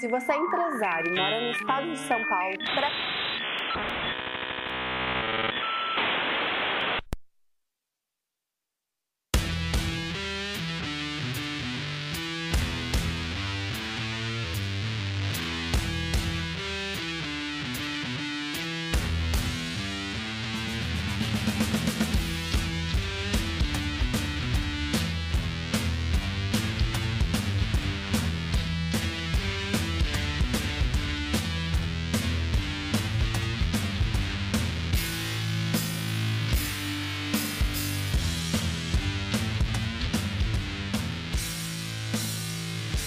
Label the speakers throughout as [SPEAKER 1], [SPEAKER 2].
[SPEAKER 1] Se você é empresário, mora no estado de São Paulo, pre...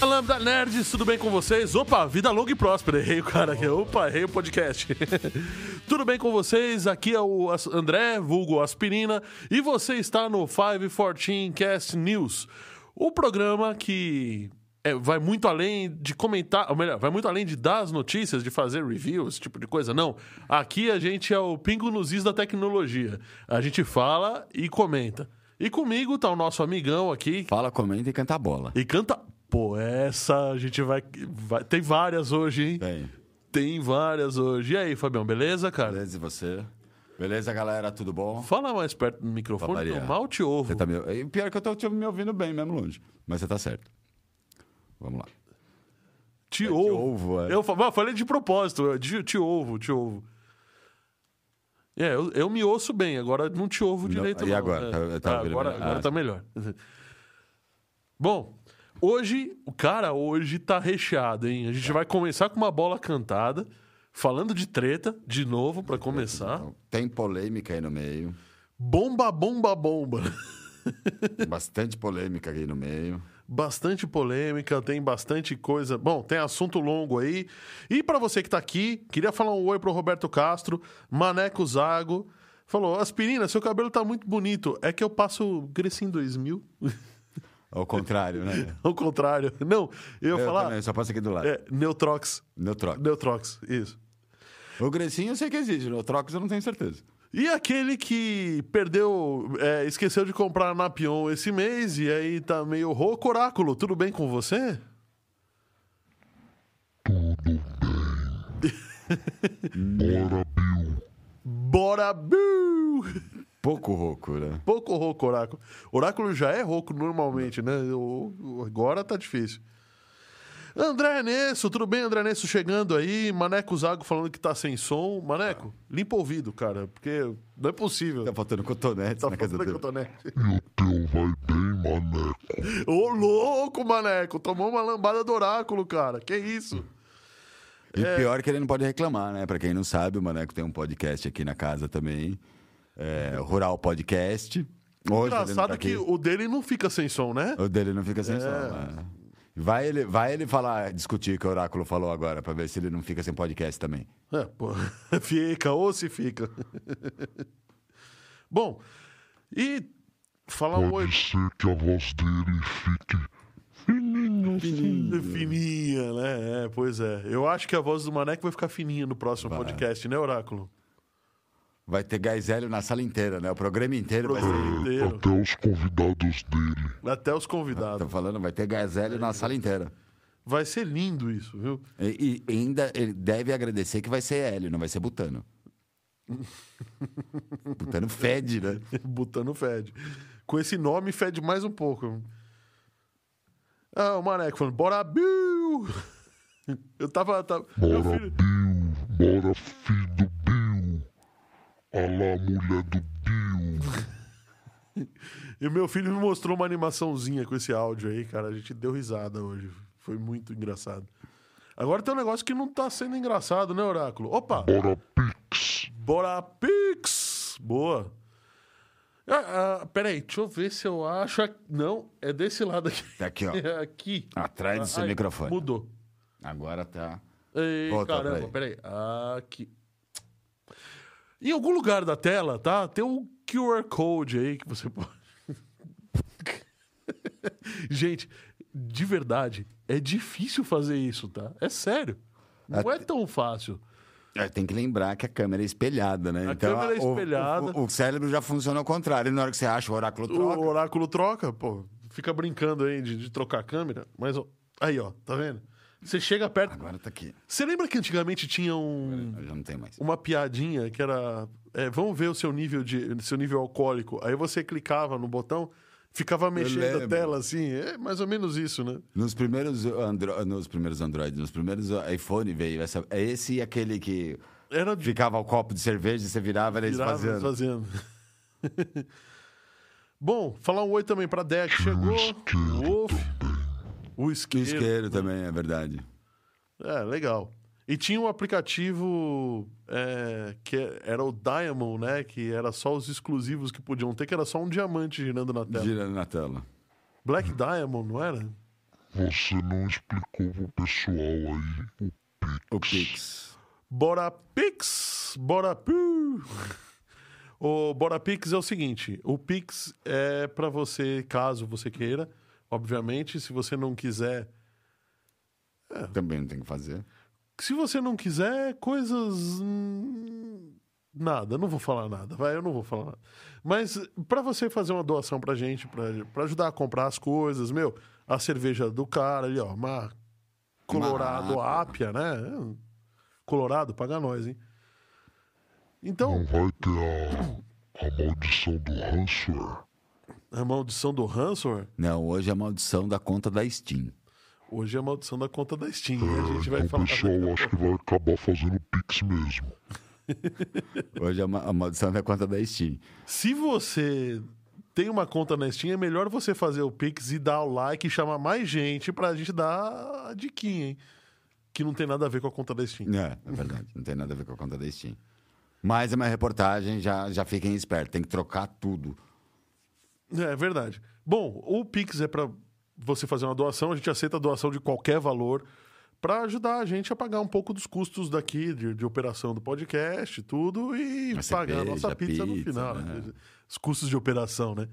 [SPEAKER 2] Lambda Nerds, tudo bem com vocês? Opa, vida longa e próspera. Errei o cara aqui. Opa, errei o podcast. tudo bem com vocês? Aqui é o As- André, vulgo Aspirina, e você está no 514 Cast News. O programa que é, vai muito além de comentar, ou melhor, vai muito além de dar as notícias, de fazer reviews, esse tipo de coisa, não. Aqui a gente é o pingo nos is da tecnologia. A gente fala e comenta. E comigo tá o nosso amigão aqui,
[SPEAKER 3] Fala, comenta e canta a bola.
[SPEAKER 2] e canta. Pô, essa a gente vai. vai- tem várias hoje, hein?
[SPEAKER 3] Bem,
[SPEAKER 2] Tem várias hoje. E aí, Fabião, beleza, cara?
[SPEAKER 3] beleza e você? Beleza, galera? Tudo bom?
[SPEAKER 2] Fala mais perto do microfone, que
[SPEAKER 3] Paparia.
[SPEAKER 2] eu mal te ovo.
[SPEAKER 3] Você tá me... e Pior que eu tô te- me ouvindo bem, mesmo longe. Mas você tá certo. Vamos lá.
[SPEAKER 2] Te
[SPEAKER 3] te
[SPEAKER 2] ovo.
[SPEAKER 3] ouvo, é.
[SPEAKER 2] Eu fa- eu falei de propósito, eu te, te ovo, te ovo. É, eu, eu me ouço bem, agora não te ovo
[SPEAKER 3] Não,
[SPEAKER 2] direito.
[SPEAKER 3] e
[SPEAKER 2] não.
[SPEAKER 3] agora?
[SPEAKER 2] É.
[SPEAKER 3] Tá- tá
[SPEAKER 2] Ah,
[SPEAKER 3] ouvindo
[SPEAKER 2] agora
[SPEAKER 3] melhor?
[SPEAKER 2] agora
[SPEAKER 3] Ah,
[SPEAKER 2] tá melhor. Bom, hoje, o cara hoje tá recheado, hein? A gente
[SPEAKER 3] Tá.
[SPEAKER 2] vai começar com uma bola cantada, falando de treta, de novo, pra começar.
[SPEAKER 3] Então, Tem polêmica aí no meio.
[SPEAKER 2] Bomba, bomba, bomba.
[SPEAKER 3] Tem Bastante polêmica aí no meio.
[SPEAKER 2] Bastante polêmica, tem bastante coisa. Bom, tem assunto longo aí. E pra você que tá aqui, queria falar um oi pro Roberto Castro, Maneco Zago. Falou, aspirina, seu cabelo tá muito bonito. É que eu passo Grecin 2000?
[SPEAKER 3] Ao contrário, né?
[SPEAKER 2] Ao contrário. Não, eu ia falar.
[SPEAKER 3] também, só passa aqui do lado.
[SPEAKER 2] É, Neutrox.
[SPEAKER 3] No troco.
[SPEAKER 2] Neutrox, isso.
[SPEAKER 3] O Grecinho eu sei que existe. No troco eu não tenho certeza.
[SPEAKER 2] E aquele que perdeu, é, esqueceu de comprar na Pion esse mês e aí tá meio rouco, oráculo, tudo bem com você? Bora, Bill!
[SPEAKER 3] Pouco rouco, né?
[SPEAKER 2] Pouco rouco, oráculo. Oráculo já é rouco normalmente, né? O- o- Agora tá difícil. André Nesso, tudo bem, André Nesso chegando aí. Maneco Zago falando que tá sem som. Maneco, limpa o ouvido, cara, porque não é possível.
[SPEAKER 3] Tá faltando cotonete
[SPEAKER 2] Tá
[SPEAKER 3] na casa
[SPEAKER 2] faltando
[SPEAKER 3] dele.
[SPEAKER 2] cotonete.
[SPEAKER 4] E o Né, teu vai bem, maneco.
[SPEAKER 2] Ô, louco, maneco! Tomou uma lambada do oráculo, cara. Que
[SPEAKER 4] Hum.
[SPEAKER 2] isso?
[SPEAKER 3] E
[SPEAKER 2] É.
[SPEAKER 3] pior que ele não pode reclamar, né? Pra quem não sabe, o Maneco tem um podcast aqui na casa também. É, Rural Podcast. Hoje, o dele não tá
[SPEAKER 2] Engraçado
[SPEAKER 3] aqui.
[SPEAKER 2] que o dele não fica sem som, né?
[SPEAKER 3] O dele não fica sem som. né? Vai ele, vai ele falar, discutir o que o Oráculo falou agora, pra ver se ele não fica sem podcast também.
[SPEAKER 2] É, pô. Fica, ou se fica. Bom, e falar um oi.
[SPEAKER 4] Pode ser que a voz dele fique fininho assim.
[SPEAKER 2] Fininha, né? É, pois é. Eu acho que a voz do Maneco vai ficar fininha no próximo
[SPEAKER 3] Vai.
[SPEAKER 2] podcast, né, Oráculo?
[SPEAKER 3] Vai ter gás hélio na sala inteira, né? O programa inteiro vai ser.
[SPEAKER 2] Programa inteiro.
[SPEAKER 4] Até os convidados dele.
[SPEAKER 2] Até os convidados.
[SPEAKER 4] Ah,
[SPEAKER 3] Tô
[SPEAKER 4] tá.
[SPEAKER 3] falando, vai ter gás hélio na sala inteira.
[SPEAKER 2] Vai ser lindo isso, viu?
[SPEAKER 3] E, e ainda ele deve agradecer que vai ser hélio, não vai ser butano. butano fede, né?
[SPEAKER 2] Butano fede. Com esse nome, fede mais um pouco. Ah, o Maneco falando, bora, Bill! Eu tava. tava- meu
[SPEAKER 4] Bora,
[SPEAKER 2] filho-
[SPEAKER 4] Bill. Bora, filho do Bill. Alá, mulher do Bill.
[SPEAKER 2] e meu filho me mostrou uma animaçãozinha com esse áudio aí, cara. A gente deu risada hoje. Foi muito engraçado. Agora tem um negócio que não tá sendo engraçado, né, Oráculo? Opa!
[SPEAKER 4] Bora, Pix.
[SPEAKER 2] Bora, Pix! Boa! Ah, ah, peraí, deixa eu ver se eu acho. a- Não, é desse lado aqui.
[SPEAKER 3] Tá aqui, ó.
[SPEAKER 2] É aqui.
[SPEAKER 3] Atrás do seu
[SPEAKER 2] Ai,
[SPEAKER 3] microfone.
[SPEAKER 2] Mudou.
[SPEAKER 3] Agora tá.
[SPEAKER 2] Ei,
[SPEAKER 3] Volta,
[SPEAKER 2] caramba, peraí. Aqui. Em algum lugar da tela, tá? Tem um QR Code aí que você pode. Gente, de verdade, é difícil fazer isso, tá? É sério. Não é tão fácil.
[SPEAKER 3] É, tem que lembrar que a câmera é espelhada, né?
[SPEAKER 2] A câmera é
[SPEAKER 3] o-
[SPEAKER 2] espelhada.
[SPEAKER 3] O, o cérebro já funciona ao contrário. E na hora que você acha o oráculo troca.
[SPEAKER 2] O oráculo troca, pô. Fica brincando aí de, de trocar a câmera, mas ó, aí, ó, tá vendo? Você chega perto.
[SPEAKER 3] Agora tá aqui.
[SPEAKER 2] Você lembra que antigamente tinha um,
[SPEAKER 3] Eu já não tenho mais.
[SPEAKER 2] uma piadinha que era. é, vamos ver o seu nível de seu nível alcoólico. Aí você clicava no botão, ficava mexendo a
[SPEAKER 3] lembro.
[SPEAKER 2] tela assim. É mais ou menos isso, né?
[SPEAKER 3] Nos primeiros, Andro... nos primeiros Android, nos primeiros iPhone veio essa... É esse e aquele que
[SPEAKER 2] Era de
[SPEAKER 3] ficava o copo de cerveja e você virava, era
[SPEAKER 2] virava,
[SPEAKER 3] desfazendo.
[SPEAKER 2] fazendo. Bom, falar um oi também pra Deck. Chegou. O Wolf. O
[SPEAKER 3] E
[SPEAKER 2] isqueiro.
[SPEAKER 3] isqueiro também, é verdade.
[SPEAKER 2] É, legal. E tinha um aplicativo é, que era o Diamond, né? Que era só os exclusivos que podiam ter, que era só um diamante girando na tela.
[SPEAKER 3] Girando na tela.
[SPEAKER 2] Black Diamond, não era?
[SPEAKER 4] Você não explicou pro pessoal aí o
[SPEAKER 3] O Pix.
[SPEAKER 2] Bora Pix! Bora Pu! O Bora Pix é o seguinte: o Pix é para você, caso você queira. Obviamente, se você não quiser. É.
[SPEAKER 3] Também não tem o que fazer.
[SPEAKER 2] Se você não quiser, coisas. hum, Nada, não vou falar nada, vai, eu não vou falar nada. Mas pra você fazer uma doação pra gente, pra, pra ajudar a comprar as coisas, meu, a cerveja do cara ali, ó, uma Colorado
[SPEAKER 3] Uma
[SPEAKER 2] Ápia, né? Colorado, paga nós, hein?
[SPEAKER 4] Não
[SPEAKER 2] Então,
[SPEAKER 4] vai ter a, a maldição do né? Hansor?
[SPEAKER 2] a maldição do Hansor,
[SPEAKER 3] Não, hoje é a maldição da conta da Steam.
[SPEAKER 2] hoje é a maldição da conta da Steam. né? A gente vai
[SPEAKER 4] Então o
[SPEAKER 2] falar.
[SPEAKER 4] pessoal acho que vai acabar fazendo Pix mesmo.
[SPEAKER 3] Hoje é a ma- a maldição da conta da Steam.
[SPEAKER 2] Se você tem uma conta na Steam, é melhor você fazer o Pix e dar o like e chamar mais gente pra gente dar a diquinha, hein? Que não tem nada a ver com a conta da Steam.
[SPEAKER 3] É, é verdade. Não tem nada a ver com a conta da Steam. Mas é uma reportagem, já, já fiquem espertos. Tem que trocar tudo.
[SPEAKER 2] É verdade. Bom, o Pix é pra você fazer uma doação, a gente aceita a doação de qualquer valor pra ajudar a gente a pagar um pouco dos custos daqui de, de operação do podcast, e tudo e pagar a
[SPEAKER 3] A cerveja,
[SPEAKER 2] nossa
[SPEAKER 3] a
[SPEAKER 2] pizza, no
[SPEAKER 3] pizza,
[SPEAKER 2] final.
[SPEAKER 3] né?
[SPEAKER 2] Os custos de operação, né?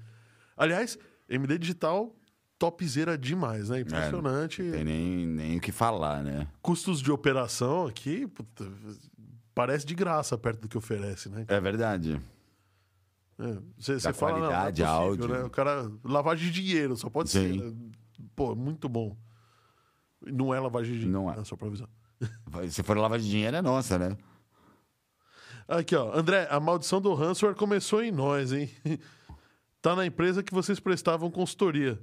[SPEAKER 2] Aliás, MD Digital topzera demais, né? Impressionante.
[SPEAKER 3] Não É, tem nem, nem o que falar, né?
[SPEAKER 2] custos de operação aqui puta, parece de graça perto do que oferece, né?
[SPEAKER 3] É verdade.
[SPEAKER 2] É, Você você fala, não, não é
[SPEAKER 3] qualidade,
[SPEAKER 2] possível,
[SPEAKER 3] áudio.
[SPEAKER 2] né? O cara, lavagem de dinheiro, só pode
[SPEAKER 3] Sim.
[SPEAKER 2] ser. né? Pô, muito bom. Não é lavagem de dinheiro,
[SPEAKER 3] Não é.
[SPEAKER 2] né? só pra avisar.
[SPEAKER 3] Se for lavar de dinheiro, é nossa, né?
[SPEAKER 2] Aqui, ó. André, a maldição do ransomware começou em nós, hein? Tá na empresa que vocês prestavam consultoria.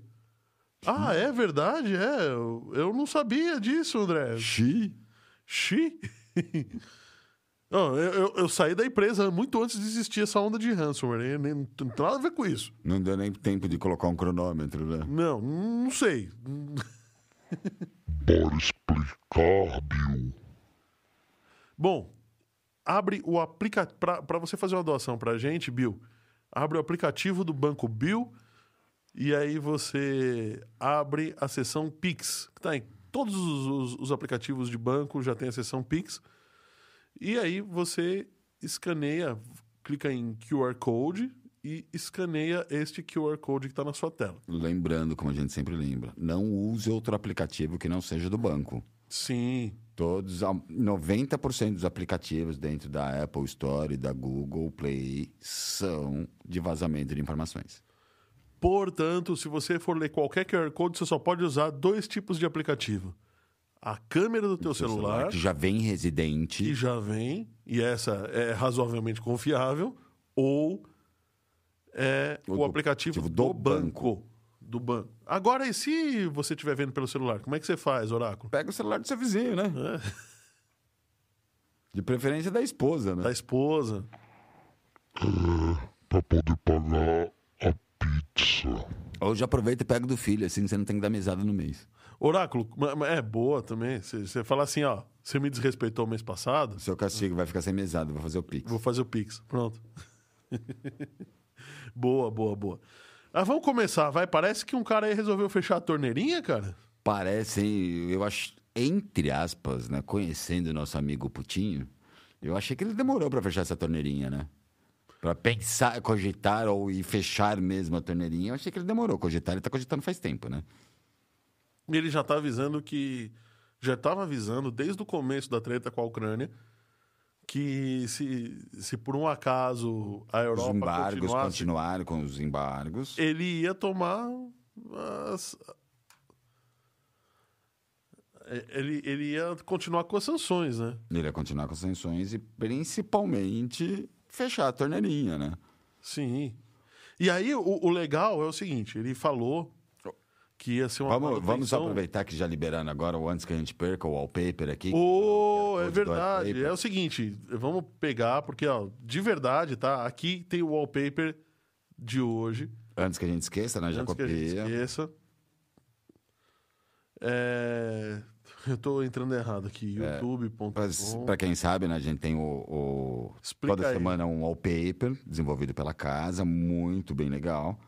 [SPEAKER 2] Ah, é verdade? É. Eu eu não sabia disso, André.
[SPEAKER 3] Xi.
[SPEAKER 2] Xi? Não, eu, eu- eu saí da empresa muito antes de existir essa onda de ransomware. hein? Nem- Não tem nada a ver com isso.
[SPEAKER 3] Não deu nem tempo de colocar um cronômetro, né?
[SPEAKER 2] Não, não sei.
[SPEAKER 4] Bora explicar, Bill.
[SPEAKER 2] Bom, abre o aplicativo. Para você fazer uma doação pra gente, Bill, abre o aplicativo do Banco Bill e aí você abre a seção Pix, que tá em todos os, os- os aplicativos de banco, já tem a seção Pix. E aí você escaneia, clica em QR Code e escaneia este QR Code que está na sua tela.
[SPEAKER 3] Lembrando, como a gente sempre lembra, não use outro aplicativo que não seja do banco.
[SPEAKER 2] Sim,
[SPEAKER 3] Todos, a- 90% dos aplicativos dentro da Apple Store e da Google Play são de vazamento de informações.
[SPEAKER 2] Portanto, se você for ler qualquer QR Code, você só pode usar dois tipos de aplicativo. A câmera do teu
[SPEAKER 3] Seu
[SPEAKER 2] celular,
[SPEAKER 3] que já vem
[SPEAKER 2] que
[SPEAKER 3] residente.
[SPEAKER 2] já vem, e essa é razoavelmente confiável, ou é
[SPEAKER 3] Ou
[SPEAKER 2] o
[SPEAKER 3] do
[SPEAKER 2] aplicativo do,
[SPEAKER 3] aplicativo do
[SPEAKER 2] banco. Do banco. Agora, e se você estiver vendo pelo celular, como é que você faz, Oráculo?
[SPEAKER 3] Pega o celular do seu vizinho, né?
[SPEAKER 2] É,
[SPEAKER 3] De preferência da esposa, né?
[SPEAKER 2] da esposa.
[SPEAKER 4] É, pra poder pagar a pizza.
[SPEAKER 3] Ou já É. aproveita e pega do filho, assim você não tem que dar mesada no mês.
[SPEAKER 2] Oráculo, ma- ma- é boa também. Você você fala assim, ó, você me desrespeitou mês passado,
[SPEAKER 3] O seu castigo vai ficar sem mesada, vai fazer o pix.
[SPEAKER 2] Vou fazer o Pix. Pronto. boa, boa, boa. Ah, vamos começar, vai. Parece que um cara aí resolveu fechar a torneirinha, cara.
[SPEAKER 3] Parecem, eu acho, entre aspas, né? Conhecendo o nosso amigo Putinho, eu achei que ele demorou pra fechar essa torneirinha, né? Pra pensar, cogitar ou e fechar mesmo a torneirinha, eu achei que ele demorou. Cogitar, ele tá cogitando faz tempo, né?
[SPEAKER 2] Ele já tá avisando que. Já estava avisando desde o começo da treta com a Ucrânia que se, se por um acaso a
[SPEAKER 3] Os
[SPEAKER 2] Europa
[SPEAKER 3] embargos
[SPEAKER 2] continuasse,
[SPEAKER 3] continuaram com os embargos.
[SPEAKER 2] ele ia tomar as- é, ele, ele ia continuar com as sanções, né?
[SPEAKER 3] Ele ia continuar com as sanções e principalmente fechar a torneirinha, né?
[SPEAKER 2] Sim. E aí, o, o legal é o seguinte, ele falou que ia ser uma
[SPEAKER 3] Vamos, vamos
[SPEAKER 2] manutenção-
[SPEAKER 3] aproveitar que já liberando agora, ou antes que a gente perca o wallpaper aqui.
[SPEAKER 2] Ô,
[SPEAKER 3] que
[SPEAKER 2] é
[SPEAKER 3] o QR Code do
[SPEAKER 2] verdade.
[SPEAKER 3] wallpaper.
[SPEAKER 2] É o seguinte, vamos pegar, porque, ó, de verdade, tá? Aqui tem o wallpaper de hoje.
[SPEAKER 3] Antes que a gente esqueça, né? Já
[SPEAKER 2] antes que a gente
[SPEAKER 3] copia.
[SPEAKER 2] esqueça. É, Eu tô entrando errado aqui. youtube.com.
[SPEAKER 3] Mas, É, Pra quem sabe, né, a gente tem o. o-
[SPEAKER 2] Explica
[SPEAKER 3] Toda
[SPEAKER 2] aí.
[SPEAKER 3] semana um wallpaper desenvolvido pela casa, muito bem legal.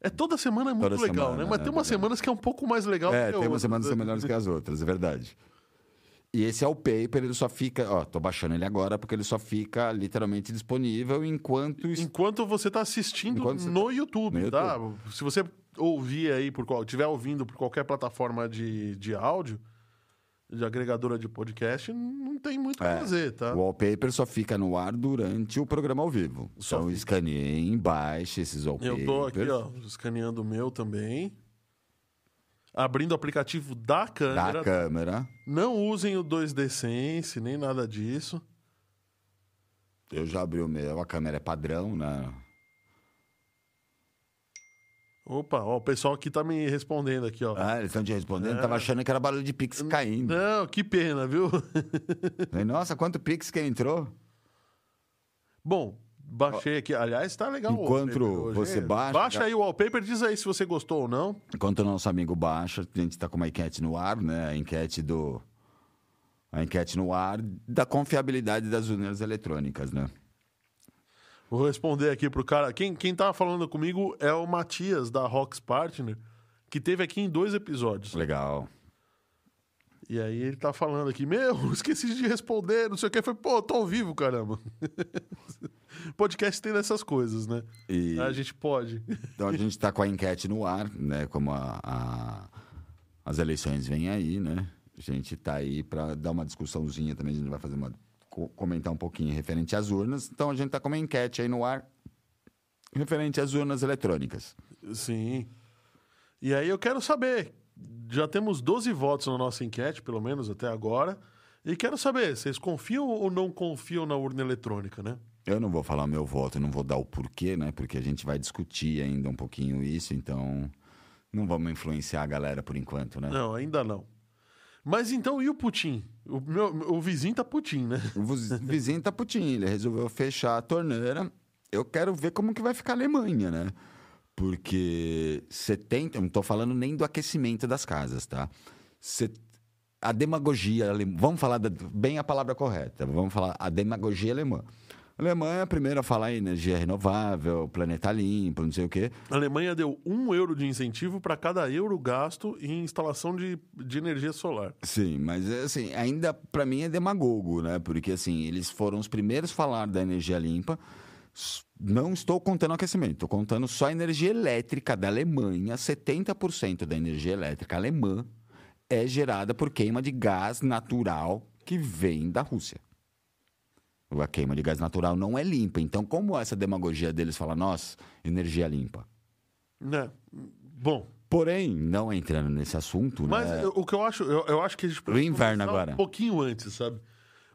[SPEAKER 2] É toda semana é muito
[SPEAKER 3] Toda
[SPEAKER 2] legal,
[SPEAKER 3] semana,
[SPEAKER 2] né? Mas
[SPEAKER 3] né?
[SPEAKER 2] tem umas semanas que é um pouco mais legal
[SPEAKER 3] É,
[SPEAKER 2] que
[SPEAKER 3] tem
[SPEAKER 2] outras,
[SPEAKER 3] umas semanas que são
[SPEAKER 2] né?
[SPEAKER 3] melhores que as outras, é verdade. E esse é o paper, ele só fica. Ó, tô baixando ele agora porque ele só fica literalmente disponível enquanto. es-
[SPEAKER 2] Enquanto você tá assistindo
[SPEAKER 3] Enquanto você
[SPEAKER 2] no, YouTube,
[SPEAKER 3] no
[SPEAKER 2] tá? Se você ouvir aí por qual, tiver ouvindo por qualquer plataforma de, de áudio, de agregadora de podcast, não tem muito o que
[SPEAKER 3] É,
[SPEAKER 2] fazer, tá?
[SPEAKER 3] O wallpaper só fica no ar durante o programa ao vivo.
[SPEAKER 2] Só
[SPEAKER 3] então
[SPEAKER 2] fica.
[SPEAKER 3] escaneiem, baixe esses wallpapers.
[SPEAKER 2] Eu tô aqui, ó, escaneando o meu também. Abrindo o aplicativo da câmera.
[SPEAKER 3] Da câmera.
[SPEAKER 2] Não usem o 2D Sense, nem nada disso.
[SPEAKER 3] Eu já abri o meu, a câmera é padrão, né?
[SPEAKER 2] Opa, ó, o pessoal aqui tá me respondendo aqui, ó.
[SPEAKER 3] Ah, eles estão te respondendo,
[SPEAKER 2] É.
[SPEAKER 3] tava achando que era barulho de pix caindo.
[SPEAKER 2] Não, que pena, viu?
[SPEAKER 3] Falei, Nossa, quanto pix que entrou?
[SPEAKER 2] Bom, baixei aqui. Aliás, tá legal o
[SPEAKER 3] Enquanto
[SPEAKER 2] wallpaper hoje,
[SPEAKER 3] você
[SPEAKER 2] hein?
[SPEAKER 3] baixa-
[SPEAKER 2] Baixa aí o wallpaper, diz aí se você gostou ou não.
[SPEAKER 3] Enquanto o nosso amigo baixa, a gente está com uma enquete no ar, né? A enquete do. A enquete no ar da confiabilidade das urnas eletrônicas, né?
[SPEAKER 2] Vou responder aqui pro cara. Quem, quem tá falando comigo é o Matias, da Rocks Partner, que teve aqui em dois episódios.
[SPEAKER 3] Legal.
[SPEAKER 2] E aí ele tá falando aqui, meu, esqueci de responder, não sei o que. Foi, pô, tô ao vivo, caramba. Podcast tem dessas coisas, né?
[SPEAKER 3] E-
[SPEAKER 2] A gente pode.
[SPEAKER 3] Então a gente está com a enquete no ar, né? Como a- a- as eleições vêm aí, né? A gente está aí para dar uma discussãozinha também. A gente vai fazer uma co- comentar um pouquinho referente às urnas. Então a gente está com uma enquete aí no ar referente às urnas eletrônicas.
[SPEAKER 2] Sim. E aí eu quero saber. Já temos 12 votos na nossa enquete, pelo menos até agora. E quero saber, vocês confiam ou não confiam na urna eletrônica, né?
[SPEAKER 3] Eu não vou falar o meu voto, não vou dar o porquê, né? Porque a gente vai discutir ainda um pouquinho isso, então não vamos influenciar a galera por enquanto, né?
[SPEAKER 2] Não, ainda não. Mas então, e o Putin? O, meu, o vizinho tá Putin, né?
[SPEAKER 3] O viz- vizinho tá putinho, ele resolveu fechar a torneira. Eu quero ver como que vai ficar a Alemanha, né? Porque 70, não tô falando nem do aquecimento das casas, tá? Se- a demagogia alemã, vamos falar da- bem a palavra correta, vamos falar a demagogia alemã. A Alemanha é a primeira a falar em energia renovável, planeta limpo, não sei o quê.
[SPEAKER 2] A Alemanha deu um euro de incentivo para cada euro gasto em instalação de, de energia solar.
[SPEAKER 3] Sim, mas é assim, ainda pra mim é demagogo, né? Porque assim, eles foram os primeiros a falar da energia limpa. S- Não estou contando aquecimento, estou contando só a energia elétrica da Alemanha. 70% da energia elétrica alemã é gerada por queima de gás natural que vem da Rússia. A queima de gás natural não é limpa. Então, como essa demagogia deles fala, nossa, energia limpa?
[SPEAKER 2] Né? Bom,
[SPEAKER 3] Porém, não entrando nesse assunto,
[SPEAKER 2] mas
[SPEAKER 3] né?
[SPEAKER 2] eu- o que eu acho, eu, eu acho que a gente
[SPEAKER 3] O inverno
[SPEAKER 2] começar
[SPEAKER 3] agora.
[SPEAKER 2] Um pouquinho antes, sabe?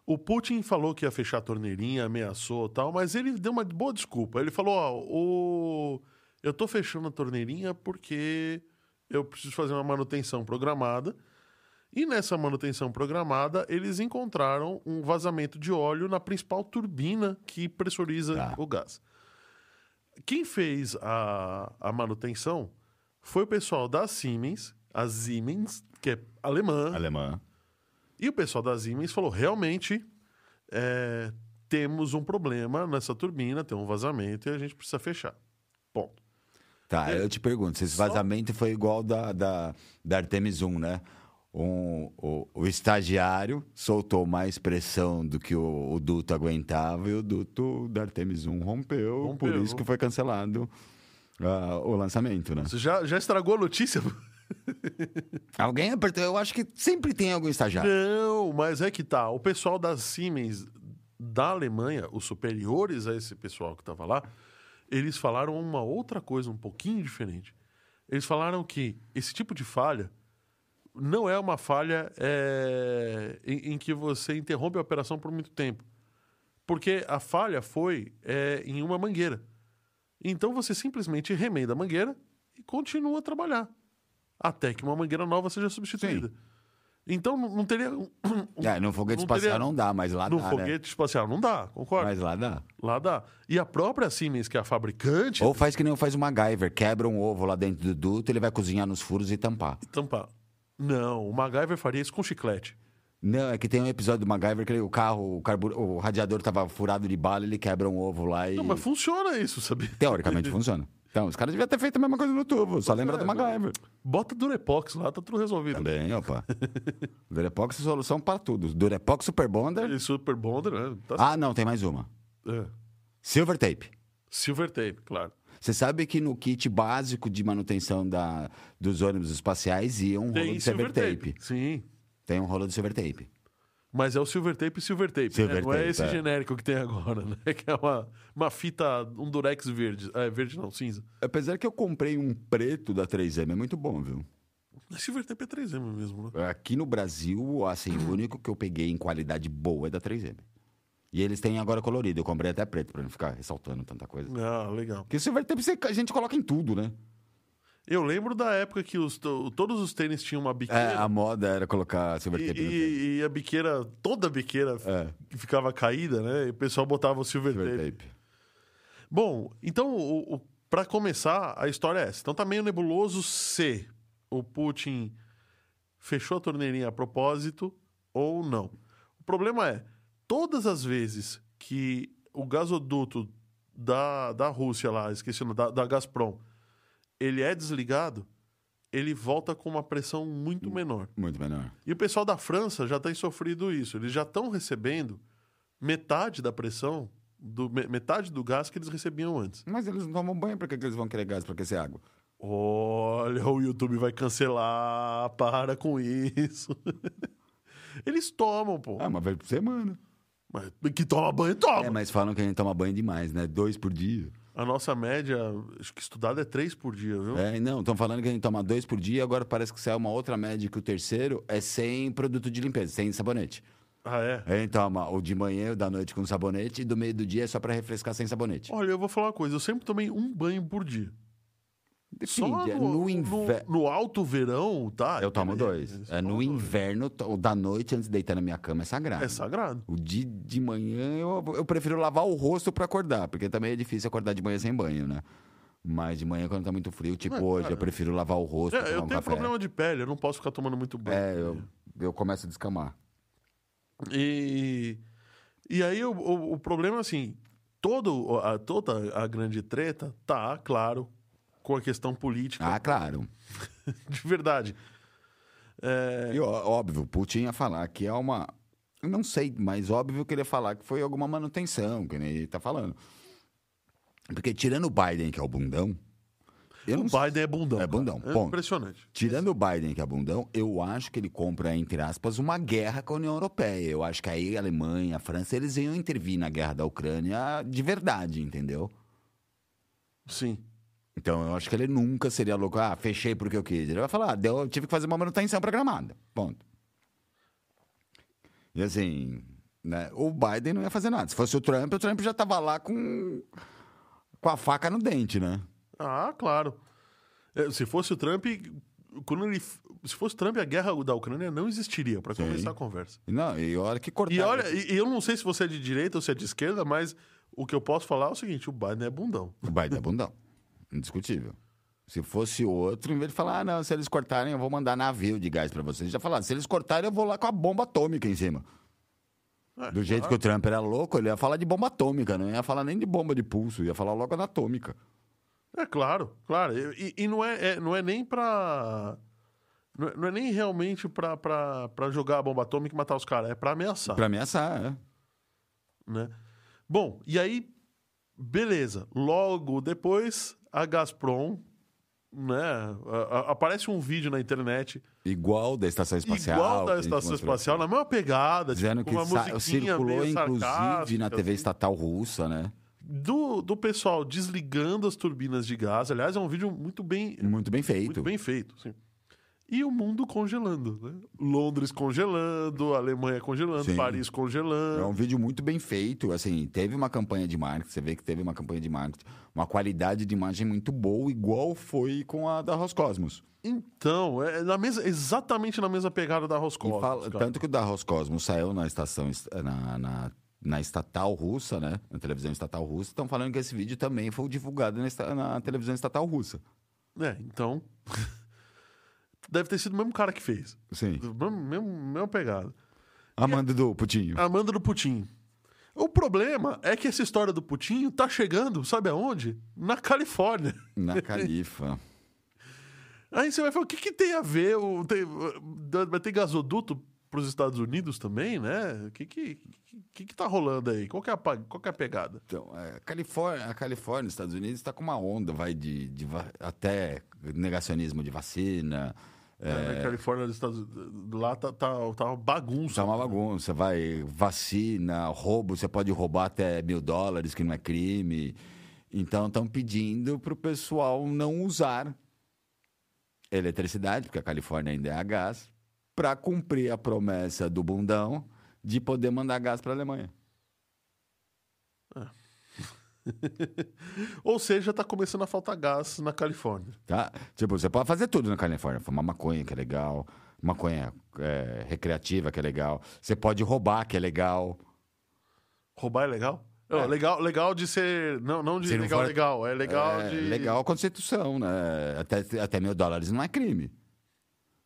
[SPEAKER 2] O Putin falou que ia fechar a torneirinha, ameaçou e tal, mas ele deu uma boa desculpa. Ele falou: ó, o... eu tô fechando a torneirinha porque eu preciso fazer uma manutenção programada. E nessa manutenção programada, eles encontraram um vazamento de óleo na principal turbina que pressuriza
[SPEAKER 3] Tá.
[SPEAKER 2] o gás. Quem fez a, a manutenção foi o pessoal da Siemens, a Siemens, que é alemã,
[SPEAKER 3] Alemã.
[SPEAKER 2] e o pessoal da Siemens falou: realmente é, temos um problema nessa turbina, tem um vazamento e a gente precisa fechar. Ponto.
[SPEAKER 3] Tá, eu te pergunto, se esse vazamento foi igual da, da, da Artemis 1, né? Um, o, o estagiário soltou mais pressão do que o, o duto aguentava e o duto da Artemis 1 rompeu, por
[SPEAKER 2] Rompeu.
[SPEAKER 3] isso que foi cancelado ah, o lançamento, né?
[SPEAKER 2] Você já, já estragou a notícia?
[SPEAKER 3] Alguém apertou, eu acho que sempre tem algum estagiário.
[SPEAKER 2] Não, mas é que tá. O pessoal da Siemens da Alemanha, os superiores a esse pessoal que estava lá, eles falaram uma outra coisa um pouquinho diferente. Eles falaram que esse tipo de falha não é uma falha é, em, em que você interrompe a operação por muito tempo. Porque a falha foi é, em uma mangueira. Então você simplesmente remenda a mangueira e continua a trabalhar. Até que uma mangueira nova seja substituída. Então não não teria. um- um-
[SPEAKER 3] É, no foguete
[SPEAKER 2] Não teria-
[SPEAKER 3] espacial não dá, mas lá
[SPEAKER 2] no
[SPEAKER 3] dá, né?
[SPEAKER 2] foguete espacial não dá, concordo.
[SPEAKER 3] Mas lá dá.
[SPEAKER 2] Lá dá. E a própria Siemens, que é a fabricante,
[SPEAKER 3] Ou faz que nem faz o MacGyver, quebra um ovo lá dentro do duto, ele vai cozinhar nos furos e tampar.
[SPEAKER 2] tampar. Não, o MacGyver faria isso com chiclete.
[SPEAKER 3] Não, é que tem um episódio do MacGyver que ele- o carro, o, carbura- o radiador tava furado de bala, ele quebra um ovo lá e...
[SPEAKER 2] Não, mas funciona isso, sabia?
[SPEAKER 3] Teoricamente funciona. Então, os caras deviam ter feito a mesma coisa no tubo, só lembra do
[SPEAKER 2] É,
[SPEAKER 3] MacGyver.
[SPEAKER 2] Bota Durepox lá, tá tudo resolvido.
[SPEAKER 3] Também, opa. Durepox é solução para tudo. Durepox Super Bonder.
[SPEAKER 2] E Super Bonder, né? Tá-
[SPEAKER 3] Ah, não, tem mais uma.
[SPEAKER 2] é.
[SPEAKER 3] Silver Tape.
[SPEAKER 2] Silver Tape, claro.
[SPEAKER 3] Você sabe que no kit básico de manutenção da, dos ônibus espaciais ia um rolo
[SPEAKER 2] Tem
[SPEAKER 3] de
[SPEAKER 2] Silver
[SPEAKER 3] silver tape.
[SPEAKER 2] tape. Sim.
[SPEAKER 3] Tem um rolo de silver tape.
[SPEAKER 2] Mas é o Silver Tape e Silver Tape. né?
[SPEAKER 3] Silver
[SPEAKER 2] Não é
[SPEAKER 3] Tape,
[SPEAKER 2] esse
[SPEAKER 3] é.
[SPEAKER 2] genérico que tem agora, né? Que é uma, uma fita, um durex verde. É, verde não, cinza.
[SPEAKER 3] Apesar que eu comprei um preto da 3M, é muito bom, viu?
[SPEAKER 2] Mas Silver Tape é 3M mesmo, né?
[SPEAKER 3] Aqui no Brasil, assim, o único que eu peguei em qualidade boa é da 3M. E eles têm agora colorido. Eu comprei até preto pra não ficar ressaltando tanta coisa.
[SPEAKER 2] Ah, legal.
[SPEAKER 3] Porque silver tape você- a gente coloca em tudo, né?
[SPEAKER 2] Eu lembro da época que os, to- todos os tênis tinham uma
[SPEAKER 3] É,
[SPEAKER 2] biqueira.
[SPEAKER 3] a moda era colocar silver
[SPEAKER 2] e,
[SPEAKER 3] tape no tênis.
[SPEAKER 2] e- e a biqueira, toda a biqueira f-
[SPEAKER 3] É.
[SPEAKER 2] ficava caída, né? E o pessoal botava o Silver,
[SPEAKER 3] Silver
[SPEAKER 2] tape.
[SPEAKER 3] tape.
[SPEAKER 2] Bom, então, o, o- pra começar, a história é essa. Então tá meio nebuloso se o Putin fechou a torneirinha a propósito ou não. O problema é, todas as vezes que o gasoduto da, da Rússia lá, esqueci o nome, da, da Gazprom, ele é desligado, ele volta com uma pressão muito menor.
[SPEAKER 3] Muito menor.
[SPEAKER 2] E o pessoal da França já tem sofrido isso. Eles já estão recebendo metade da pressão, do, me- metade do gás que eles recebiam antes.
[SPEAKER 3] Mas eles não tomam banho, pra que que eles vão querer gás pra aquecer água?
[SPEAKER 2] Olha, o YouTube vai cancelar, para com isso. Eles tomam, pô.
[SPEAKER 3] Ah, uma vez por semana.
[SPEAKER 2] Mas que toma banho, toma.
[SPEAKER 3] É, mas falam que a gente toma banho demais, né? Dois por dia.
[SPEAKER 2] A nossa média, acho que estudada é três por dia, viu?
[SPEAKER 3] É, não, estão falando que a gente toma dois por dia, agora parece que saiu uma outra média que o terceiro é sem produto de limpeza, sem sabonete.
[SPEAKER 2] Ah, é?
[SPEAKER 3] A gente toma o então, de manhã, o da noite com sabonete, e do meio do dia é só pra refrescar sem sabonete.
[SPEAKER 2] Olha, eu vou falar uma coisa. Eu sempre tomei um banho por dia. Só
[SPEAKER 3] Depende, é
[SPEAKER 2] no,
[SPEAKER 3] no inverno.
[SPEAKER 2] no- no alto verão, tá?
[SPEAKER 3] Eu tomo
[SPEAKER 2] É-
[SPEAKER 3] dois. É no
[SPEAKER 2] dois.
[SPEAKER 3] inverno, to- o da noite antes de deitar na minha cama é sagrado.
[SPEAKER 2] É sagrado.
[SPEAKER 3] O de, de manhã eu, eu prefiro lavar o rosto pra acordar, porque também é difícil acordar de manhã sem banho, né? Mas de manhã, quando tá muito frio, tipo
[SPEAKER 2] Mas,
[SPEAKER 3] hoje,
[SPEAKER 2] cara,
[SPEAKER 3] eu prefiro lavar o rosto.
[SPEAKER 2] É,
[SPEAKER 3] tomar
[SPEAKER 2] eu
[SPEAKER 3] um
[SPEAKER 2] tenho
[SPEAKER 3] café.
[SPEAKER 2] problema de pele, eu não posso ficar tomando muito banho.
[SPEAKER 3] É, eu, eu começo a descamar.
[SPEAKER 2] E, e aí o, o, o problema é assim, todo, a, toda a grande treta tá, claro, com a questão política,
[SPEAKER 3] Ah, claro.
[SPEAKER 2] de verdade. É,
[SPEAKER 3] E ó- óbvio, o Putin ia falar que é uma. eu Não sei, mas óbvio que ele ia falar que foi alguma manutenção, que nem ele tá falando. Porque tirando o Biden, que é o bundão. Eu
[SPEAKER 2] o
[SPEAKER 3] não
[SPEAKER 2] Biden é bundão.
[SPEAKER 3] É bundão,
[SPEAKER 2] cara. É
[SPEAKER 3] ponto.
[SPEAKER 2] impressionante.
[SPEAKER 3] Tirando o Biden, que é bundão, eu acho que ele compra, entre aspas, uma guerra com a União Europeia. Eu acho que aí a Alemanha, a França, eles iam intervir na guerra da Ucrânia de verdade, entendeu?
[SPEAKER 2] Sim.
[SPEAKER 3] Então eu acho que ele nunca seria louco, ah, fechei porque eu quis. Ele vai falar, ah, deu, eu tive que fazer uma manutenção programada. Ponto. E assim, né, o Biden não ia fazer nada. Se fosse o Trump, o Trump já tava lá com, com a faca no dente, né?
[SPEAKER 2] Ah, claro. É, se fosse o Trump, quando ele, f- se fosse o Trump, a guerra da Ucrânia não existiria, para começar a conversa.
[SPEAKER 3] E Não, e olha que cortaram.
[SPEAKER 2] E olha, e, e eu não sei se você é de direita ou se é de esquerda, mas o que eu posso falar é o seguinte, o Biden é bundão.
[SPEAKER 3] O Biden é bundão. Indiscutível. Se fosse outro, em vez de falar, ah, não, se eles cortarem, eu vou mandar navio de gás pra vocês. Já falaram, se eles cortarem, eu vou lá com a bomba atômica em cima.
[SPEAKER 2] É,
[SPEAKER 3] Do jeito que o Trump era louco, ele ia falar de bomba atômica, né? não ia falar nem de bomba de pulso, ia falar logo da atômica.
[SPEAKER 2] É claro, claro. E, e não, é, é- não é nem pra. Não é, não é nem realmente pra, pra, pra jogar a bomba atômica e matar os caras, é pra ameaçar.
[SPEAKER 3] Pra ameaçar, é.
[SPEAKER 2] Né? Bom, e aí, beleza. Logo depois, a Gazprom. Né? a- a- aparece um vídeo na internet
[SPEAKER 3] Igual da estação espacial.
[SPEAKER 2] igual
[SPEAKER 3] que a
[SPEAKER 2] da
[SPEAKER 3] gente
[SPEAKER 2] estação
[SPEAKER 3] mostrou.
[SPEAKER 2] espacial, na mesma pegada,
[SPEAKER 3] Dizendo
[SPEAKER 2] tipo,
[SPEAKER 3] que
[SPEAKER 2] uma
[SPEAKER 3] sa-
[SPEAKER 2] musiquinha
[SPEAKER 3] circulou,
[SPEAKER 2] meio
[SPEAKER 3] inclusive, na
[SPEAKER 2] sarcástica,
[SPEAKER 3] TV
[SPEAKER 2] assim.
[SPEAKER 3] estatal russa, né?
[SPEAKER 2] do, do pessoal desligando as turbinas de gás. Aliás, é um vídeo muito bem
[SPEAKER 3] Muito bem feito.
[SPEAKER 2] Muito bem feito, sim. E o mundo congelando, né? Londres congelando, Alemanha congelando,
[SPEAKER 3] Sim.
[SPEAKER 2] Paris
[SPEAKER 3] É
[SPEAKER 2] congelando.
[SPEAKER 3] um vídeo muito bem feito, assim, teve uma campanha de marketing, você vê que teve uma campanha de marketing, uma qualidade de imagem muito boa, igual foi com a da Roscosmos.
[SPEAKER 2] Então, é na mesma, exatamente na mesma pegada da
[SPEAKER 3] E
[SPEAKER 2] Roscosmos.
[SPEAKER 3] fala-
[SPEAKER 2] cara.
[SPEAKER 3] tanto que o da Roscosmos saiu na estação est- eh, na, na, na estatal russa, né? Na televisão estatal russa, estão falando que esse vídeo também foi divulgado na, esta- na televisão estatal russa.
[SPEAKER 2] É, então. Deve ter sido o mesmo cara que fez.
[SPEAKER 3] Sim.
[SPEAKER 2] Do Mesmo, mesmo, mesmo pegada.
[SPEAKER 3] assim, Amanda do Putinho.
[SPEAKER 2] Amanda do Putin. O problema é que essa história do Putinho tá chegando, sabe aonde? Na Califórnia.
[SPEAKER 3] Na Califa.
[SPEAKER 2] Aí você vai falar, o que, que tem a ver? O, tem, vai ter gasoduto para os Estados Unidos também, né? O que, que, que, que tá rolando aí? Qual que é a, pa- qual que é a pegada?
[SPEAKER 3] Então, é, a Califórnia, a Califórnia, Estados Unidos, está com uma onda, vai de, de va- até negacionismo de vacina.
[SPEAKER 2] É, na Califórnia, nos Estados Unidos, lá tá, tá, tá uma bagunça.
[SPEAKER 3] Isso é uma bagunça, vai vacina, roubo, você pode roubar até mil dólares, que não é crime. Então estão pedindo para o pessoal não usar eletricidade, porque a Califórnia ainda é a gás, para cumprir a promessa do bundão de poder mandar gás para a Alemanha.
[SPEAKER 2] Ou seja, tá começando a faltar gás na Califórnia.
[SPEAKER 3] Tá? Tipo, você pode fazer tudo na Califórnia. Fumar maconha, que é legal. Maconha é, recreativa, que é legal. Você pode roubar, que é legal.
[SPEAKER 2] Roubar é legal? Não, legal, legal de ser. Não, não de
[SPEAKER 3] Se não
[SPEAKER 2] legal,
[SPEAKER 3] for-
[SPEAKER 2] legal. É legal
[SPEAKER 3] é
[SPEAKER 2] de.
[SPEAKER 3] legal a Constituição, né? Até, até mil dólares não é crime.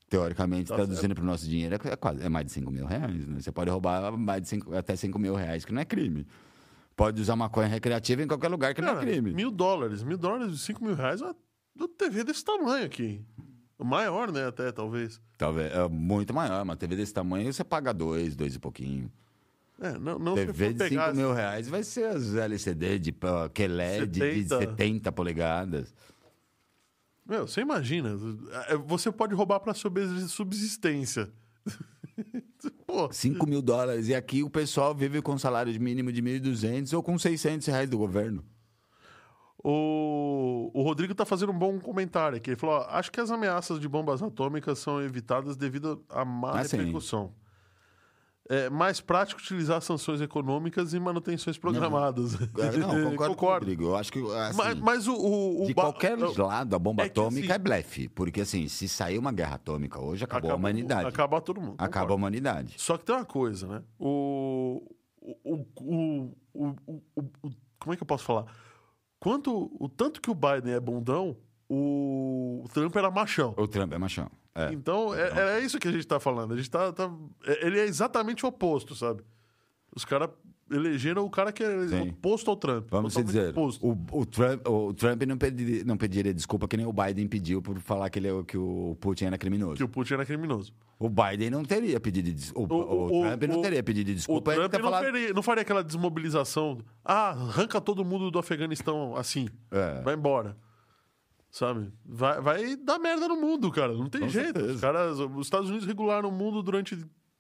[SPEAKER 3] Teoricamente,
[SPEAKER 2] Tá
[SPEAKER 3] traduzindo para o nosso dinheiro, é, quase, é mais de 5 mil reais. Né? Você pode roubar mais de cinco- até 5 mil reais, que não é crime. Pode usar maconha recreativa em qualquer lugar, que não é
[SPEAKER 2] Cara,
[SPEAKER 3] crime.
[SPEAKER 2] mil dólares. Mil dólares, cinco mil reais, é uma TV desse tamanho aqui. Maior, né? Até, talvez.
[SPEAKER 3] Talvez, é muito maior. Uma TV desse tamanho, você paga dois, dois e pouquinho.
[SPEAKER 2] É, não, não se
[SPEAKER 3] TV
[SPEAKER 2] for
[SPEAKER 3] de
[SPEAKER 2] pegar
[SPEAKER 3] 5 mil reais vai ser as LCD de pô, que LED de
[SPEAKER 2] 70.
[SPEAKER 3] 70 polegadas.
[SPEAKER 2] Meu, você imagina. é, Você pode roubar pra sobre- subsistência. Pô,
[SPEAKER 3] 5 mil dólares. E aqui o pessoal vive com salário de mínimo de 1.200 ou com 600 reais do governo.
[SPEAKER 2] o, o Rodrigo tá fazendo um bom comentário aqui. Ele falou: ó, acho que as ameaças de bombas atômicas são evitadas devido à má
[SPEAKER 3] Ah, sim.
[SPEAKER 2] repercussão. É mais prático utilizar sanções econômicas e manutenções programadas.
[SPEAKER 3] É, Não, concordo, com o Rodrigo. Eu acho que assim,
[SPEAKER 2] Mas, mas o, o, o
[SPEAKER 3] de
[SPEAKER 2] ba-
[SPEAKER 3] qualquer lado, a bomba
[SPEAKER 2] é que,
[SPEAKER 3] atômica
[SPEAKER 2] assim,
[SPEAKER 3] é blefe. Porque assim, se sair uma guerra atômica hoje, acabou
[SPEAKER 2] acaba-
[SPEAKER 3] a humanidade. Acaba,
[SPEAKER 2] Acaba todo mundo.
[SPEAKER 3] a humanidade.
[SPEAKER 2] Só que tem uma coisa, né? O. O. o, o, o- o- o- como é que eu posso falar? Quanto, o tanto que o Biden é bundão, o, Trump era machão.
[SPEAKER 3] O Trump é machão. É.
[SPEAKER 2] Então, é, era isso que a gente tá falando. A gente tá, tá- é- ele é exatamente o oposto, sabe? Os caras elegeram o cara que é
[SPEAKER 3] Sim.
[SPEAKER 2] oposto ao Trump.
[SPEAKER 3] Vamos
[SPEAKER 2] totalmente
[SPEAKER 3] dizer,
[SPEAKER 2] oposto.
[SPEAKER 3] o, o Trump, o Trump não, pedi- não pediria desculpa que nem o Biden pediu por falar que, ele, é o- que o Putin era criminoso.
[SPEAKER 2] Que o Putin era criminoso.
[SPEAKER 3] O Biden não teria pedido desculpa. O,
[SPEAKER 2] O-
[SPEAKER 3] o
[SPEAKER 2] o-
[SPEAKER 3] Trump não
[SPEAKER 2] o-
[SPEAKER 3] teria pedido
[SPEAKER 2] O
[SPEAKER 3] desculpa. ele
[SPEAKER 2] Trump
[SPEAKER 3] tá
[SPEAKER 2] não,
[SPEAKER 3] falando-
[SPEAKER 2] faria, não faria aquela desmobilização. Ah, arranca todo mundo do Afeganistão assim.
[SPEAKER 3] É.
[SPEAKER 2] Vai embora. Sabe? Vai, vai dar merda no mundo, cara. Não tem
[SPEAKER 3] Com
[SPEAKER 2] jeito.
[SPEAKER 3] certeza.
[SPEAKER 2] Os, caras, os Estados Unidos regularam o mundo durante,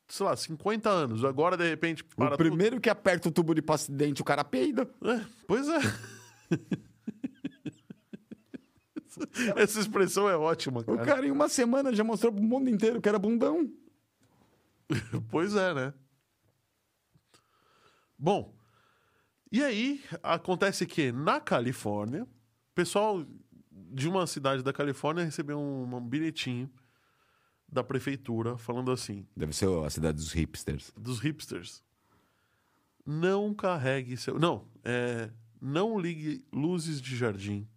[SPEAKER 2] sei lá, 50 anos. Agora, de repente, para
[SPEAKER 3] O primeiro que aperta o tubo de passo de dente, o cara peida.
[SPEAKER 2] tudo. É, pois é. Essa expressão é ótima,
[SPEAKER 3] O
[SPEAKER 2] cara.
[SPEAKER 3] cara, em uma semana, já mostrou pro mundo inteiro que era bundão.
[SPEAKER 2] Pois é, né? Bom, e aí acontece que na Califórnia, o pessoal de uma cidade da Califórnia recebeu um, um bilhetinho da prefeitura falando assim,
[SPEAKER 3] Deve ser a cidade dos hipsters.
[SPEAKER 2] dos hipsters. Não carregue seu. Não, é, não ligue luzes de jardim,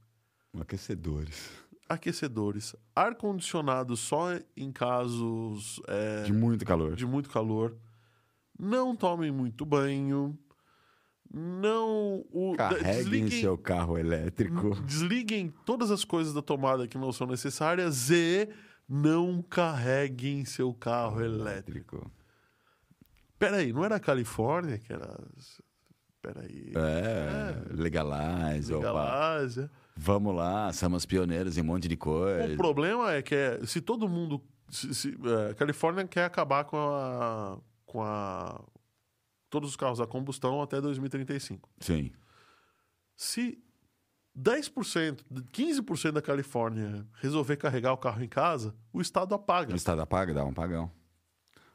[SPEAKER 3] Aquecedores.
[SPEAKER 2] aquecedores, ar-condicionado só em casos é,
[SPEAKER 3] De muito calor.
[SPEAKER 2] de muito calor. Não tomem muito banho. Não. O,
[SPEAKER 3] Carreguem
[SPEAKER 2] desliguem,
[SPEAKER 3] seu carro elétrico.
[SPEAKER 2] desliguem todas as coisas da tomada que não são necessárias e não carreguem seu carro elétrico. Peraí, não era a Califórnia que era. Peraí.
[SPEAKER 3] É, legalize, opa.
[SPEAKER 2] Galásia.
[SPEAKER 3] Vamos lá, somos pioneiros em um monte de
[SPEAKER 2] O
[SPEAKER 3] coisa.
[SPEAKER 2] problema é que é, se todo mundo. Se, se, é, a Califórnia quer acabar com a. com a. todos os carros a combustão até 2035.
[SPEAKER 3] Sim.
[SPEAKER 2] Se 10%, 15% da Califórnia resolver carregar o carro em casa, o Estado apaga.
[SPEAKER 3] O Estado apaga, dá um pagão.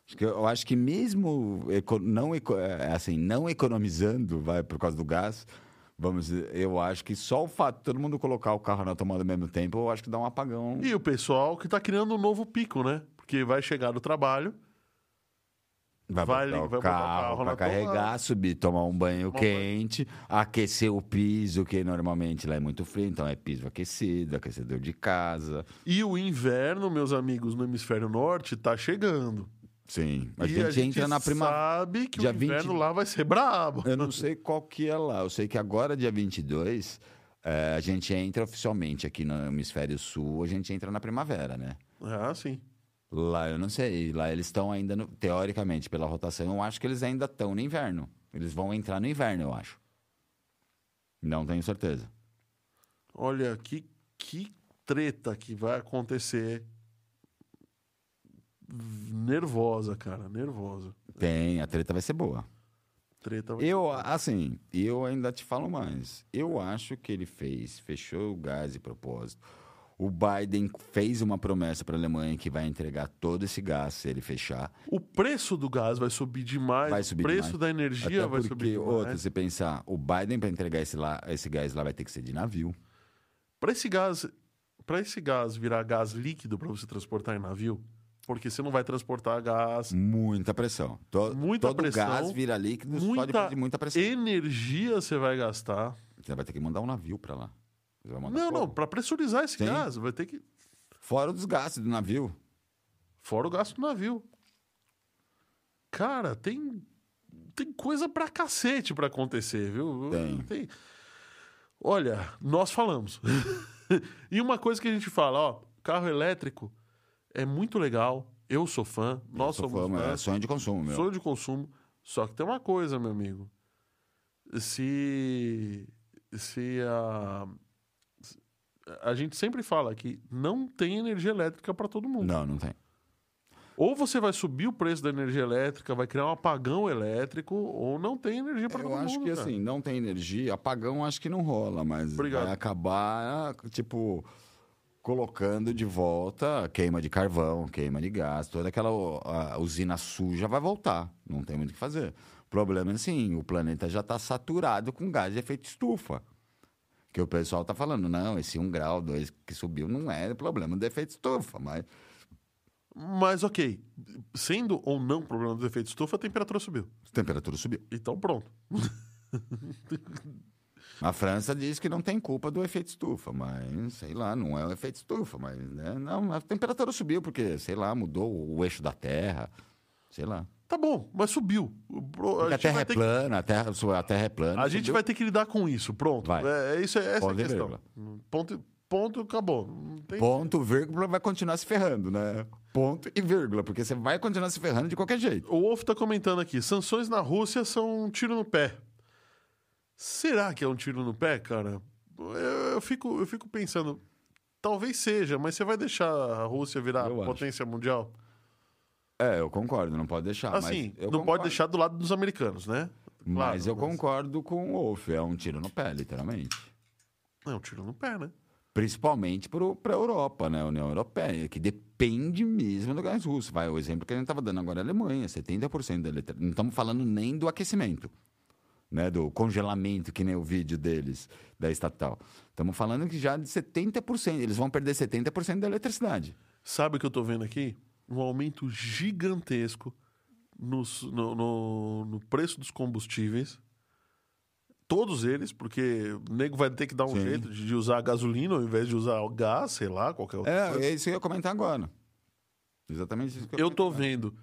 [SPEAKER 3] Acho que, eu acho que mesmo eco- não, eco- é, assim, não economizando, vai, por causa do gás, vamos dizer, eu acho que só o fato de todo mundo colocar o carro na tomada ao mesmo tempo, eu acho que dá um apagão.
[SPEAKER 2] E o pessoal que tá criando um novo pico, né? Porque vai chegar do trabalho, vai
[SPEAKER 3] Vai, botar,
[SPEAKER 2] ali,
[SPEAKER 3] o
[SPEAKER 2] vai botar o
[SPEAKER 3] carro
[SPEAKER 2] carro na
[SPEAKER 3] para carregar,
[SPEAKER 2] tomada.
[SPEAKER 3] subir, tomar um banho quente, aquecer o piso, que normalmente lá é muito frio, então é piso aquecido, aquecedor de casa.
[SPEAKER 2] e o inverno, meus amigos, no hemisfério norte, tá chegando.
[SPEAKER 3] Sim, a
[SPEAKER 2] e
[SPEAKER 3] gente, entra na primavera.
[SPEAKER 2] sabe que
[SPEAKER 3] dia
[SPEAKER 2] o inverno
[SPEAKER 3] 20.
[SPEAKER 2] lá vai ser brabo.
[SPEAKER 3] Eu não sei qual que é lá. Eu sei que agora, dia 22, eh, a gente entra oficialmente aqui no hemisfério sul, a gente entra na primavera, né?
[SPEAKER 2] Ah, sim.
[SPEAKER 3] Lá eu não sei. Lá eles estão ainda, no- teoricamente, pela rotação, eu acho que eles ainda estão no inverno. Eles vão entrar no inverno, eu acho. Não tenho certeza.
[SPEAKER 2] Olha, que, que treta que vai acontecer. Nervosa, cara, nervosa.
[SPEAKER 3] Tem, a treta vai ser boa.
[SPEAKER 2] Treta vai
[SPEAKER 3] Eu, assim, eu ainda te falo mais. Eu acho que ele fez, fechou o gás de propósito. O Biden fez uma promessa para a Alemanha que vai entregar todo esse gás se ele fechar.
[SPEAKER 2] O preço do gás vai subir demais,
[SPEAKER 3] Vai subir
[SPEAKER 2] o preço
[SPEAKER 3] demais.
[SPEAKER 2] da energia
[SPEAKER 3] Até
[SPEAKER 2] vai
[SPEAKER 3] porque,
[SPEAKER 2] subir né? demais.
[SPEAKER 3] outra, se pensar, o Biden para entregar esse, lá, esse gás lá vai ter que ser de navio.
[SPEAKER 2] Para esse gás, para esse gás virar gás líquido para você transportar em navio, porque você não vai transportar gás,
[SPEAKER 3] Muita pressão. To-
[SPEAKER 2] Muita
[SPEAKER 3] todo
[SPEAKER 2] pressão,
[SPEAKER 3] gás vira líquido só
[SPEAKER 2] muita,
[SPEAKER 3] depois de muita pressão.
[SPEAKER 2] energia você vai gastar.
[SPEAKER 3] Você vai ter que mandar um navio para lá. Você vai mandar
[SPEAKER 2] não, não,
[SPEAKER 3] pouco.
[SPEAKER 2] para pressurizar esse
[SPEAKER 3] Sim.
[SPEAKER 2] gás, vai ter que
[SPEAKER 3] Fora os gastos do navio.
[SPEAKER 2] fora o gasto do navio. Cara, tem tem coisa pra cacete pra acontecer, viu?
[SPEAKER 3] Tem.
[SPEAKER 2] Olha, nós falamos. e uma coisa que a gente fala, ó, carro elétrico é muito legal. Eu sou fã, nós
[SPEAKER 3] Só
[SPEAKER 2] somos
[SPEAKER 3] fama, é
[SPEAKER 2] fãs.
[SPEAKER 3] sonho de consumo, meu.
[SPEAKER 2] Sonho de consumo. Só que tem uma coisa, meu amigo. Se. Se a. A gente sempre fala que não tem energia elétrica para todo mundo.
[SPEAKER 3] Não, não tem.
[SPEAKER 2] Ou você vai subir o preço da energia elétrica, vai criar um apagão elétrico, ou não tem energia para todo
[SPEAKER 3] Eu
[SPEAKER 2] mundo.
[SPEAKER 3] acho que
[SPEAKER 2] cara.
[SPEAKER 3] assim, não tem energia, apagão acho que não rola, mas
[SPEAKER 2] Obrigado.
[SPEAKER 3] vai acabar, tipo, colocando de volta queima de carvão, queima de gás, toda aquela ó, a usina suja vai voltar. Não tem muito o que fazer. O problema é assim, o planeta já está saturado com gás de efeito estufa. Que o pessoal tá falando, não, esse um grau, dois que subiu não é problema do efeito estufa, mas
[SPEAKER 2] Mas ok, sendo ou não problema do efeito estufa, a temperatura subiu.
[SPEAKER 3] a temperatura subiu.
[SPEAKER 2] Então pronto.
[SPEAKER 3] A França diz que não tem culpa do efeito estufa, mas sei lá, não é o efeito estufa, mas né, não, a temperatura subiu porque, sei lá, mudou o eixo da Terra, sei lá.
[SPEAKER 2] Tá bom, mas subiu. O pro-
[SPEAKER 3] Porque a,
[SPEAKER 2] gente
[SPEAKER 3] Terra
[SPEAKER 2] vai
[SPEAKER 3] é
[SPEAKER 2] ter que-
[SPEAKER 3] plana, a terra, a terra é plana.
[SPEAKER 2] A gente
[SPEAKER 3] subiu.
[SPEAKER 2] vai ter que lidar com isso, pronto.
[SPEAKER 3] Vai.
[SPEAKER 2] É, isso é essa é a
[SPEAKER 3] Ponto e
[SPEAKER 2] questão.
[SPEAKER 3] vírgula.
[SPEAKER 2] Ponto, ponto, acabou. Não tem-
[SPEAKER 3] Ponto, vírgula, vai continuar se ferrando, né? Ponto e vírgula, porque você vai continuar se ferrando de qualquer jeito.
[SPEAKER 2] O Wolf tá comentando aqui: sanções na Rússia são um tiro no pé. Será que é um tiro no pé, cara? Eu, eu fico, eu fico pensando. Talvez seja, mas você vai deixar a Rússia virar
[SPEAKER 3] Eu acho.
[SPEAKER 2] potência mundial?
[SPEAKER 3] É, eu concordo, não pode deixar.
[SPEAKER 2] assim,
[SPEAKER 3] Ah, mas eu
[SPEAKER 2] não
[SPEAKER 3] concordo.
[SPEAKER 2] pode deixar do lado dos americanos, né? Claro,
[SPEAKER 3] Mas eu concordo com o Wolf, é um tiro no pé, literalmente.
[SPEAKER 2] É um tiro no pé, né?
[SPEAKER 3] principalmente para a Europa, né? a União Europeia, que depende mesmo do gás russo. Vai o exemplo que a gente estava dando agora é a Alemanha, 70% da eletricidade. Não estamos falando nem do aquecimento, né? do congelamento, que nem o vídeo deles, da estatal. Estamos falando que já de 70%, eles vão perder 70% da eletricidade.
[SPEAKER 2] Sabe o que eu tô vendo aqui? Um aumento gigantesco nos- no, no- no preço dos combustíveis. Todos eles, porque o nego vai ter que dar um
[SPEAKER 3] Sim.
[SPEAKER 2] jeito de de usar gasolina ao invés de usar o gás, sei lá, qualquer outra
[SPEAKER 3] É,
[SPEAKER 2] coisa.
[SPEAKER 3] é isso que eu ia comentar agora. Exatamente isso que eu
[SPEAKER 2] Eu tô
[SPEAKER 3] comentei
[SPEAKER 2] vendo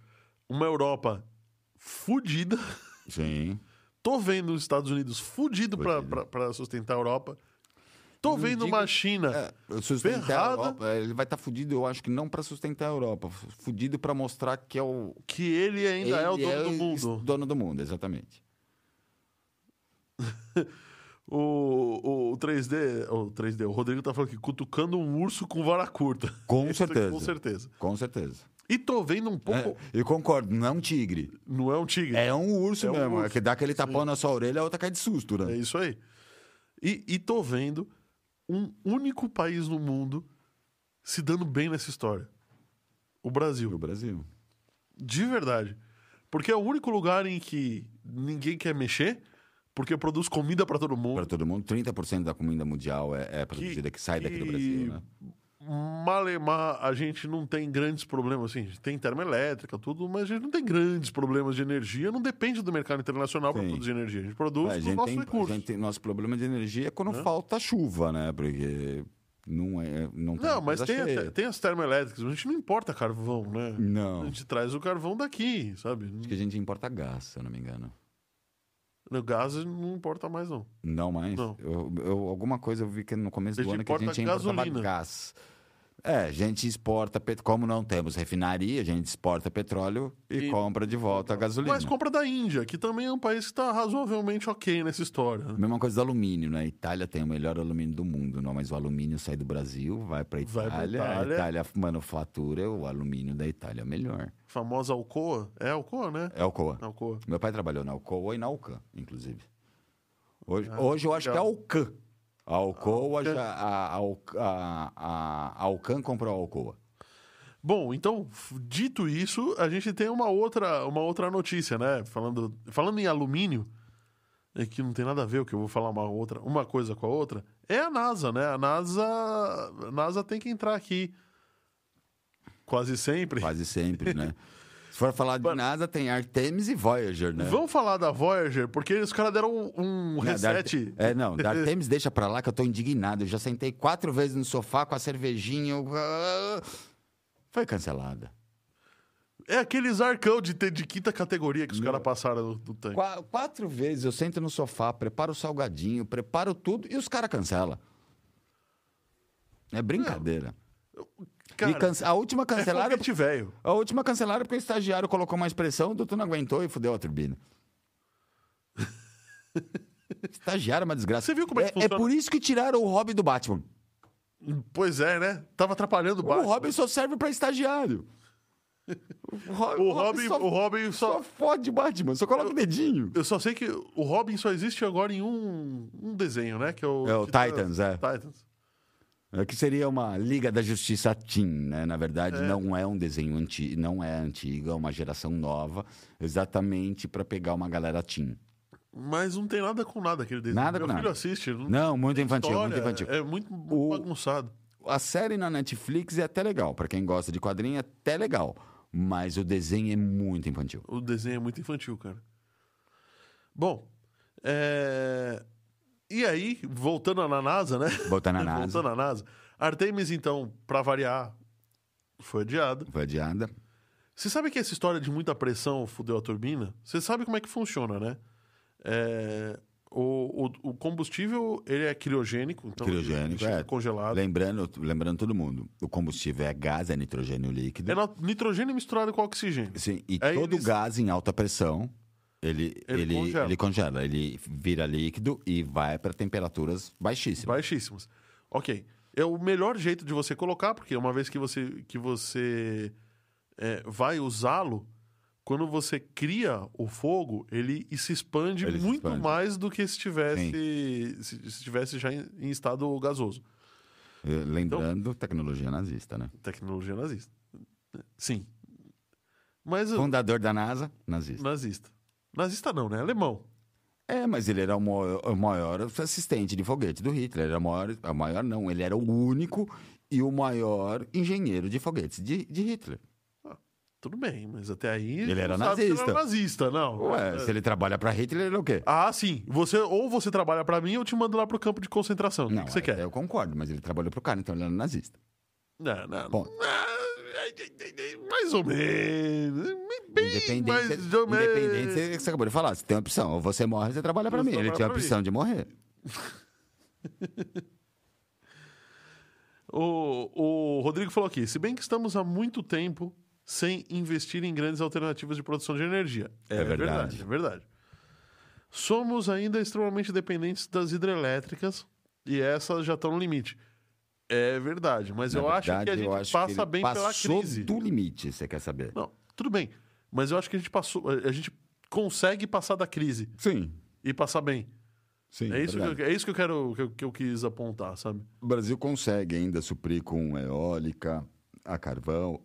[SPEAKER 2] uma Europa fudida,
[SPEAKER 3] agora. Sim.
[SPEAKER 2] tô vendo os Estados Unidos fudido pra-
[SPEAKER 3] Fudido.
[SPEAKER 2] pra pra sustentar a Europa, tô
[SPEAKER 3] Não
[SPEAKER 2] vendo
[SPEAKER 3] digo-
[SPEAKER 2] uma China.
[SPEAKER 3] É, sustentar a
[SPEAKER 2] ferrada.
[SPEAKER 3] Europa, ele vai estar fudido, eu acho que não para sustentar a Europa, fudido para mostrar que é o,
[SPEAKER 2] Que ele ainda é o
[SPEAKER 3] Ele um
[SPEAKER 2] dono do
[SPEAKER 3] es-
[SPEAKER 2] mundo.
[SPEAKER 3] Dono do mundo, exatamente.
[SPEAKER 2] O, o, o 3D, o 3D, o Rodrigo tá falando aqui, cutucando um urso com vara curta.
[SPEAKER 3] Com
[SPEAKER 2] Isso aqui,
[SPEAKER 3] certeza.
[SPEAKER 2] Com certeza.
[SPEAKER 3] Com certeza.
[SPEAKER 2] E tô vendo um pouco.
[SPEAKER 3] É, eu concordo, não é um tigre.
[SPEAKER 2] Não é um tigre.
[SPEAKER 3] É um urso
[SPEAKER 2] É um
[SPEAKER 3] mesmo.
[SPEAKER 2] urso.
[SPEAKER 3] né? é que dá aquele tapão na sua orelha, a outra cai de susto,
[SPEAKER 2] É
[SPEAKER 3] né?
[SPEAKER 2] isso aí. E, e tô vendo um único país no mundo se dando bem nessa história. O Brasil.
[SPEAKER 3] No Brasil.
[SPEAKER 2] De verdade. Porque é o único lugar em que ninguém quer mexer, porque produz comida pra todo mundo.
[SPEAKER 3] Para todo mundo, 30% da comida mundial é, é produzida, que sai daqui do
[SPEAKER 2] que
[SPEAKER 3] Brasil, né?
[SPEAKER 2] Malemar, a gente não tem grandes problemas, assim, a gente tem termoelétrica, tudo, mas a gente não tem grandes problemas de energia, não depende do mercado internacional para
[SPEAKER 3] Sim.
[SPEAKER 2] produzir energia. A gente produz
[SPEAKER 3] É, a
[SPEAKER 2] os
[SPEAKER 3] gente
[SPEAKER 2] nossos
[SPEAKER 3] tem, a
[SPEAKER 2] recursos.
[SPEAKER 3] gente tem- nosso problema de energia é quando falta chuva, né? Porque não é. Não, tem
[SPEAKER 2] Não, mas
[SPEAKER 3] coisa
[SPEAKER 2] tem,
[SPEAKER 3] cheia.
[SPEAKER 2] até- tem as termoelétricas, a gente não importa carvão, né? A
[SPEAKER 3] Não. Acho
[SPEAKER 2] gente traz o carvão daqui, sabe?
[SPEAKER 3] que a gente importa gás, se eu não me engano.
[SPEAKER 2] O gás não importa mais, não.
[SPEAKER 3] Não mais?
[SPEAKER 2] Não.
[SPEAKER 3] Eu, eu- alguma coisa eu vi que no começo
[SPEAKER 2] A
[SPEAKER 3] do
[SPEAKER 2] gente
[SPEAKER 3] ano é que a
[SPEAKER 2] importa
[SPEAKER 3] gente importava
[SPEAKER 2] gasolina.
[SPEAKER 3] gás. É, a gente exporta petróleo. Como não temos refinaria, a gente exporta petróleo e,
[SPEAKER 2] E-
[SPEAKER 3] compra de volta a gasolina.
[SPEAKER 2] Mas compra da Índia, que também é um país que está razoavelmente ok nessa história. né?
[SPEAKER 3] Mesma coisa do alumínio, né? A Itália tem o melhor alumínio do mundo, não? Mas o alumínio sai do Brasil, vai pra
[SPEAKER 2] Vai
[SPEAKER 3] Itália.
[SPEAKER 2] pra Itália.
[SPEAKER 3] A Itália manufatura, o alumínio da Itália é o melhor.
[SPEAKER 2] A famosa Alcoa. É Alcoa, né?
[SPEAKER 3] É Alcoa.
[SPEAKER 2] Alcoa.
[SPEAKER 3] Meu pai trabalhou na Alcoa e na Alcan, inclusive. Hoje,
[SPEAKER 2] Ah,
[SPEAKER 3] hoje eu acho que é a Alcan. A Alcoa, já, a, a, Alc- a, a- a Alcan comprou a Alcoa.
[SPEAKER 2] Bom, então, f- dito isso, a gente tem uma outra, uma outra notícia, né? Falando, falando em alumínio, é que não tem nada a ver o que eu vou falar uma outra, uma coisa com a outra, é a NASA, né? A NASA, a NASA tem que entrar aqui quase sempre.
[SPEAKER 3] Quase sempre, né? Se for falar de NASA, tem Artemis e Voyager, né?
[SPEAKER 2] Vamos falar da Voyager, porque os caras deram um, um
[SPEAKER 3] Não, da
[SPEAKER 2] reset.
[SPEAKER 3] Arte- É, não, da Artemis deixa pra lá que eu tô indignado. Eu já sentei quatro vezes no sofá com a cervejinha. eu- ah, Foi cancelada.
[SPEAKER 2] É aqueles arcão de, te- de quinta categoria que os caras passaram do, do tanque.
[SPEAKER 3] Qua- quatro vezes eu sento no sofá, preparo o salgadinho, preparo tudo e os caras cancelam. É brincadeira.
[SPEAKER 2] Cara,
[SPEAKER 3] E cance- A última
[SPEAKER 2] é tipo-
[SPEAKER 3] cancelada.
[SPEAKER 2] foguete velho.
[SPEAKER 3] A última cancelada porque o estagiário colocou uma expressão, o doutor não aguentou e fudeu a turbina. estagiário é uma desgraça.
[SPEAKER 2] Você viu como é que
[SPEAKER 3] é, é
[SPEAKER 2] funciona?
[SPEAKER 3] por isso que tiraram o hobby do Batman.
[SPEAKER 2] Pois é, né? Tava atrapalhando o
[SPEAKER 3] O
[SPEAKER 2] barco.
[SPEAKER 3] Robin só serve pra estagiário. O, Ro-
[SPEAKER 2] O
[SPEAKER 3] o
[SPEAKER 2] Robin,
[SPEAKER 3] só,
[SPEAKER 2] o Robin só,
[SPEAKER 3] só fode Batman, só coloca o dedinho.
[SPEAKER 2] Eu só sei que o Robin só existe agora em um, um desenho, né? Que é o,
[SPEAKER 3] É, o
[SPEAKER 2] Titã-
[SPEAKER 3] Titans, é.
[SPEAKER 2] Titans.
[SPEAKER 3] É que seria uma Liga da Justiça Teen, né? Na verdade, não é um desenho antigo, não é antigo, é uma geração nova, exatamente pra pegar uma galera teen.
[SPEAKER 2] Mas não tem nada com nada aquele desenho.
[SPEAKER 3] Nada
[SPEAKER 2] Meu
[SPEAKER 3] com
[SPEAKER 2] filho
[SPEAKER 3] nada.
[SPEAKER 2] assiste. Não,
[SPEAKER 3] Não, muito infantil,
[SPEAKER 2] olha,
[SPEAKER 3] muito infantil.
[SPEAKER 2] Hum, É muito
[SPEAKER 3] O-
[SPEAKER 2] bagunçado.
[SPEAKER 3] A série na Netflix é até legal, pra quem gosta de quadrinho é até legal, mas o desenho é muito infantil.
[SPEAKER 2] O desenho é muito infantil, cara. Bom, é... e aí, voltando na NASA, né?
[SPEAKER 3] Voltando à NASA.
[SPEAKER 2] voltando à NASA. Artemis, então, pra variar, foi adiada.
[SPEAKER 3] Foi adiada.
[SPEAKER 2] Você sabe que essa história de muita pressão fudeu a turbina? Você sabe como é que funciona, né? É, o, o- o combustível, ele é criogênico. Então ele
[SPEAKER 3] Criogênico,
[SPEAKER 2] fica
[SPEAKER 3] é.
[SPEAKER 2] Congelado.
[SPEAKER 3] Lembrando, lembrando todo mundo, o combustível é gás, é nitrogênio líquido.
[SPEAKER 2] É na- nitrogênio misturado com oxigênio.
[SPEAKER 3] Sim, e
[SPEAKER 2] Aí
[SPEAKER 3] todo
[SPEAKER 2] É eles-
[SPEAKER 3] gás em alta pressão, ele,
[SPEAKER 2] Ele
[SPEAKER 3] ele, ele,
[SPEAKER 2] congela.
[SPEAKER 3] congela. ele vira líquido e vai para temperaturas baixíssimas.
[SPEAKER 2] Baixíssimas. Ok. É o melhor jeito de você colocar, porque uma vez que você, que você é, vai usá-lo, quando você cria o fogo, ele se expande
[SPEAKER 3] Ele se
[SPEAKER 2] muito
[SPEAKER 3] expande.
[SPEAKER 2] mais do que se tivesse, se, se tivesse já em- em estado gasoso.
[SPEAKER 3] Eh, Lembrando, tecnologia nazista, né?
[SPEAKER 2] Tecnologia nazista. Sim. Mas o
[SPEAKER 3] Fundador da NASA, nazista.
[SPEAKER 2] nazista. Nazista não, né? Alemão.
[SPEAKER 3] É, mas ele era o maior, o maior assistente de foguete do Hitler. Era o maior, o maior não, ele era o único e o maior engenheiro de foguetes de, de Hitler.
[SPEAKER 2] Tudo bem, mas até aí.
[SPEAKER 3] Ele
[SPEAKER 2] não
[SPEAKER 3] era
[SPEAKER 2] sabe que
[SPEAKER 3] nazista.
[SPEAKER 2] era nazista, não.
[SPEAKER 3] Ué,
[SPEAKER 2] É.
[SPEAKER 3] se ele trabalha para Hitler, ele é o quê?
[SPEAKER 2] Ah, sim. Você, ou você trabalha pra mim ou eu te mando lá pro campo de concentração. o
[SPEAKER 3] Não, é,
[SPEAKER 2] que você
[SPEAKER 3] aí
[SPEAKER 2] quer?
[SPEAKER 3] eu concordo, mas ele trabalhou pro cara, então ele era nazista.
[SPEAKER 2] Não, não.
[SPEAKER 3] Ponto.
[SPEAKER 2] Ah, Mais ou menos. Bem,
[SPEAKER 3] Independente,
[SPEAKER 2] mais ou menos.
[SPEAKER 3] independente você, você acabou de falar. Você tem uma opção. Ou você morre ou você trabalha pra
[SPEAKER 2] Você
[SPEAKER 3] mim. Ele
[SPEAKER 2] trabalha
[SPEAKER 3] tinha a
[SPEAKER 2] pra mim.
[SPEAKER 3] opção de morrer.
[SPEAKER 2] O, o Rodrigo falou aqui: se bem que estamos há muito tempo sem investir em grandes alternativas de produção de energia.
[SPEAKER 3] É verdade.
[SPEAKER 2] É verdade. Somos ainda extremamente dependentes das hidrelétricas e essas já estão no limite. É verdade, mas
[SPEAKER 3] Na
[SPEAKER 2] eu acho que a
[SPEAKER 3] verdade, eu
[SPEAKER 2] gente
[SPEAKER 3] acho que
[SPEAKER 2] passa
[SPEAKER 3] ele
[SPEAKER 2] bem pela
[SPEAKER 3] passou
[SPEAKER 2] crise.
[SPEAKER 3] do limite, você quer saber?
[SPEAKER 2] Não, tudo bem, mas eu acho que a gente passou, a gente consegue passar da crise
[SPEAKER 3] Sim.
[SPEAKER 2] e passar bem.
[SPEAKER 3] Sim,
[SPEAKER 2] É isso,
[SPEAKER 3] verdade.
[SPEAKER 2] que eu, é isso que eu quero que eu, que eu quis apontar, sabe?
[SPEAKER 3] O Brasil consegue ainda suprir com eólica, a carvão,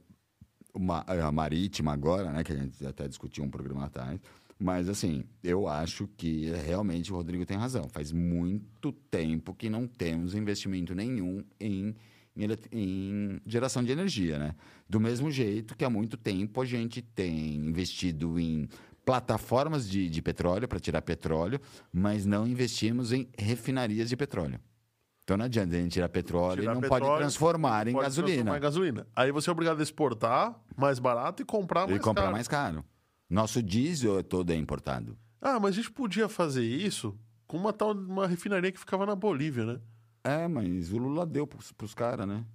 [SPEAKER 3] uma- a marítima agora, né? Que a gente até discutiu um programa atrás. Mas, assim, eu acho que realmente o Rodrigo tem razão. Faz muito tempo que não temos investimento nenhum em, em ele- em geração de energia, né? Do mesmo jeito que há muito tempo a gente tem investido em plataformas de, de petróleo para tirar petróleo, mas não investimos em refinarias de petróleo. Então não adianta a gente tirar petróleo
[SPEAKER 2] Tirar
[SPEAKER 3] e não
[SPEAKER 2] petróleo,
[SPEAKER 3] pode transformar em
[SPEAKER 2] Pode
[SPEAKER 3] gasolina
[SPEAKER 2] transformar em gasolina. Aí você é obrigado a exportar mais barato e comprar
[SPEAKER 3] e
[SPEAKER 2] mais
[SPEAKER 3] comprar
[SPEAKER 2] caro.
[SPEAKER 3] mais caro. Nosso diesel todo é importado.
[SPEAKER 2] Ah, mas a gente podia fazer isso com uma tal uma refinaria que ficava na Bolívia, né?
[SPEAKER 3] É, mas o Lula deu pros, pros caras, né?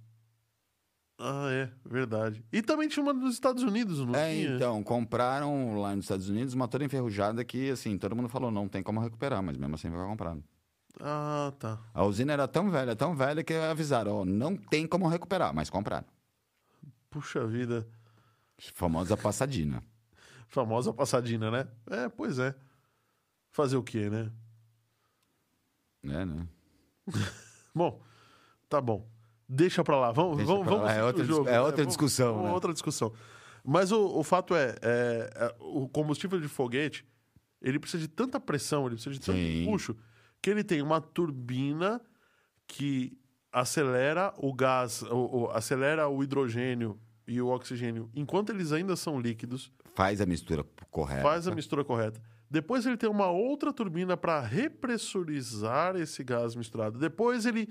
[SPEAKER 2] Ah, é, verdade. E também tinha uma nos Estados Unidos, não
[SPEAKER 3] É,
[SPEAKER 2] tinha?
[SPEAKER 3] então, compraram lá nos Estados Unidos uma toda enferrujada que, assim, todo mundo falou, não tem como recuperar, mas mesmo assim vai comprado.
[SPEAKER 2] Ah, tá.
[SPEAKER 3] A usina era tão velha, tão velha, que avisaram, ó, não tem como recuperar, mas compraram.
[SPEAKER 2] Puxa vida.
[SPEAKER 3] Famosa passadina.
[SPEAKER 2] Famosa passadina, né? É, pois é. Fazer o quê, né?
[SPEAKER 3] É, né?
[SPEAKER 2] Bom, tá bom. Deixa pra lá. Vamos,
[SPEAKER 3] Deixa
[SPEAKER 2] vamos,
[SPEAKER 3] pra lá.
[SPEAKER 2] vamos
[SPEAKER 3] É
[SPEAKER 2] seguir
[SPEAKER 3] outra
[SPEAKER 2] o
[SPEAKER 3] dis-
[SPEAKER 2] jogo.
[SPEAKER 3] é outra
[SPEAKER 2] vamos-
[SPEAKER 3] discussão,
[SPEAKER 2] uma
[SPEAKER 3] né?
[SPEAKER 2] outra discussão. Mas o, o fato é, é, é, o combustível de foguete, ele precisa de tanta pressão, ele precisa de tanto
[SPEAKER 3] Sim.
[SPEAKER 2] puxo, que ele tem uma turbina que acelera o gás, o, o- acelera o hidrogênio e o oxigênio, enquanto eles ainda são líquidos,
[SPEAKER 3] Faz a mistura correta.
[SPEAKER 2] faz a mistura correta. Depois ele tem uma outra turbina para repressurizar esse gás misturado. Depois ele,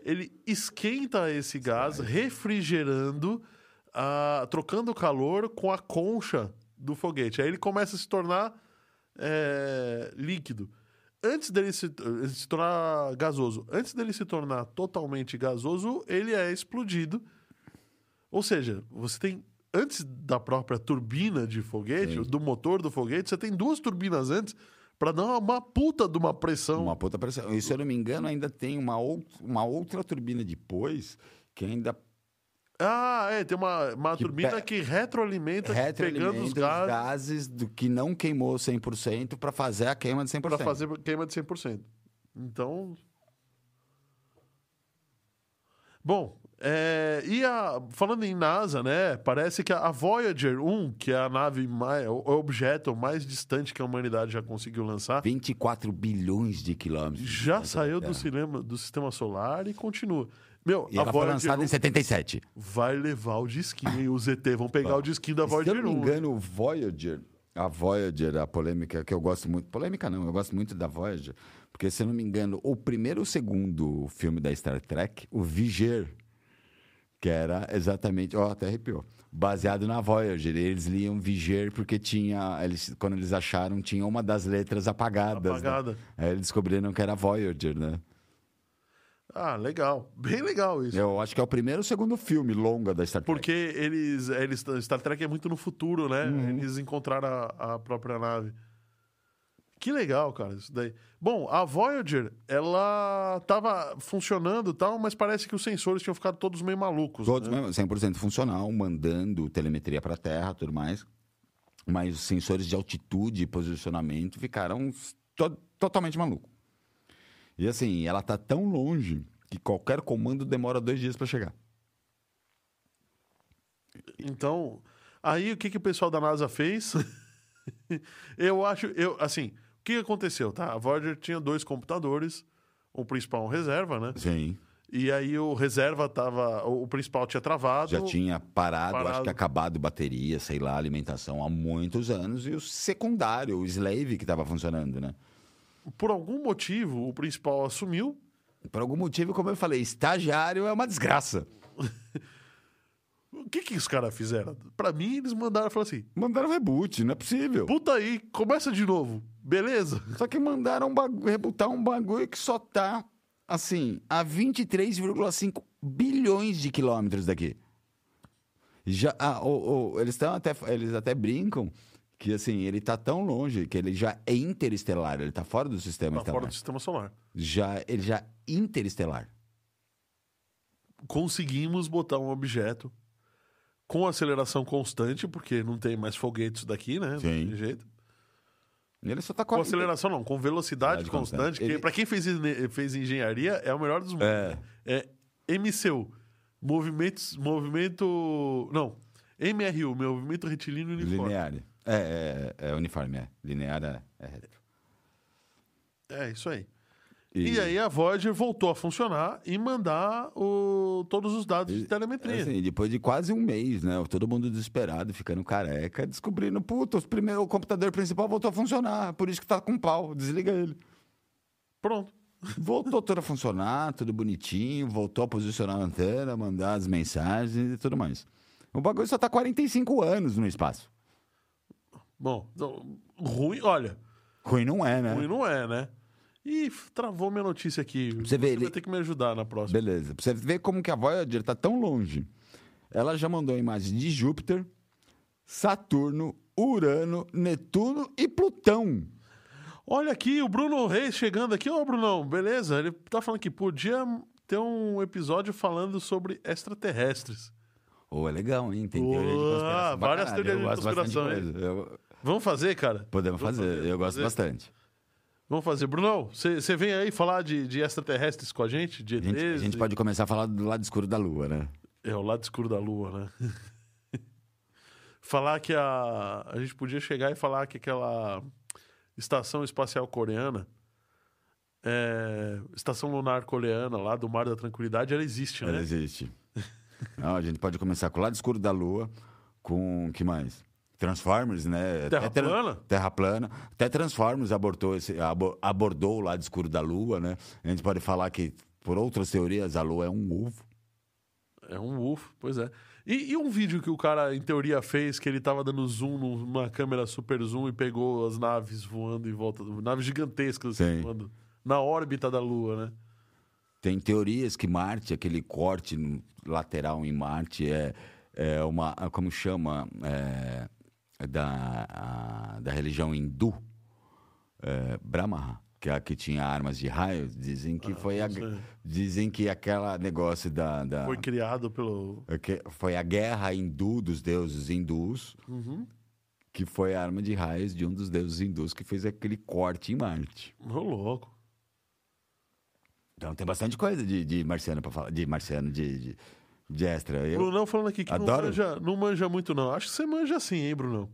[SPEAKER 2] ele esquenta esse gás, refrigerando, ah, trocando calor com a concha do foguete. Aí ele começa a se tornar eh, líquido. Antes dele se, eh, se tornar gasoso, antes dele se tornar totalmente gasoso, ele é explodido. Ou seja, você tem. Antes da própria turbina de foguete, do motor do foguete, você tem duas turbinas antes para dar uma puta de uma pressão.
[SPEAKER 3] Uma puta pressão. E se eu não me engano, ainda tem uma, ou- uma outra turbina depois que ainda
[SPEAKER 2] Ah, é, tem uma, uma
[SPEAKER 3] Que
[SPEAKER 2] turbina
[SPEAKER 3] pe-
[SPEAKER 2] que retroalimenta,
[SPEAKER 3] retroalimenta
[SPEAKER 2] pegando os
[SPEAKER 3] os
[SPEAKER 2] gases
[SPEAKER 3] gases do que não queimou 100% para fazer a queima de 100%.
[SPEAKER 2] para fazer queima de 100%. Então. Bom, é, e a- falando em NASA, né? Parece que a Voyager 1, que é a nave mais, o objeto mais distante que a humanidade já conseguiu lançar,
[SPEAKER 3] 24 bilhões de quilômetros.
[SPEAKER 2] já saiu
[SPEAKER 3] É.
[SPEAKER 2] do cinema, do sistema solar e continua. Meu,
[SPEAKER 3] E
[SPEAKER 2] a
[SPEAKER 3] ela foi
[SPEAKER 2] Voyager
[SPEAKER 3] lançada
[SPEAKER 2] 1
[SPEAKER 3] em 77.
[SPEAKER 2] vai levar o disquinho e o ZT vão pegar o disquinho da
[SPEAKER 3] Se eu
[SPEAKER 2] Voyager
[SPEAKER 3] não me
[SPEAKER 2] 1.
[SPEAKER 3] engano, o Voyager, a Voyager, a polêmica que eu gosto muito, polêmica não, eu gosto muito da Voyager, porque se eu não me engano, o primeiro ou segundo filme da Star Trek, o Viger, que era exatamente, ó, até arrepiou, baseado na Voyager, eles liam Viger porque tinha, eles, quando eles acharam, tinha uma das letras apagadas. né?
[SPEAKER 2] Apagada.
[SPEAKER 3] Aí eles descobriram que era Voyager, né?
[SPEAKER 2] Ah, legal. Bem legal isso.
[SPEAKER 3] Eu acho que é o primeiro ou segundo filme longa da Star Trek.
[SPEAKER 2] Porque eles, eles. Star Trek é muito no futuro, né?
[SPEAKER 3] Uhum.
[SPEAKER 2] Eles encontraram a, a própria nave. Que legal, cara, isso daí. Bom, a Voyager, ela tava funcionando e tal, mas parece que os sensores tinham ficado todos meio malucos.
[SPEAKER 3] Todos
[SPEAKER 2] né?
[SPEAKER 3] mesmo, 100% funcional, mandando telemetria para a Terra, tudo mais. Mas os sensores de altitude e posicionamento ficaram to- totalmente malucos. E assim, ela tá tão longe que qualquer comando demora dois dias para chegar.
[SPEAKER 2] Então, aí o que, que o pessoal da NASA fez? eu acho, eu, assim, o que aconteceu, tá? A Voyager tinha dois computadores, o principal um reserva, né?
[SPEAKER 3] Sim.
[SPEAKER 2] E aí o reserva tava, o o principal tinha travado.
[SPEAKER 3] Já tinha parado, acho
[SPEAKER 2] Parado.
[SPEAKER 3] que acabado bateria, sei lá, alimentação há muitos anos. E o secundário, o slave que estava funcionando, né?
[SPEAKER 2] Por algum motivo, o principal assumiu.
[SPEAKER 3] Por algum motivo, como eu falei, estagiário é uma desgraça.
[SPEAKER 2] O que que os caras fizeram? Pra mim, eles mandaram, falaram assim,
[SPEAKER 3] Mandaram reboot, não é possível.
[SPEAKER 2] puta aí, começa de novo, beleza?
[SPEAKER 3] Só que mandaram um bagu- rebutar um bagulho que só tá, assim, a 23,5 bilhões de quilômetros daqui. Já, ah, o- o- eles, tão até, eles até brincam que, assim, ele tá tão longe que ele já é interestelar, ele tá fora do sistema
[SPEAKER 2] Tá
[SPEAKER 3] estelar.
[SPEAKER 2] fora do sistema solar.
[SPEAKER 3] Já, ele já é interestelar.
[SPEAKER 2] Conseguimos botar um objeto com aceleração constante, porque não tem mais foguetes daqui, né? Não
[SPEAKER 3] Sim.
[SPEAKER 2] tem jeito.
[SPEAKER 3] Ele só tá
[SPEAKER 2] Com
[SPEAKER 3] 40.
[SPEAKER 2] aceleração não, com velocidade
[SPEAKER 3] Velocidade
[SPEAKER 2] constante,
[SPEAKER 3] constante.
[SPEAKER 2] que
[SPEAKER 3] Ele-
[SPEAKER 2] pra quem fez, ene- fez engenharia é o melhor dos mundos.
[SPEAKER 3] É.
[SPEAKER 2] né? É MCU, movimentos, movimento, não, MRU, movimento retilíneo uniforme.
[SPEAKER 3] Linear. É, é, é, é uniforme, é. Linear é, é reto.
[SPEAKER 2] É, isso aí. E... aí a Voyager voltou a funcionar e mandar o, todos os dados de telemetria.
[SPEAKER 3] Assim, depois de quase um mês, né? Todo mundo desesperado, ficando careca, descobrindo, puta, os primeiros- o computador principal voltou a funcionar, por isso que tá com pau, desliga ele.
[SPEAKER 2] Pronto.
[SPEAKER 3] Voltou tudo a funcionar, tudo bonitinho, voltou a posicionar a antena, mandar as mensagens e tudo mais. O bagulho só tá 45 anos no espaço.
[SPEAKER 2] Bom, então, ruim, olha,
[SPEAKER 3] Ruim não é, né?
[SPEAKER 2] ruim não é, né? Ih, travou minha notícia aqui.
[SPEAKER 3] você ver,
[SPEAKER 2] vai
[SPEAKER 3] ele-
[SPEAKER 2] ter que me ajudar na próxima.
[SPEAKER 3] Beleza. Pra você ver como que a Voyager tá tão longe. Ela já mandou imagens de Júpiter, Saturno, Urano, Netuno e Plutão.
[SPEAKER 2] Olha aqui, o Bruno Reis chegando aqui. Ô, Brunão, beleza? Ele tá falando que podia ter um episódio falando sobre extraterrestres.
[SPEAKER 3] Oh, é legal, hein? Tem teoria de
[SPEAKER 2] Uou,
[SPEAKER 3] conspiração. pra
[SPEAKER 2] várias
[SPEAKER 3] caralho.
[SPEAKER 2] teorias
[SPEAKER 3] Eu
[SPEAKER 2] de
[SPEAKER 3] gosto bastante
[SPEAKER 2] conspiração,
[SPEAKER 3] coisa. Eu-
[SPEAKER 2] Vamos fazer, cara?
[SPEAKER 3] Podemos
[SPEAKER 2] Vamos
[SPEAKER 3] fazer, eu
[SPEAKER 2] vamos
[SPEAKER 3] gosto
[SPEAKER 2] fazer.
[SPEAKER 3] bastante.
[SPEAKER 2] Vamos fazer. Brunão, você vem aí falar de, de extraterrestres com a gente? De
[SPEAKER 3] A gente, a
[SPEAKER 2] ETs,
[SPEAKER 3] gente
[SPEAKER 2] de-
[SPEAKER 3] pode começar a falar do lado escuro da Lua, né?
[SPEAKER 2] É, o lado escuro da lua, né? falar que a... A gente podia chegar e falar que aquela estação espacial coreana... é, estação lunar coreana lá do Mar da Tranquilidade, ela existe, né?
[SPEAKER 3] Ela existe. Não, a gente pode começar com o lado escuro da Lua, com que mais? Transformers, né?
[SPEAKER 2] Terra
[SPEAKER 3] Até
[SPEAKER 2] plana?
[SPEAKER 3] Terra plana. Até Transformers abortou esse, abo- abordou o lado escuro da Lua, né? A gente pode falar que, por outras teorias, a Lua é um ovo.
[SPEAKER 2] É um UFO, pois é. E, e um vídeo que o cara, em teoria, fez, que ele tava dando zoom numa câmera super zoom e pegou as naves voando em volta, naves gigantescas assim,
[SPEAKER 3] Sim.
[SPEAKER 2] voando na órbita da Lua, né?
[SPEAKER 3] Tem teorias que Marte, aquele corte no- lateral em Marte, é, é uma. ah, Como chama? É, é da, a- da religião hindu, é, Brahma, que é a que tinha armas de raio. Dizem que foi. A,
[SPEAKER 2] Ah, sei.
[SPEAKER 3] dizem que aquela negócio da. da
[SPEAKER 2] Foi criado pelo.
[SPEAKER 3] é que foi a guerra hindu dos deuses hindus,
[SPEAKER 2] Uhum.
[SPEAKER 3] que foi a arma de raios de um dos deuses hindus que fez aquele corte em Marte.
[SPEAKER 2] Ô, louco.
[SPEAKER 3] Então tem bastante coisa de, de marciano para falar, de marciano, de, de, de extra. Eu,
[SPEAKER 2] Brunão falando aqui que não
[SPEAKER 3] Adoro.
[SPEAKER 2] manja, não manja muito, não. Acho que você manja sim, hein, Brunão?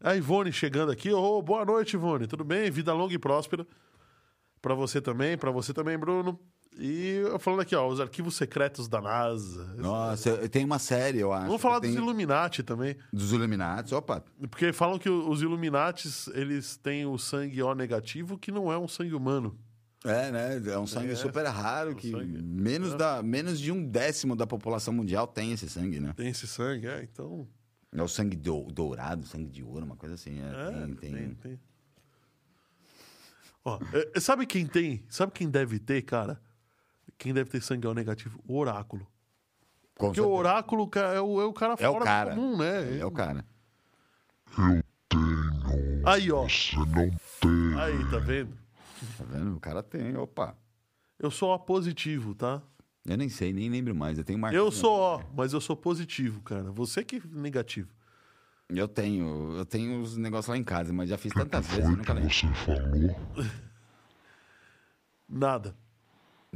[SPEAKER 2] A Ivone chegando aqui. Ô, boa noite, Ivone. Tudo bem? Vida longa e próspera. Pra você também, pra você também, Bruno. E falando aqui, ó, os arquivos secretos da NASA.
[SPEAKER 3] nossa, eu- tem uma série, eu acho.
[SPEAKER 2] Vamos falar
[SPEAKER 3] que tem-
[SPEAKER 2] dos Illuminati também.
[SPEAKER 3] dos Illuminati. Opa,
[SPEAKER 2] Porque falam que o- os Illuminates, eles têm o sangue O negativo, que não é um sangue humano.
[SPEAKER 3] é, né? É um sangue
[SPEAKER 2] É,
[SPEAKER 3] super raro, que
[SPEAKER 2] sangue. É.
[SPEAKER 3] menos, da, menos de um décimo da população mundial tem esse sangue, né?
[SPEAKER 2] Tem esse sangue, é, então...
[SPEAKER 3] É o sangue dou- dourado, sangue de ouro, uma coisa assim. é,
[SPEAKER 2] É,
[SPEAKER 3] tem- tem-
[SPEAKER 2] tem. Ó, é, é, sabe quem tem? Sabe quem deve ter, cara? Quem deve ter sangue O negativo? O oráculo.
[SPEAKER 3] Com
[SPEAKER 2] Porque o
[SPEAKER 3] certeza.
[SPEAKER 2] oráculo ca- é o, é o cara
[SPEAKER 3] É
[SPEAKER 2] fora
[SPEAKER 3] o
[SPEAKER 2] do
[SPEAKER 3] cara.
[SPEAKER 2] comum, né?
[SPEAKER 3] É o cara.
[SPEAKER 4] Eu tenho.
[SPEAKER 2] Aí, ó.
[SPEAKER 4] Você não tem.
[SPEAKER 2] Aí, tá vendo?
[SPEAKER 3] Tá vendo? O cara tem, opa.
[SPEAKER 2] Eu sou O positivo, tá?
[SPEAKER 3] Eu nem sei, nem lembro mais. Eu tenho marcado.
[SPEAKER 2] Eu sou O, mas eu sou positivo, cara. Você que é negativo.
[SPEAKER 3] Eu tenho, eu tenho os negócios lá em casa, mas já fiz tantas vezes, eu
[SPEAKER 4] Foi
[SPEAKER 3] nunca
[SPEAKER 4] que
[SPEAKER 3] lembro.
[SPEAKER 4] você falou.
[SPEAKER 2] Nada.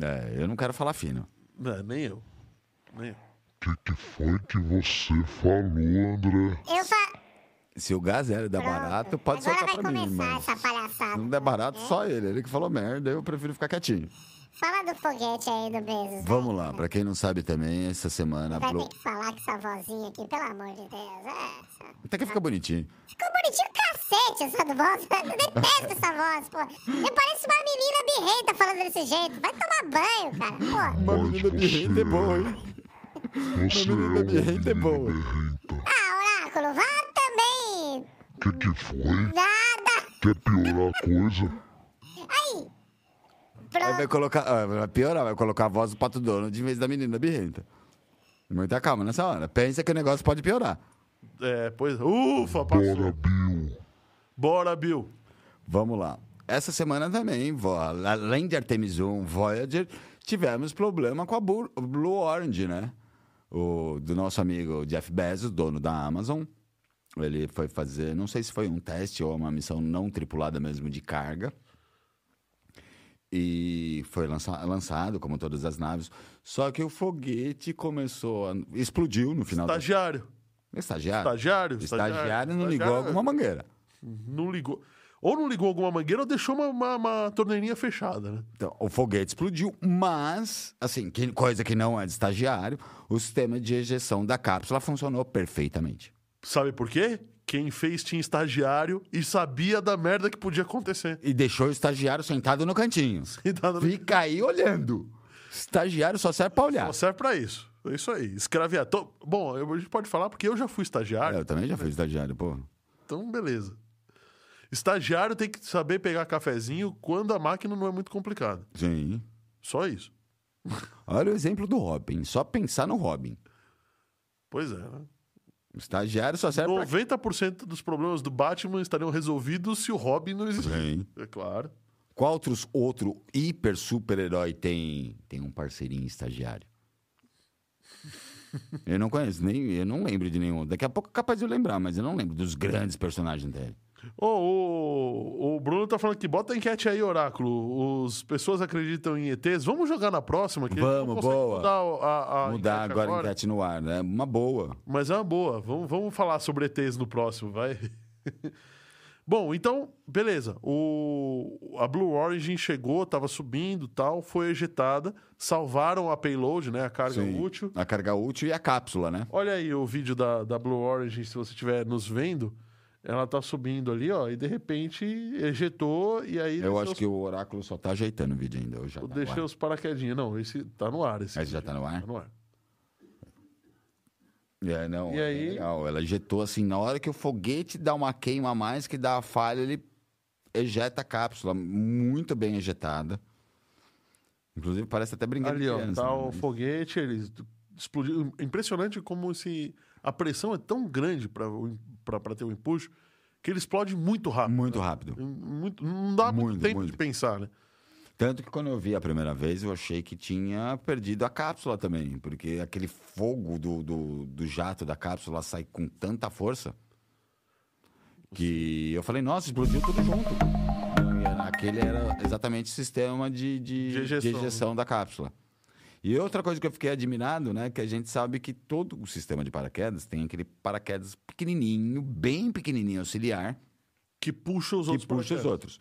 [SPEAKER 3] É, eu não quero falar fino.
[SPEAKER 2] Não, nem eu. Nem eu.
[SPEAKER 4] Que que foi que você falou, André?
[SPEAKER 5] Eu fa...
[SPEAKER 3] Se o gás era der barato, pode
[SPEAKER 5] Agora
[SPEAKER 3] soltar
[SPEAKER 5] vai
[SPEAKER 3] pra mim,
[SPEAKER 5] começar
[SPEAKER 3] mano.
[SPEAKER 5] essa né? É. palhaçada.
[SPEAKER 3] Se não der barato, só ele. Ele que falou merda, eu prefiro ficar quietinho.
[SPEAKER 5] Fala do foguete aí do Bezos. né?
[SPEAKER 3] Vamos lá, pra quem não sabe também, essa semana.
[SPEAKER 5] Vai
[SPEAKER 3] Blu-
[SPEAKER 5] ter que falar com essa vozinha aqui, pelo amor de Deus. É, essa-
[SPEAKER 3] Até que fica bonitinho.
[SPEAKER 5] Ficou bonitinho o cacete essa do voz. Eu detesto essa voz, pô. Eu pareço uma menina birrenta falando desse jeito. Vai tomar banho, cara. Pô.
[SPEAKER 3] Uma
[SPEAKER 4] Mas
[SPEAKER 3] menina
[SPEAKER 4] você-
[SPEAKER 3] birrenta é boa, hein?
[SPEAKER 4] Você é
[SPEAKER 3] Uma
[SPEAKER 4] uma
[SPEAKER 3] menina birrenta é
[SPEAKER 4] menina
[SPEAKER 3] boa.
[SPEAKER 4] berrenta.
[SPEAKER 5] Ah, oráculo, vá também.
[SPEAKER 4] Que que foi?
[SPEAKER 5] Nada.
[SPEAKER 4] Quer piorar a coisa?
[SPEAKER 5] Aí.
[SPEAKER 3] Aí
[SPEAKER 5] Pronto.
[SPEAKER 3] vai colocar. ah, Vai piorar, vai colocar a voz do pato Donald em vez da menina birrenta. Muita calma nessa hora. Pensa que o negócio pode piorar.
[SPEAKER 2] É, pois. Ufa,
[SPEAKER 4] Bora,
[SPEAKER 2] passou.
[SPEAKER 4] Bill.
[SPEAKER 2] Bora, Bill.
[SPEAKER 3] Vamos lá. Essa semana também, vo- além de Artemis 1, Voyager, tivemos problema com a Bu- Blue Orange, né? O, do nosso amigo Jeff Bezos, dono da Amazon. Ele foi fazer, não sei se foi um teste ou uma missão não tripulada mesmo de carga. E foi lança- lançado, como todas as naves. Só que o foguete começou a. explodiu no final. da-
[SPEAKER 2] Estagiário.
[SPEAKER 3] Estagiário.
[SPEAKER 2] Estagiário, estagiário,
[SPEAKER 3] Estagiário, não ligou
[SPEAKER 2] estagiário.
[SPEAKER 3] alguma mangueira.
[SPEAKER 2] Não ligou. Ou não ligou alguma mangueira ou deixou uma, uma, uma torneirinha fechada, né?
[SPEAKER 3] Então, o foguete explodiu, mas, assim, que- coisa que não é de estagiário, o sistema de ejeção da cápsula funcionou perfeitamente.
[SPEAKER 2] Sabe por quê? Quem fez tinha estagiário e sabia da merda que podia acontecer.
[SPEAKER 3] E deixou o estagiário sentado no cantinho.
[SPEAKER 2] E tá dando-
[SPEAKER 3] Fica aí olhando. Estagiário só serve pra olhar.
[SPEAKER 2] Só serve pra isso. É isso aí. Escraviato. Bom, eu- a gente pode falar porque eu já fui estagiário.
[SPEAKER 3] Eu também já fui estagiário, pô.
[SPEAKER 2] Então, beleza. Estagiário tem que saber pegar cafezinho quando a máquina não é muito complicada.
[SPEAKER 3] Sim.
[SPEAKER 2] Só isso.
[SPEAKER 3] Olha o exemplo do Robin. Só pensar no Robin.
[SPEAKER 2] Pois é, né?
[SPEAKER 3] O estagiário só serve É pra...
[SPEAKER 2] 90% dos problemas do Batman estariam resolvidos se o Robin não existisse.
[SPEAKER 3] Sim.
[SPEAKER 2] É claro.
[SPEAKER 3] Qual outros, outro hiper super-herói tem? Tem um parceirinho estagiário. Eu não conheço, nem, eu não lembro de nenhum. Daqui a pouco é capaz de eu lembrar, mas eu não lembro dos grandes personagens dele.
[SPEAKER 2] Ô, o, o Bruno tá falando que bota a enquete aí, Oráculo. Os pessoas acreditam em ETs. Vamos jogar na próxima? Que a gente não
[SPEAKER 3] Vamos,
[SPEAKER 2] consegue
[SPEAKER 3] boa.
[SPEAKER 2] Mudar, a, a
[SPEAKER 3] Mudar
[SPEAKER 2] enquete
[SPEAKER 3] agora, a enquete no ar, né? Uma boa.
[SPEAKER 2] Mas é uma boa. Vamos, vamos falar sobre ETs no próximo, vai. Bom, então, beleza. O, a Blue Origin chegou, tava subindo tal, foi ejetada. Salvaram a payload, né? A carga
[SPEAKER 3] Sim.
[SPEAKER 2] útil.
[SPEAKER 3] A carga útil e a cápsula, né?
[SPEAKER 2] Olha aí o vídeo da, da Blue Origin, se você estiver nos vendo. Ela tá subindo ali, ó, e de repente ejetou e aí
[SPEAKER 3] Eu
[SPEAKER 2] desceu
[SPEAKER 3] acho
[SPEAKER 2] os-
[SPEAKER 3] que o oráculo só tá ajeitando o vídeo ainda. Eu já
[SPEAKER 2] eu
[SPEAKER 3] tá
[SPEAKER 2] deixei
[SPEAKER 3] no ar.
[SPEAKER 2] os paraquedinhos. Não, esse tá no ar. Esse
[SPEAKER 3] Mas já tá no ar?
[SPEAKER 2] Tá no ar.
[SPEAKER 3] É, não,
[SPEAKER 2] E
[SPEAKER 3] é
[SPEAKER 2] aí-
[SPEAKER 3] legal. Ela ejetou assim, na hora que o foguete dá uma queima a mais, que dá a falha, ele ejeta a cápsula, muito bem ejetada. Inclusive, parece até brincadeira.
[SPEAKER 2] Ali, ó,
[SPEAKER 3] de criança,
[SPEAKER 2] tá
[SPEAKER 3] né?
[SPEAKER 2] o foguete, eles explodiu. Impressionante como se a pressão é tão grande para ter um empuxo que ele explode muito rápido.
[SPEAKER 3] Muito
[SPEAKER 2] né?
[SPEAKER 3] rápido.
[SPEAKER 2] Muito- não dá muito,
[SPEAKER 3] Muito,
[SPEAKER 2] tempo
[SPEAKER 3] muito.
[SPEAKER 2] de pensar, né?
[SPEAKER 3] Tanto que quando eu vi a primeira vez, eu achei que tinha perdido a cápsula também, porque aquele fogo do, do, do jato da cápsula sai com tanta força que eu falei, nossa, explodiu tudo junto. Não, e era- Aquele era exatamente o sistema de, de,
[SPEAKER 2] De ejeção,
[SPEAKER 3] de ejeção da cápsula. E outra coisa que eu fiquei admirado, né, que a gente sabe que todo o sistema de paraquedas tem aquele paraquedas pequenininho, bem pequenininho auxiliar,
[SPEAKER 2] Que puxa os
[SPEAKER 3] que
[SPEAKER 2] outros.
[SPEAKER 3] puxa
[SPEAKER 2] projetos.
[SPEAKER 3] os outros.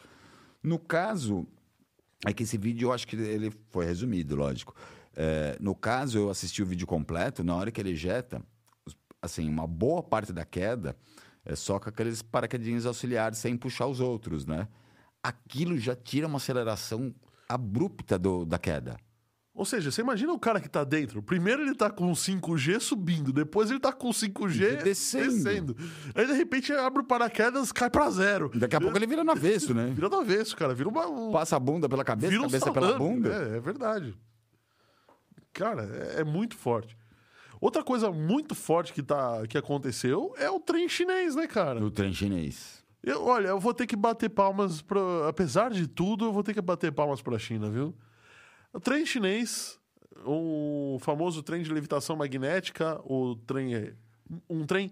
[SPEAKER 3] No caso, é que esse vídeo eu acho que ele foi resumido, lógico. É, no caso, eu assisti o vídeo completo, na hora que ele ejeta, os- assim, uma boa parte da queda é só com aqueles paraquedinhos auxiliares sem puxar os outros, né? Aquilo já tira uma aceleração abrupta do- da queda.
[SPEAKER 2] Ou seja, você imagina o cara que tá dentro. Primeiro ele tá com 5G subindo, depois ele tá com 5G
[SPEAKER 3] Descendo.
[SPEAKER 2] descendo. Aí de repente abre o paraquedas, cai pra zero.
[SPEAKER 3] Daqui a pouco ele vira no avesso, né?
[SPEAKER 2] Vira do avesso, cara. Vira uma, um-
[SPEAKER 3] Passa a bunda pela cabeça,
[SPEAKER 2] Vira um
[SPEAKER 3] cabeça
[SPEAKER 2] salame,
[SPEAKER 3] pela bunda.
[SPEAKER 2] É, é verdade. Cara, é, é muito forte. Outra coisa muito forte que, tá, que aconteceu é o trem chinês, né, cara?
[SPEAKER 3] No trem chinês.
[SPEAKER 2] Eu- olha, eu vou ter que bater palmas pra. Apesar de tudo, eu vou ter que bater palmas pra China, viu? O trem chinês, o famoso trem de levitação magnética, o trem. é- Um trem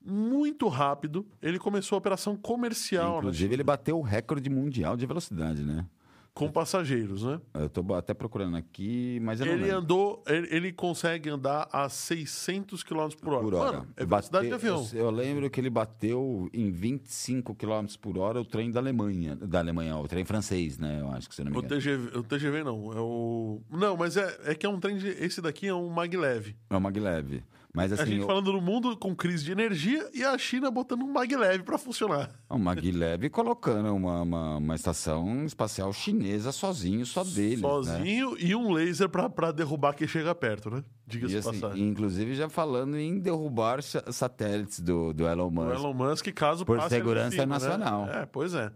[SPEAKER 2] muito rápido. Ele começou a operação comercial, né?
[SPEAKER 3] Inclusive, ele bateu o recorde mundial de velocidade, né?
[SPEAKER 2] Com passageiros, né?
[SPEAKER 3] Eu tô até procurando aqui, mas eu não
[SPEAKER 2] Ele
[SPEAKER 3] lembro.
[SPEAKER 2] andou, ele, ele consegue andar a 600 km por hora.
[SPEAKER 3] por hora.
[SPEAKER 2] Mano, é velocidade de
[SPEAKER 3] Bateu-
[SPEAKER 2] avião.
[SPEAKER 3] Eu, eu lembro que ele bateu em 25 km por hora o trem da Alemanha. Da Alemanha, o trem francês, né? Eu acho que se eu não me
[SPEAKER 2] O
[SPEAKER 3] engano.
[SPEAKER 2] TGV, o TGV não, é o... Não, mas é, é que é um trem de... Esse daqui é um maglev.
[SPEAKER 3] É o Maglev. Mas
[SPEAKER 2] a
[SPEAKER 3] assim,
[SPEAKER 2] gente
[SPEAKER 3] o,
[SPEAKER 2] falando do mundo com crise de energia e a China botando um maglev pra funcionar.
[SPEAKER 3] é o Maglev colocando uma, uma, uma estação espacial chinesa sozinho, só né? dele.
[SPEAKER 2] Sozinho e um laser pra, pra derrubar quem chega perto, né? Diga-se
[SPEAKER 3] E,
[SPEAKER 2] de
[SPEAKER 3] assim,
[SPEAKER 2] passagem.
[SPEAKER 3] inclusive já falando em derrubar sa- satélites do, do Elon
[SPEAKER 2] O
[SPEAKER 3] Musk.
[SPEAKER 2] Elon Musk, caso
[SPEAKER 3] Por
[SPEAKER 2] passe ali em
[SPEAKER 3] segurança
[SPEAKER 2] cima, né?
[SPEAKER 3] nacional.
[SPEAKER 2] É, pois é.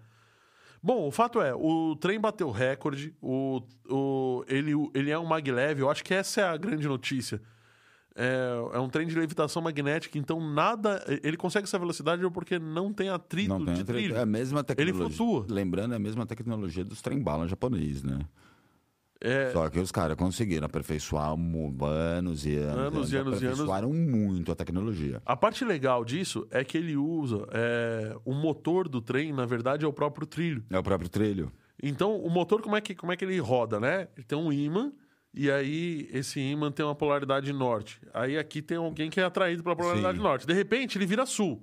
[SPEAKER 2] Bom, o fato é, o trem bateu recorde, o, o, ele, ele é um maglev, eu acho que essa é a grande notícia. É, é um trem de levitação magnética, então nada... Ele consegue essa velocidade porque não tem atrito
[SPEAKER 3] Não tem
[SPEAKER 2] de
[SPEAKER 3] outra-
[SPEAKER 2] trilho.
[SPEAKER 3] é a mesma tecnologia.
[SPEAKER 2] flutua.
[SPEAKER 3] Lembrando, é a mesma tecnologia dos trem-bala japonês, né?
[SPEAKER 2] É,
[SPEAKER 3] Só que os caras conseguiram aperfeiçoar mu- anos e anos.
[SPEAKER 2] Anos e anos e anos.
[SPEAKER 3] Aperfeiçoaram muito a tecnologia.
[SPEAKER 2] a parte legal disso é que ele usa é, o motor do trem, na verdade, é o próprio trilho.
[SPEAKER 3] É o próprio trilho.
[SPEAKER 2] Então, o motor, como é que, como é que ele roda, né? Ele tem um ímã, e aí esse ímã tem uma polaridade norte. Aí aqui tem alguém que é atraído pela polaridade
[SPEAKER 3] Sim.
[SPEAKER 2] norte. De repente, ele vira sul.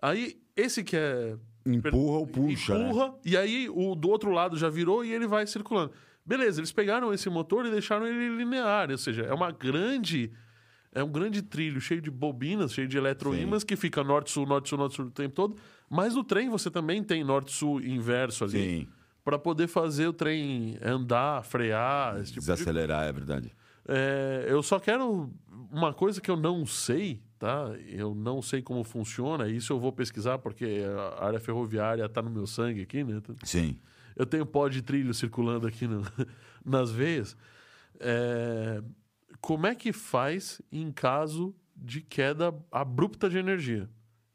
[SPEAKER 2] Aí, esse que é...
[SPEAKER 3] Empurra ou puxa, né?
[SPEAKER 2] Empurra, e aí o do outro lado já virou e ele vai circulando. Beleza, eles pegaram esse motor e deixaram ele linear, ou seja, é uma grande... É um grande trilho cheio de bobinas, cheio de eletroímãs que fica norte-sul, norte-sul, norte-sul o tempo todo. Mas no trem você também tem norte-sul inverso ali
[SPEAKER 3] Sim.
[SPEAKER 2] para poder fazer o trem andar, frear, esse tipo de-
[SPEAKER 3] Desacelerar, é verdade.
[SPEAKER 2] É, eu só quero uma coisa que eu não sei, tá? Eu não sei como funciona, isso eu vou pesquisar porque a área ferroviária tá no meu sangue aqui, né?
[SPEAKER 3] Sim.
[SPEAKER 2] Eu tenho pó de trilho circulando aqui no- nas veias. É, como é que faz em caso de queda abrupta de energia?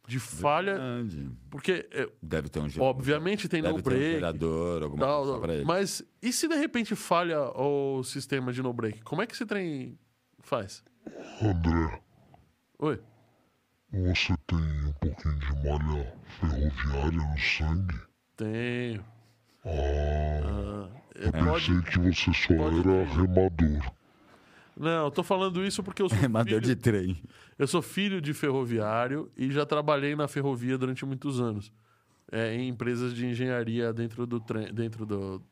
[SPEAKER 2] De falha,
[SPEAKER 3] Verdade.
[SPEAKER 2] porque é,
[SPEAKER 3] Deve ter Ah. um gerador.
[SPEAKER 2] obviamente tem no
[SPEAKER 3] Deve ter um
[SPEAKER 2] break,
[SPEAKER 3] gerador, alguma
[SPEAKER 2] Tal,
[SPEAKER 3] coisa pra ele.
[SPEAKER 2] Mas e se de repente falha o sistema de no-break? Como é que esse trem faz?
[SPEAKER 4] André,
[SPEAKER 2] Oi?
[SPEAKER 4] você tem um pouquinho de malha ferroviária no sangue?
[SPEAKER 2] Tenho. Ah, é,
[SPEAKER 4] Eu pensei que você só
[SPEAKER 2] pode
[SPEAKER 4] era
[SPEAKER 2] ter.
[SPEAKER 4] remador.
[SPEAKER 2] Não, eu tô falando isso porque eu sou,
[SPEAKER 3] Remador
[SPEAKER 2] filho,
[SPEAKER 3] de trem.
[SPEAKER 2] eu sou filho de ferroviário e já trabalhei na ferrovia durante muitos anos. É, em empresas de engenharia dentro do trem. Dentro do.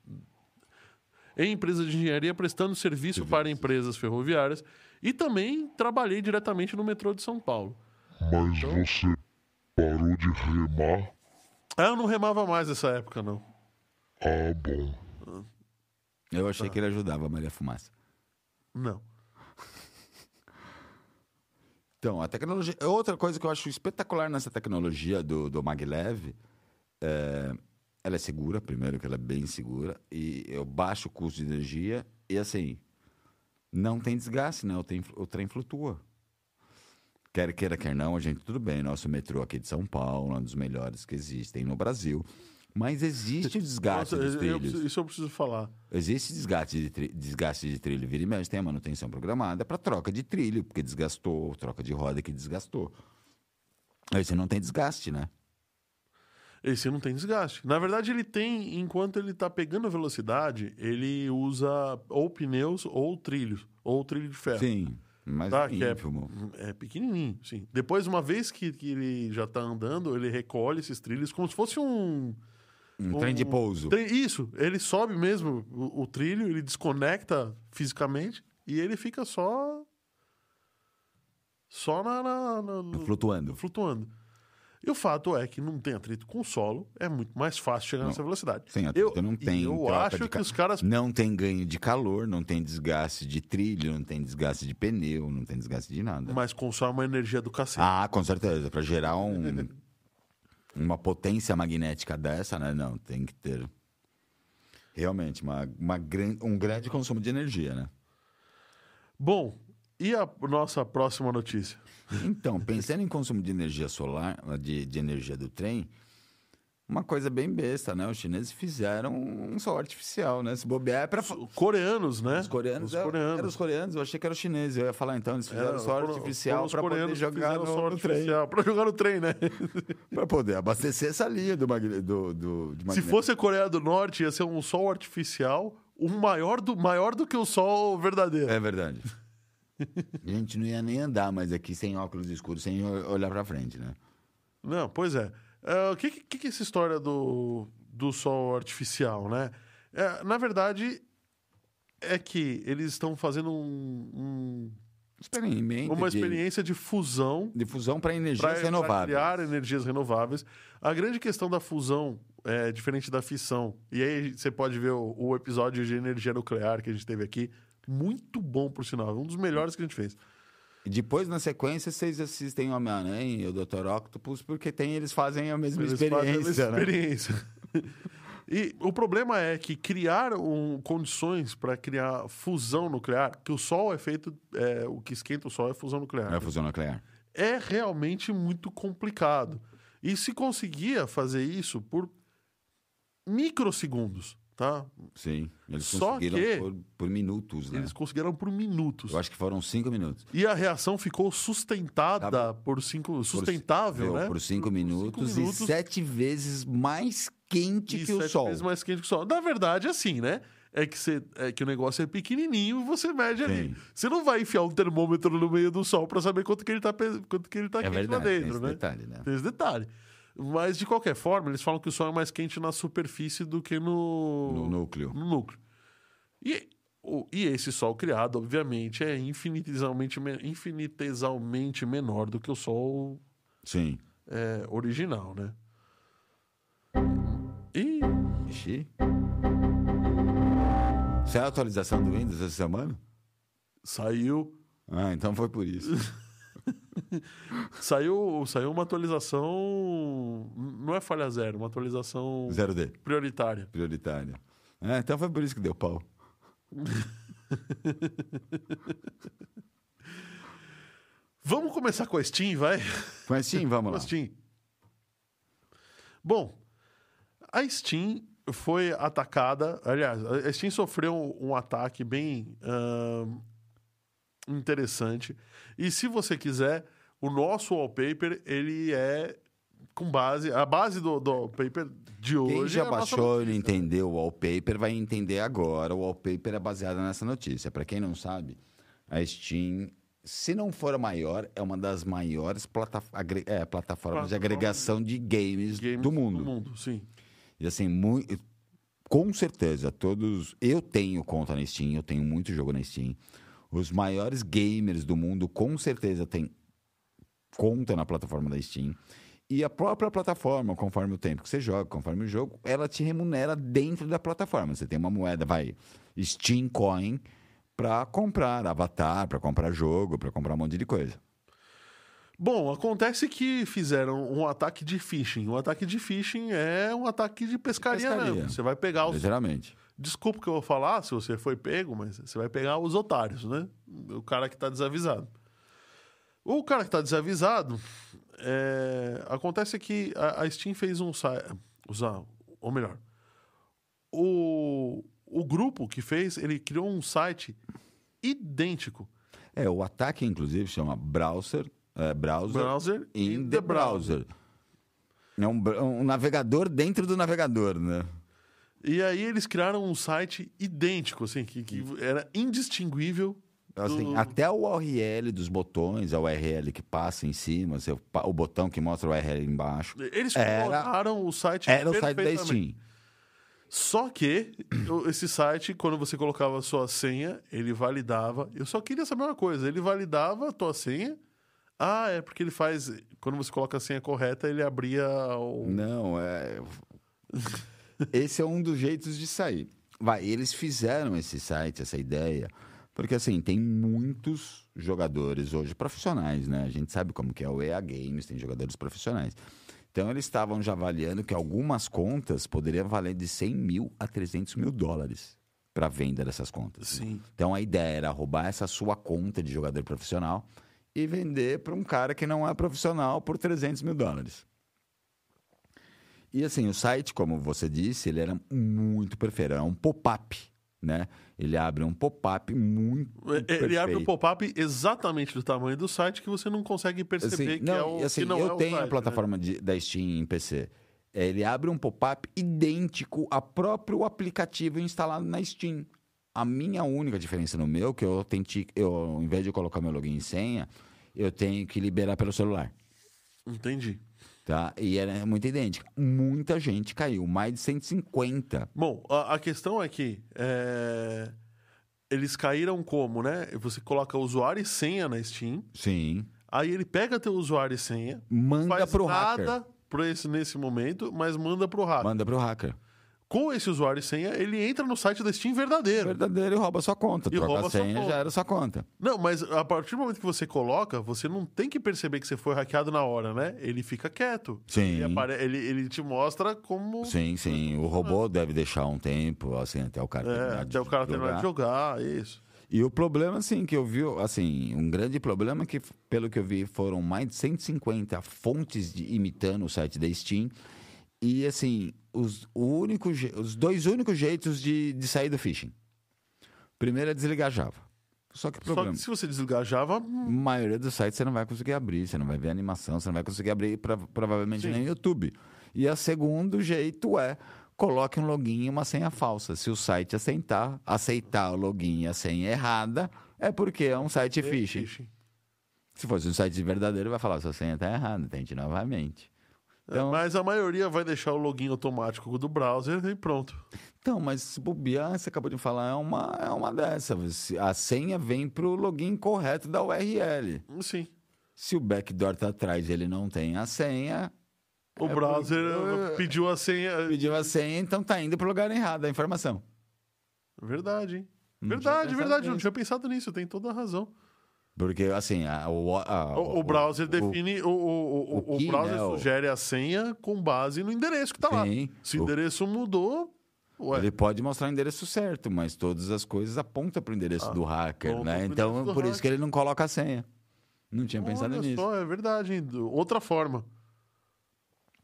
[SPEAKER 2] Em empresas de engenharia prestando serviço para empresas ferroviárias. E também trabalhei diretamente no metrô de São Paulo.
[SPEAKER 4] Mas você parou de remar?
[SPEAKER 2] Ah, eu não remava mais nessa época, não.
[SPEAKER 4] Ah, bom.
[SPEAKER 3] Eu
[SPEAKER 2] Tá.
[SPEAKER 3] achei que ele ajudava a Maria Fumaça.
[SPEAKER 2] Não.
[SPEAKER 3] Então, a tecnologia. Outra coisa que eu acho espetacular nessa tecnologia do, do Maglev é. Ela é segura, primeiro, que ela é bem segura, e eu baixo o custo de energia, e assim, não tem desgaste, né? O trem, o trem flutua. Quer queira, quer não, a gente, tudo bem, nosso metrô aqui de São Paulo, é um dos melhores que existem no Brasil, mas existe o desgaste
[SPEAKER 2] Nossa, eu-
[SPEAKER 3] dos
[SPEAKER 2] eu
[SPEAKER 3] trilhos.
[SPEAKER 2] preciso- isso eu preciso falar.
[SPEAKER 3] Existe desgaste de, tri- desgaste de trilho, vira e mexe, tem a manutenção programada para troca de trilho, porque desgastou, troca de roda que desgastou. Aí você não tem desgaste, né?
[SPEAKER 2] Esse não tem desgaste. Na verdade, ele tem, enquanto ele tá pegando a velocidade, ele usa ou pneus ou trilhos, ou trilho de ferro.
[SPEAKER 3] Sim, mas
[SPEAKER 2] É. Tá,
[SPEAKER 3] tá,
[SPEAKER 2] que é,
[SPEAKER 3] ínfimo.
[SPEAKER 2] é pequenininho, sim. Depois, uma vez que, que ele já tá andando, ele recolhe esses trilhos como se fosse um...
[SPEAKER 3] Um trem de pouso.
[SPEAKER 2] Tem- isso, ele sobe mesmo o, o trilho, ele desconecta fisicamente e ele fica só... Só na, na- na- no-
[SPEAKER 3] né, Flutuando.
[SPEAKER 2] flutuando. E o fato é que não tem atrito com o solo, é muito mais fácil chegar nessa velocidade.
[SPEAKER 3] Sim, a
[SPEAKER 2] eu,
[SPEAKER 3] trilha não tem.
[SPEAKER 2] e Eu
[SPEAKER 3] troca
[SPEAKER 2] acho
[SPEAKER 3] de
[SPEAKER 2] que
[SPEAKER 3] ca-
[SPEAKER 2] os caras.
[SPEAKER 3] Não tem ganho de calor, não tem desgaste de trilho, não tem desgaste de pneu, não tem desgaste de nada.
[SPEAKER 2] Mas consomem uma energia do cacete.
[SPEAKER 3] Ah, com certeza. Para gerar um- uma potência magnética dessa, né? Não, tem que ter realmente uma, uma gran- um grande consumo de energia, né?
[SPEAKER 2] Bom, e a nossa próxima notícia?
[SPEAKER 3] Então, pensando em consumo de energia solar, de, de energia do trem, uma coisa bem besta, né? Os chineses fizeram um sol artificial, né? Se bobear é para
[SPEAKER 2] Coreanos, né?
[SPEAKER 3] os
[SPEAKER 2] Os
[SPEAKER 3] coreanos, é eram
[SPEAKER 2] coreanos.
[SPEAKER 3] Era os coreanos, eu achei que era os chineses. Eu ia falar então, eles fizeram
[SPEAKER 2] Era,
[SPEAKER 3] sol
[SPEAKER 2] É, foram- foram
[SPEAKER 3] artificial
[SPEAKER 2] os
[SPEAKER 3] para poder
[SPEAKER 2] coreanos que
[SPEAKER 3] jogar
[SPEAKER 2] fizeram
[SPEAKER 3] no,
[SPEAKER 2] sol
[SPEAKER 3] no trem.
[SPEAKER 2] artificial, Pra jogar no trem, né?
[SPEAKER 3] Para poder abastecer essa linha do, magne- do, do de
[SPEAKER 2] Se
[SPEAKER 3] magnésio.
[SPEAKER 2] fosse a Coreia do Norte, ia ser um sol artificial, um maior do, maior do que o sol verdadeiro.
[SPEAKER 3] É verdade. A gente não ia nem andar mais aqui sem óculos escuros, sem o- olhar pra frente, né?
[SPEAKER 2] Não, pois é. É, O que, que, que é essa história do, do sol artificial, né? É, na verdade, é que eles estão fazendo um- um-
[SPEAKER 3] Experimento
[SPEAKER 2] uma
[SPEAKER 3] de-
[SPEAKER 2] experiência de fusão
[SPEAKER 3] De, fusão para energias
[SPEAKER 2] para
[SPEAKER 3] renováveis.
[SPEAKER 2] criar energias renováveis. A grande questão da fusão é diferente da fissão. E aí você pode ver o, o episódio de energia nuclear que a gente teve aqui. Muito bom, por sinal. Um dos melhores que a gente fez.
[SPEAKER 3] E Depois, na sequência, vocês assistem o Homem-Aranha e o Dr. Octopus, porque tem, eles fazem a mesma
[SPEAKER 2] Eles fazem a mesma
[SPEAKER 3] experiência, né?
[SPEAKER 2] experiência. E o problema é que criar um- condições para criar fusão nuclear, que o Sol é feito, é, o que esquenta o Sol é fusão nuclear,
[SPEAKER 3] É a fusão nuclear.
[SPEAKER 2] é realmente muito complicado. E se conseguia fazer isso por microsegundos. tá?
[SPEAKER 3] Sim. Eles
[SPEAKER 2] Só
[SPEAKER 3] conseguiram
[SPEAKER 2] que-
[SPEAKER 3] por, por minutos, né?
[SPEAKER 2] Eles conseguiram por minutos.
[SPEAKER 3] Eu acho que foram cinco minutos.
[SPEAKER 2] E a reação ficou sustentada
[SPEAKER 3] Tá
[SPEAKER 2] por cinco. Sustentável,
[SPEAKER 3] por,
[SPEAKER 2] né?
[SPEAKER 3] Por cinco minutos,
[SPEAKER 2] minutos.
[SPEAKER 3] e sete vezes mais quente
[SPEAKER 2] E
[SPEAKER 3] que o
[SPEAKER 2] sete
[SPEAKER 3] sol.
[SPEAKER 2] vezes mais quente que o sol. Na verdade, assim, né? É que, você- é que o negócio é pequenininho e você mede ali.
[SPEAKER 3] Sim.
[SPEAKER 2] Você não vai enfiar um termômetro no meio do sol pra saber quanto que ele tá, pe- quanto que ele tá
[SPEAKER 3] É
[SPEAKER 2] quente lá
[SPEAKER 3] verdade, tem
[SPEAKER 2] dentro,
[SPEAKER 3] esse
[SPEAKER 2] né?
[SPEAKER 3] detalhe, né?
[SPEAKER 2] Tem esse detalhe. Mas, de qualquer forma, eles falam que o sol é mais quente na superfície do que no...
[SPEAKER 3] No núcleo.
[SPEAKER 2] no núcleo. E, o- e esse sol criado, obviamente, é infinitesimalmente, me- infinitesimalmente menor do que o sol
[SPEAKER 3] Sim.
[SPEAKER 2] é, original, né? E...
[SPEAKER 3] Ixi. Será a atualização do Windows essa semana?
[SPEAKER 2] Saiu,
[SPEAKER 3] Ah, então foi por isso.
[SPEAKER 2] saiu, saiu uma atualização. Não é falha zero, uma atualização
[SPEAKER 3] 0D,
[SPEAKER 2] prioritária.
[SPEAKER 3] prioritária. Ah, então foi por isso que deu pau.
[SPEAKER 2] Vamos começar com a Steam, vai?
[SPEAKER 3] Mas sim, vamos
[SPEAKER 2] Com a
[SPEAKER 3] lá.
[SPEAKER 2] Steam. Bom, a Steam foi atacada. Aliás, a Steam sofreu um ataque bem ahn, interessante. E se você quiser, o nosso wallpaper ele é com base. A base do, do paper de hoje.
[SPEAKER 3] Quem já
[SPEAKER 2] é a nossa
[SPEAKER 3] baixou e não entendeu o wallpaper vai entender agora. O wallpaper é baseado nessa notícia. Para quem não sabe, a Steam, se não for a maior, é uma das maiores plata- agre- é, plataformas
[SPEAKER 2] Plataforma.
[SPEAKER 3] de agregação de games, do mundo.
[SPEAKER 2] Do mundo, sim.
[SPEAKER 3] E assim, mui- com certeza, todos. Eu tenho conta na Steam, eu tenho muito jogo na Steam. Os maiores gamers do mundo, com certeza, têm conta na plataforma da Steam. E a própria plataforma, conforme o tempo que você joga, conforme o jogo, ela te remunera dentro da plataforma. Você tem uma moeda, vai, Steam Coin, para comprar avatar, para comprar jogo, para comprar um monte de coisa.
[SPEAKER 2] Bom, acontece que fizeram um ataque de phishing. Um ataque de phishing é um ataque de pescaria,
[SPEAKER 3] Pescaria. É.
[SPEAKER 2] mesmo. Você vai pegar os.
[SPEAKER 3] Literalmente.
[SPEAKER 2] Desculpa que eu vou falar, se você foi pego, mas você vai pegar os otários, né? O cara que tá desavisado. O cara que tá desavisado. é, Acontece que a a Steam fez um site. Ou melhor, o... o grupo que fez, ele criou um site idêntico.
[SPEAKER 3] É, o ataque, inclusive, chama browser, é, browser,
[SPEAKER 2] Browser
[SPEAKER 3] in
[SPEAKER 2] in
[SPEAKER 3] the
[SPEAKER 2] the browser.
[SPEAKER 3] browser. É um, br- um navegador dentro do navegador, né?
[SPEAKER 2] E aí eles criaram um site idêntico, assim, que, que era indistinguível. do-
[SPEAKER 3] Assim, Até o URL dos botões, a URL que passa em cima, seu pa- o botão que mostra o URL embaixo. É,
[SPEAKER 2] Eles
[SPEAKER 3] era-
[SPEAKER 2] clonaram o site
[SPEAKER 3] Era o site da
[SPEAKER 2] perfeitamente.
[SPEAKER 3] Steam.
[SPEAKER 2] Só que o- esse site, quando você colocava a sua senha, ele validava. Eu só queria saber uma coisa: ele validava a tua senha? Ah, é porque ele faz. Quando você coloca a senha correta, ele abria o.
[SPEAKER 3] Não, é. Esse é um dos jeitos de sair. Vai, eles fizeram esse site, essa ideia, porque assim, tem muitos jogadores hoje profissionais, né? A gente sabe como que é o EA Games, tem jogadores profissionais. Então eles estavam já avaliando que algumas contas poderiam valer de 100 mil a 300 mil dólares para venda dessas contas. né?
[SPEAKER 2] Sim.
[SPEAKER 3] Então a ideia era roubar essa sua conta de jogador profissional e vender para um cara que não é profissional por 300 mil dólares. E assim, o site, como você disse, ele era muito perfeito, era um pop-up, né? Ele abre um pop-up muito
[SPEAKER 2] É, Ele abre o
[SPEAKER 3] perfeito.
[SPEAKER 2] pop-up exatamente do tamanho do site que você não consegue perceber
[SPEAKER 3] Assim,
[SPEAKER 2] que é o
[SPEAKER 3] e assim,
[SPEAKER 2] que não
[SPEAKER 3] eu
[SPEAKER 2] é o
[SPEAKER 3] tenho
[SPEAKER 2] site,
[SPEAKER 3] a
[SPEAKER 2] né?
[SPEAKER 3] plataforma de- da Steam em PC. Ele abre um pop-up idêntico ao próprio aplicativo instalado na Steam. A minha única diferença no meu, que eu autentico, eu, ao invés de eu colocar meu login e senha, eu tenho que liberar pelo celular.
[SPEAKER 2] Entendi.
[SPEAKER 3] Tá? E ela é muito idêntica. Muita gente caiu, mais de 150.
[SPEAKER 2] Bom, a, a questão é que é, eles caíram como, né? Você coloca usuário e senha na Steam,
[SPEAKER 3] Sim.
[SPEAKER 2] aí ele pega teu usuário e senha,
[SPEAKER 3] Manda
[SPEAKER 2] faz
[SPEAKER 3] pro
[SPEAKER 2] nada
[SPEAKER 3] hacker.
[SPEAKER 2] pro esse, nesse momento, mas manda pro hacker.
[SPEAKER 3] Manda pro hacker.
[SPEAKER 2] Com esse usuário e senha, ele entra no site da Steam verdadeiro.
[SPEAKER 3] Verdadeiro e rouba sua conta.
[SPEAKER 2] E
[SPEAKER 3] Troca
[SPEAKER 2] rouba
[SPEAKER 3] a
[SPEAKER 2] sua
[SPEAKER 3] senha,
[SPEAKER 2] conta.
[SPEAKER 3] já era sua conta.
[SPEAKER 2] Não, mas a partir do momento que você coloca, você não tem que perceber que você foi hackeado na hora, né? Ele fica quieto.
[SPEAKER 3] Sim.
[SPEAKER 2] Ele, apare- ele, ele te mostra como...
[SPEAKER 3] Sim, sim. O robô deve deixar um tempo, assim, até o cara
[SPEAKER 2] Uhum. É,
[SPEAKER 3] terminar de
[SPEAKER 2] até o cara terminar de jogar, isso.
[SPEAKER 3] E o problema, assim, que eu vi, assim, um grande problema que, pelo que eu vi, foram mais de 150 fontes de- imitando o site da Steam. E assim, os, o único, je- os dois únicos jeitos de, de sair do phishing. Primeiro é desligar Java. Só que o
[SPEAKER 2] Só
[SPEAKER 3] problema,
[SPEAKER 2] que se você desligar Java,
[SPEAKER 3] a maioria dos sites você não vai conseguir abrir, você não vai ver animação, você não vai conseguir abrir pra- provavelmente nem o YouTube. E a segundo jeito é coloque um login e uma senha falsa. Se o site aceitar, aceitar o login e a senha errada, é porque é um site phishing.
[SPEAKER 2] phishing.
[SPEAKER 3] Se fosse um site verdadeiro, vai falar, sua senha está errada, tente novamente. Então,
[SPEAKER 2] mas a maioria vai deixar o login automático do browser e pronto.
[SPEAKER 3] então, mas se bobear, você acabou de falar, é uma, é uma dessa. Você- A senha vem pro login correto da URL.
[SPEAKER 2] Sim.
[SPEAKER 3] Se o backdoor tá atrás e ele não tem a senha,
[SPEAKER 2] O
[SPEAKER 3] É,
[SPEAKER 2] browser
[SPEAKER 3] porque-
[SPEAKER 2] pediu a senha.
[SPEAKER 3] pediu a senha, então tá indo pro lugar errado a informação.
[SPEAKER 2] Verdade, hein?
[SPEAKER 3] Não
[SPEAKER 2] Hum. verdade,
[SPEAKER 3] tinha pensado
[SPEAKER 2] verdade. Não
[SPEAKER 3] nisso.
[SPEAKER 2] tinha pensado nisso, tem toda a razão.
[SPEAKER 3] Porque, assim, a- o, a-
[SPEAKER 2] O, o browser
[SPEAKER 3] o-
[SPEAKER 2] define. O, o, o,
[SPEAKER 3] o
[SPEAKER 2] o
[SPEAKER 3] key,
[SPEAKER 2] browser
[SPEAKER 3] né, o-
[SPEAKER 2] sugere a senha com base no endereço que tá lá.
[SPEAKER 3] Sim.
[SPEAKER 2] Se o
[SPEAKER 3] O-
[SPEAKER 2] endereço mudou, ué.
[SPEAKER 3] Ele pode mostrar o endereço certo, mas todas as coisas apontam pro endereço do hacker,
[SPEAKER 2] aponta
[SPEAKER 3] né?
[SPEAKER 2] Ah, pro
[SPEAKER 3] Então,
[SPEAKER 2] endereço do
[SPEAKER 3] por isso que ele não coloca a senha. Não tinha pensado
[SPEAKER 2] Olha
[SPEAKER 3] nisso.
[SPEAKER 2] só, é verdade, hein? Do- Outra forma.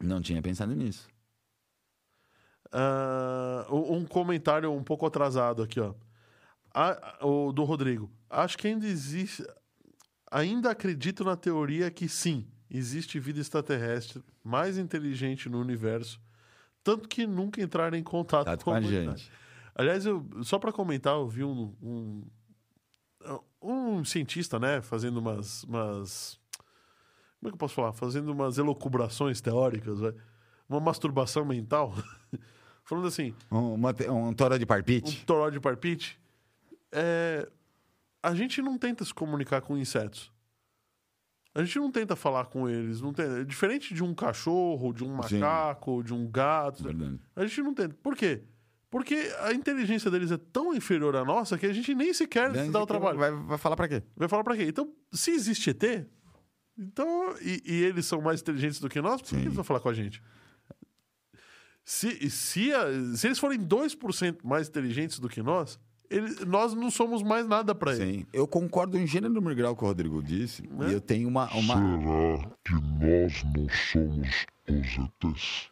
[SPEAKER 3] Não tinha pensado nisso.
[SPEAKER 2] Ah, um um comentário um pouco atrasado aqui, ó. A- o do Rodrigo. Acho que ainda existe. Ainda acredito na teoria que sim, existe vida extraterrestre mais inteligente no universo, tanto que nunca entraram em contato
[SPEAKER 3] Tá
[SPEAKER 2] com a humanidade.
[SPEAKER 3] gente.
[SPEAKER 2] Aliás, eu, só para comentar, eu vi um, um, um cientista, né, fazendo umas, umas. Como é que eu posso falar? Fazendo umas elucubrações teóricas, vai. uma masturbação mental. Falando assim,
[SPEAKER 3] Um, uma te- um toro de
[SPEAKER 2] um
[SPEAKER 3] parpite?
[SPEAKER 2] toró de parpite. É, a gente não tenta se comunicar com insetos. A gente não tenta falar com eles. Não tenta. É Diferente de um cachorro, de um
[SPEAKER 3] Sim.
[SPEAKER 2] macaco, de um gato.
[SPEAKER 3] Verdade.
[SPEAKER 2] A gente não tenta. Por quê? Porque a inteligência deles é tão inferior à nossa que a gente nem sequer se dá o trabalho. Vai,
[SPEAKER 3] Vai, vai falar pra quê?
[SPEAKER 2] falar pra quê? Então, se existe ET, então, e, e eles são mais inteligentes do que nós, por que
[SPEAKER 3] Sim.
[SPEAKER 2] eles vão falar com a gente? Se, se, a- se eles forem 2% mais inteligentes do que nós, ele- nós não somos mais nada pra eles.
[SPEAKER 3] Sim. Eu concordo em gênero número e grau com o Rodrigo disse.
[SPEAKER 2] Né?
[SPEAKER 3] E eu tenho uma. uma...
[SPEAKER 4] Será que nós não somos os ETs?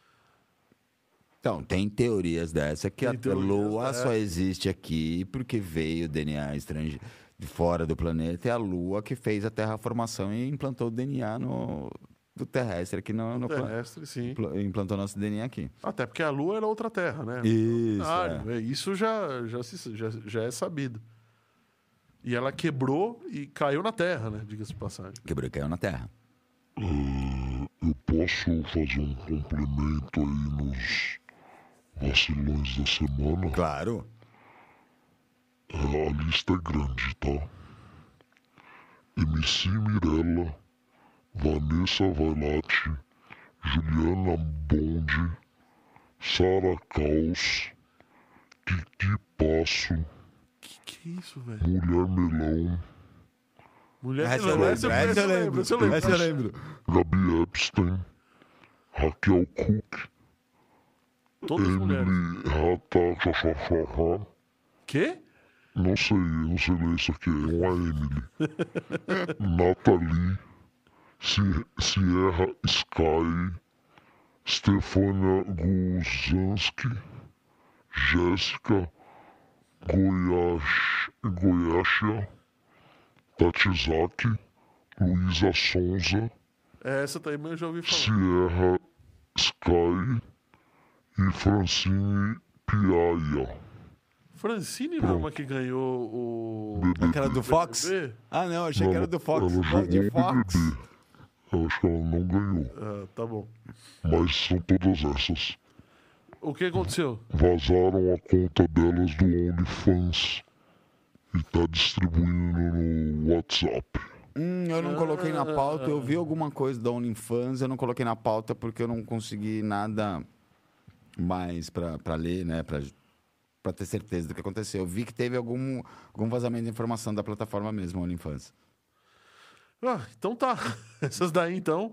[SPEAKER 3] Então, tem teorias dessa que
[SPEAKER 2] Tem
[SPEAKER 3] a
[SPEAKER 2] teorias
[SPEAKER 3] Lua
[SPEAKER 2] dessa.
[SPEAKER 3] só existe aqui porque veio DNA estrangeiro de fora do planeta. É a Lua que fez a terraformação e implantou o DNA no, do terrestre aqui no, no planeta.
[SPEAKER 2] Terrestre, É, sim.
[SPEAKER 3] Implantou nosso DNA aqui.
[SPEAKER 2] Até porque a Lua era outra Terra, né?
[SPEAKER 3] Isso.
[SPEAKER 2] Claro, é, isso já, já, se- já, já é sabido. E ela quebrou e caiu na terra, né? Diga-se de passagem.
[SPEAKER 3] Quebrou e caiu na Terra.
[SPEAKER 4] Eu posso fazer um complemento aí nos vacilões da semana?
[SPEAKER 3] Claro.
[SPEAKER 4] É, A lista é grande, tá? MC Mirella, Vanessa Vailate, Juliana Bonde, Sara Caos, Kiki Passo,
[SPEAKER 2] Que que é isso, velho?
[SPEAKER 4] Mulher Melão,
[SPEAKER 2] Mulher
[SPEAKER 3] Essa
[SPEAKER 2] não,
[SPEAKER 3] eu lembro, essa eu lembro.
[SPEAKER 2] essa eu lembro.
[SPEAKER 3] Essa eu lembro.
[SPEAKER 4] Gabi Epstein, Raquel Cook,
[SPEAKER 2] Todas mulheres.
[SPEAKER 4] Emily Rata, Xaxaxaxá.
[SPEAKER 2] Quê?
[SPEAKER 4] Não sei, eu não sei ler isso aqui. É uma Emily. Nathalie. Si- Sierra Sky. Stefania Guzanski. Jéssica. Goiás- Goiásia. Tatizaki. Luísa Sonza.
[SPEAKER 2] É, Essa daí eu já ouvi falar.
[SPEAKER 4] Sierra Sky. E Francine Piaia.
[SPEAKER 2] Francine não é uma que ganhou o.
[SPEAKER 3] Aquela do Fox?
[SPEAKER 2] BBB?
[SPEAKER 3] Ah, não, achei que era do Fox.
[SPEAKER 4] Ela
[SPEAKER 3] Não,
[SPEAKER 4] jogou
[SPEAKER 3] de
[SPEAKER 4] o
[SPEAKER 3] Fox.
[SPEAKER 4] BBB. Eu acho que ela não ganhou.
[SPEAKER 2] Ah, tá bom.
[SPEAKER 4] Mas são todas essas.
[SPEAKER 2] O que aconteceu?
[SPEAKER 4] Vazaram a conta delas do OnlyFans. E tá distribuindo no WhatsApp.
[SPEAKER 3] Hum, eu não coloquei na pauta. Eu vi alguma coisa da OnlyFans, eu não coloquei na pauta porque eu não consegui nada mais pra, pra ler, né? Pra, pra ter certeza do que aconteceu. Eu vi que teve algum, algum vazamento de informação da plataforma mesmo, OnlyFans.
[SPEAKER 2] Ah, então tá. Essas daí então.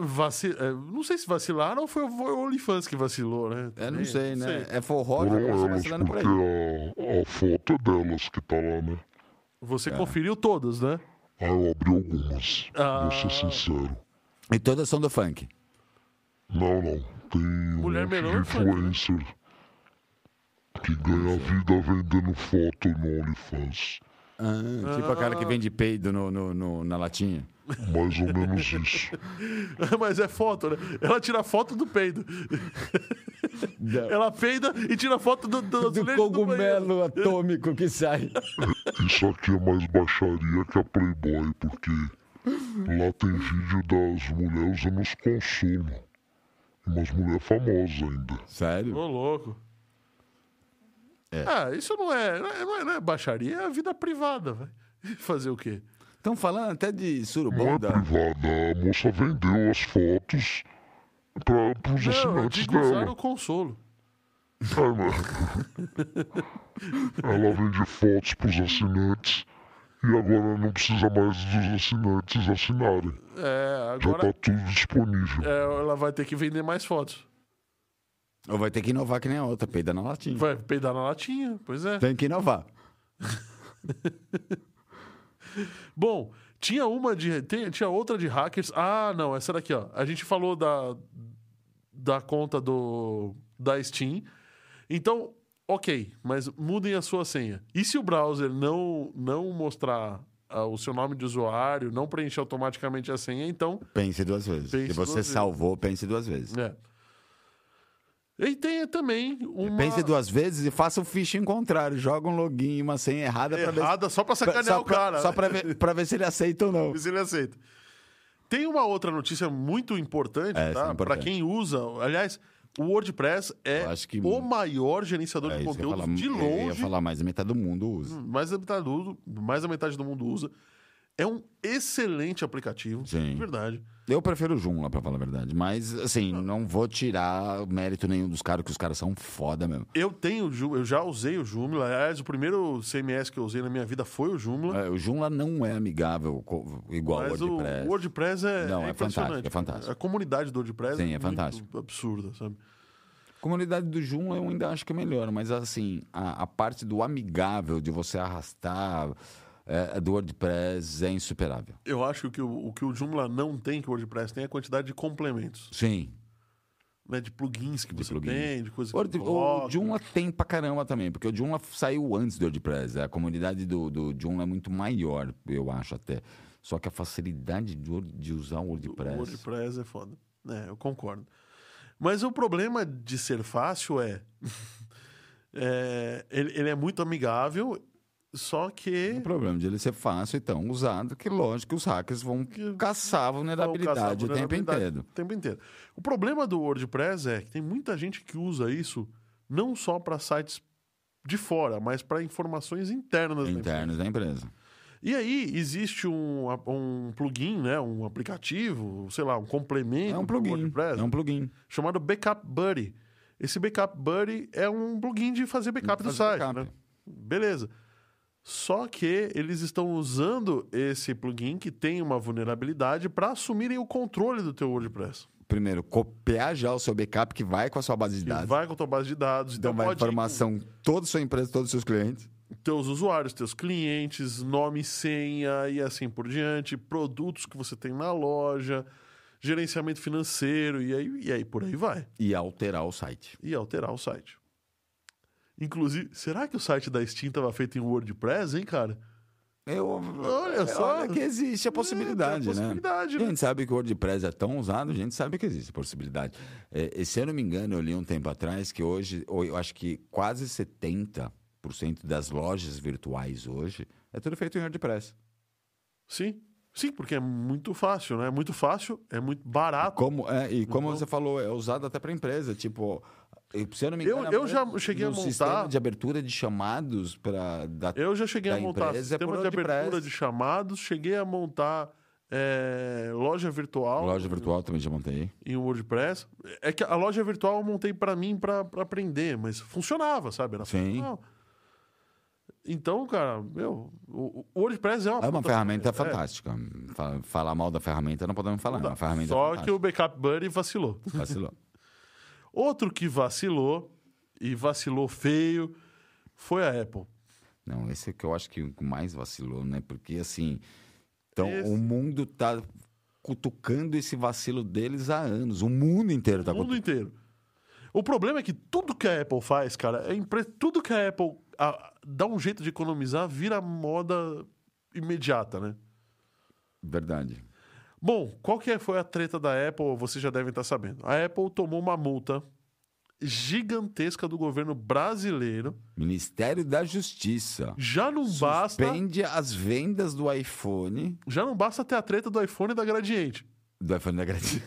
[SPEAKER 2] Vaci... é, Não sei se vacilaram ou foi foi o OnlyFans que vacilou, né?
[SPEAKER 3] É, não
[SPEAKER 2] Também,
[SPEAKER 3] sei, né? É forró, que eu tô
[SPEAKER 4] Foram elas,
[SPEAKER 3] vacilando por aí.
[SPEAKER 4] porque a, a foto é delas que tá lá, né?
[SPEAKER 2] Você
[SPEAKER 3] É.
[SPEAKER 2] conferiu todas, né?
[SPEAKER 4] Ah, eu abri algumas.
[SPEAKER 2] Ah.
[SPEAKER 4] Vou ser sincero.
[SPEAKER 3] E todas são do funk.
[SPEAKER 4] Não, não. Tem um
[SPEAKER 2] Mulher
[SPEAKER 4] monte de
[SPEAKER 2] melhor foi-
[SPEAKER 4] influencer que ganha vida vendendo foto no OnlyFans.
[SPEAKER 3] Ah, tipo aquela que vende peido no, no- no- na latinha.
[SPEAKER 4] Mais ou menos isso.
[SPEAKER 2] Mas é foto, né? Ela tira foto do peido. Ela peida e tira foto do, do,
[SPEAKER 3] Do
[SPEAKER 2] azulejo do banheiro.
[SPEAKER 3] cogumelo atômico que sai.
[SPEAKER 4] Isso aqui é mais baixaria que a Playboy, porque lá tem vídeo das mulheres usando os consolo. E umas mulheres famosas ainda.
[SPEAKER 3] Sério?
[SPEAKER 2] Ô, louco. Ah, isso não é, não é- não é, não é baixaria, é a vida privada, vai. Fazer o quê?
[SPEAKER 3] Estão falando até de
[SPEAKER 4] Não é
[SPEAKER 3] surubom da.
[SPEAKER 4] privada, a moça vendeu as fotos para os
[SPEAKER 2] Não, eu
[SPEAKER 4] assinantes
[SPEAKER 2] digo usar
[SPEAKER 4] dela.
[SPEAKER 2] o consolo.
[SPEAKER 4] Ai, mano. É, Ela vende fotos pros assinantes e agora não precisa mais dos assinantes assinarem.
[SPEAKER 2] É,
[SPEAKER 4] Já
[SPEAKER 2] agora
[SPEAKER 4] tá tudo disponível.
[SPEAKER 2] é, ela vai ter que vender mais fotos.
[SPEAKER 3] Ou vai ter que inovar que nem a outra, peida na latinha.
[SPEAKER 2] Vai peidar na latinha, pois é.
[SPEAKER 3] Tem que inovar.
[SPEAKER 2] Bom, tinha uma de. tem- tinha outra de hackers. Ah, não, essa daqui, ó. A gente falou da. Da conta do. Da Steam. Então, ok, mas mudem a sua senha. E se o browser não, não mostrar ah, o seu nome de usuário, não preencher automaticamente a senha, então.
[SPEAKER 3] Pense duas vezes.
[SPEAKER 2] Pense
[SPEAKER 3] Se
[SPEAKER 2] duas
[SPEAKER 3] você
[SPEAKER 2] vezes.
[SPEAKER 3] salvou, pense duas vezes.
[SPEAKER 2] É. E tem também uma.
[SPEAKER 3] Pense duas vezes e faça o phishing contrário. Joga um login e uma senha errada pra ver se-
[SPEAKER 2] Errada só pra é sacanear
[SPEAKER 3] só
[SPEAKER 2] o
[SPEAKER 3] pra-
[SPEAKER 2] cara. né?
[SPEAKER 3] Só pra ver, pra ver se ele aceita ou não.
[SPEAKER 2] Mas ele aceita. Tem uma outra notícia muito importante,
[SPEAKER 3] É, essa é
[SPEAKER 2] tá? Pra
[SPEAKER 3] importante.
[SPEAKER 2] quem usa. Aliás, o WordPress é
[SPEAKER 3] Eu acho que-
[SPEAKER 2] o maior gerenciador
[SPEAKER 3] É
[SPEAKER 2] de
[SPEAKER 3] isso que eu ia
[SPEAKER 2] um conteúdo
[SPEAKER 3] falar.
[SPEAKER 2] de
[SPEAKER 3] Eu ia
[SPEAKER 2] longe. Hum.
[SPEAKER 3] falar, mas metade do mundo usa.
[SPEAKER 2] Mais da, metade do, mais da metade do mundo usa. É um excelente aplicativo.
[SPEAKER 3] Sim.
[SPEAKER 2] De verdade.
[SPEAKER 3] Eu prefiro o Joomla, pra falar a verdade. Mas, assim, não vou tirar mérito nenhum dos caras, que os caras são foda mesmo.
[SPEAKER 2] Eu tenho o Ju- eu já usei o Joomla. Aliás, o primeiro CMS que eu usei na minha vida foi o Joomla.
[SPEAKER 3] É, o Joomla não é amigável co- igual ao
[SPEAKER 2] mas o
[SPEAKER 3] WordPress.
[SPEAKER 2] o WordPress é,
[SPEAKER 3] Não, é
[SPEAKER 2] impressionante.
[SPEAKER 3] fantástico, é fantástico.
[SPEAKER 2] A comunidade do WordPress
[SPEAKER 3] Sim, é
[SPEAKER 2] é, muito
[SPEAKER 3] fantástico.
[SPEAKER 2] absurda, sabe?
[SPEAKER 3] A comunidade do Joomla eu ainda acho que é melhor, mas, assim, a, a parte do amigável, de você arrastar é, do WordPress é insuperável.
[SPEAKER 2] Eu acho que o, o que o Joomla não tem, que o WordPress tem, é a quantidade de complementos,
[SPEAKER 3] Sim.
[SPEAKER 2] né? De plugins que você
[SPEAKER 3] plugins.
[SPEAKER 2] tem, de coisas que
[SPEAKER 3] Word-
[SPEAKER 2] você
[SPEAKER 3] O
[SPEAKER 2] coloca.
[SPEAKER 3] Joomla tem pra caramba também, porque o Joomla saiu antes do WordPress. A comunidade do, do Joomla é muito maior, eu acho até. Só que a facilidade de, Word- de usar o
[SPEAKER 2] O
[SPEAKER 3] WordPress.
[SPEAKER 2] WordPress é foda. É, eu concordo. Mas o problema de ser fácil é... é, ele, ele é muito amigável, só
[SPEAKER 3] O
[SPEAKER 2] que...
[SPEAKER 3] problema de ele ser fácil, então, usado, que lógico que os hackers vão caçar a
[SPEAKER 2] caçar a
[SPEAKER 3] vulnerabilidade o tempo
[SPEAKER 2] vulnerabilidade
[SPEAKER 3] inteiro.
[SPEAKER 2] O tempo inteiro. O problema do WordPress é que tem muita gente que usa isso não só para sites de fora, mas para informações internas. da empresa.
[SPEAKER 3] Internos da empresa.
[SPEAKER 2] E aí existe um, um plugin, né? Um aplicativo, sei lá, um complemento
[SPEAKER 3] É um
[SPEAKER 2] do
[SPEAKER 3] plugin.
[SPEAKER 2] WordPress
[SPEAKER 3] É um plugin.
[SPEAKER 2] chamado Backup Buddy. Esse Backup Buddy é um plugin de fazer backup do
[SPEAKER 3] Fazer
[SPEAKER 2] site,
[SPEAKER 3] backup.
[SPEAKER 2] né? Beleza. Só que eles estão usando esse plugin que tem uma vulnerabilidade para assumirem o controle do teu WordPress.
[SPEAKER 3] Primeiro, copiar já o seu backup que vai com a sua base de
[SPEAKER 2] Que
[SPEAKER 3] dados.
[SPEAKER 2] vai com a tua base de dados.
[SPEAKER 3] Então vai
[SPEAKER 2] pode ir
[SPEAKER 3] informação toda a sua empresa, todos os seus clientes.
[SPEAKER 2] teus usuários, teus clientes, nome, senha e assim por diante, produtos que você tem na loja, gerenciamento financeiro e aí, e aí por aí vai.
[SPEAKER 3] E alterar o site.
[SPEAKER 2] E alterar o site. Inclusive, será que o site da Steam estava feito em WordPress, hein, cara?
[SPEAKER 3] Eu,
[SPEAKER 2] Olha só.
[SPEAKER 3] Olha que existe a possibilidade,
[SPEAKER 2] É, tem a
[SPEAKER 3] né?
[SPEAKER 2] possibilidade,
[SPEAKER 3] A
[SPEAKER 2] né?
[SPEAKER 3] gente sabe que o WordPress é tão usado, a gente sabe que existe a possibilidade. É, e se eu não me engano, eu li um tempo atrás que hoje, ou eu acho que quase 70% das lojas virtuais hoje é tudo feito em WordPress.
[SPEAKER 2] Sim. Sim, porque é muito fácil, né? É muito fácil, é muito barato.
[SPEAKER 3] Como, é, e como
[SPEAKER 2] Então-
[SPEAKER 3] você falou, é usado até para empresa. Tipo, e se eu não me
[SPEAKER 2] Eu-
[SPEAKER 3] engano,
[SPEAKER 2] eu
[SPEAKER 3] agora
[SPEAKER 2] já cheguei a
[SPEAKER 3] no
[SPEAKER 2] montar-
[SPEAKER 3] sistema de abertura de chamados para da
[SPEAKER 2] Eu já cheguei
[SPEAKER 3] da
[SPEAKER 2] a montar
[SPEAKER 3] empresa é
[SPEAKER 2] sistema
[SPEAKER 3] por
[SPEAKER 2] de abertura
[SPEAKER 3] WordPress.
[SPEAKER 2] de chamados, cheguei a montar é, loja virtual.
[SPEAKER 3] loja virtual também já montei.
[SPEAKER 2] em WordPress. É que a loja virtual eu montei pra mim pra pra aprender, mas funcionava, sabe? Era
[SPEAKER 3] Sim.
[SPEAKER 2] funcional. Então, cara, meu, o o WordPress é uma,
[SPEAKER 3] É uma
[SPEAKER 2] puta
[SPEAKER 3] ferramenta fantástica. Fa- Falar mal da ferramenta não podemos falar. É uma ferramenta
[SPEAKER 2] Só que o
[SPEAKER 3] fantástica.
[SPEAKER 2] Backup Buddy vacilou.
[SPEAKER 3] Vacilou.
[SPEAKER 2] Outro que vacilou e vacilou feio foi a Apple.
[SPEAKER 3] Não, esse é que eu acho que o mais vacilou, né? Porque assim, então
[SPEAKER 2] Esse-
[SPEAKER 3] o mundo tá cutucando esse vacilo deles há anos. O mundo inteiro tá
[SPEAKER 2] O mundo
[SPEAKER 3] cutucando.
[SPEAKER 2] inteiro. O problema é que tudo que a Apple faz, cara, é impre... tudo que a Apple ah, dá um jeito de economizar vira moda imediata, né?
[SPEAKER 3] Verdade.
[SPEAKER 2] Bom, qual que foi a treta da Apple? Vocês já devem estar sabendo. A Apple tomou uma multa gigantesca do governo brasileiro.
[SPEAKER 3] Ministério da Justiça.
[SPEAKER 2] Já não basta,
[SPEAKER 3] Suspende as vendas do iPhone.
[SPEAKER 2] já não basta ter a treta do iPhone e da Gradiente.
[SPEAKER 3] Do iPhone da Gracinha.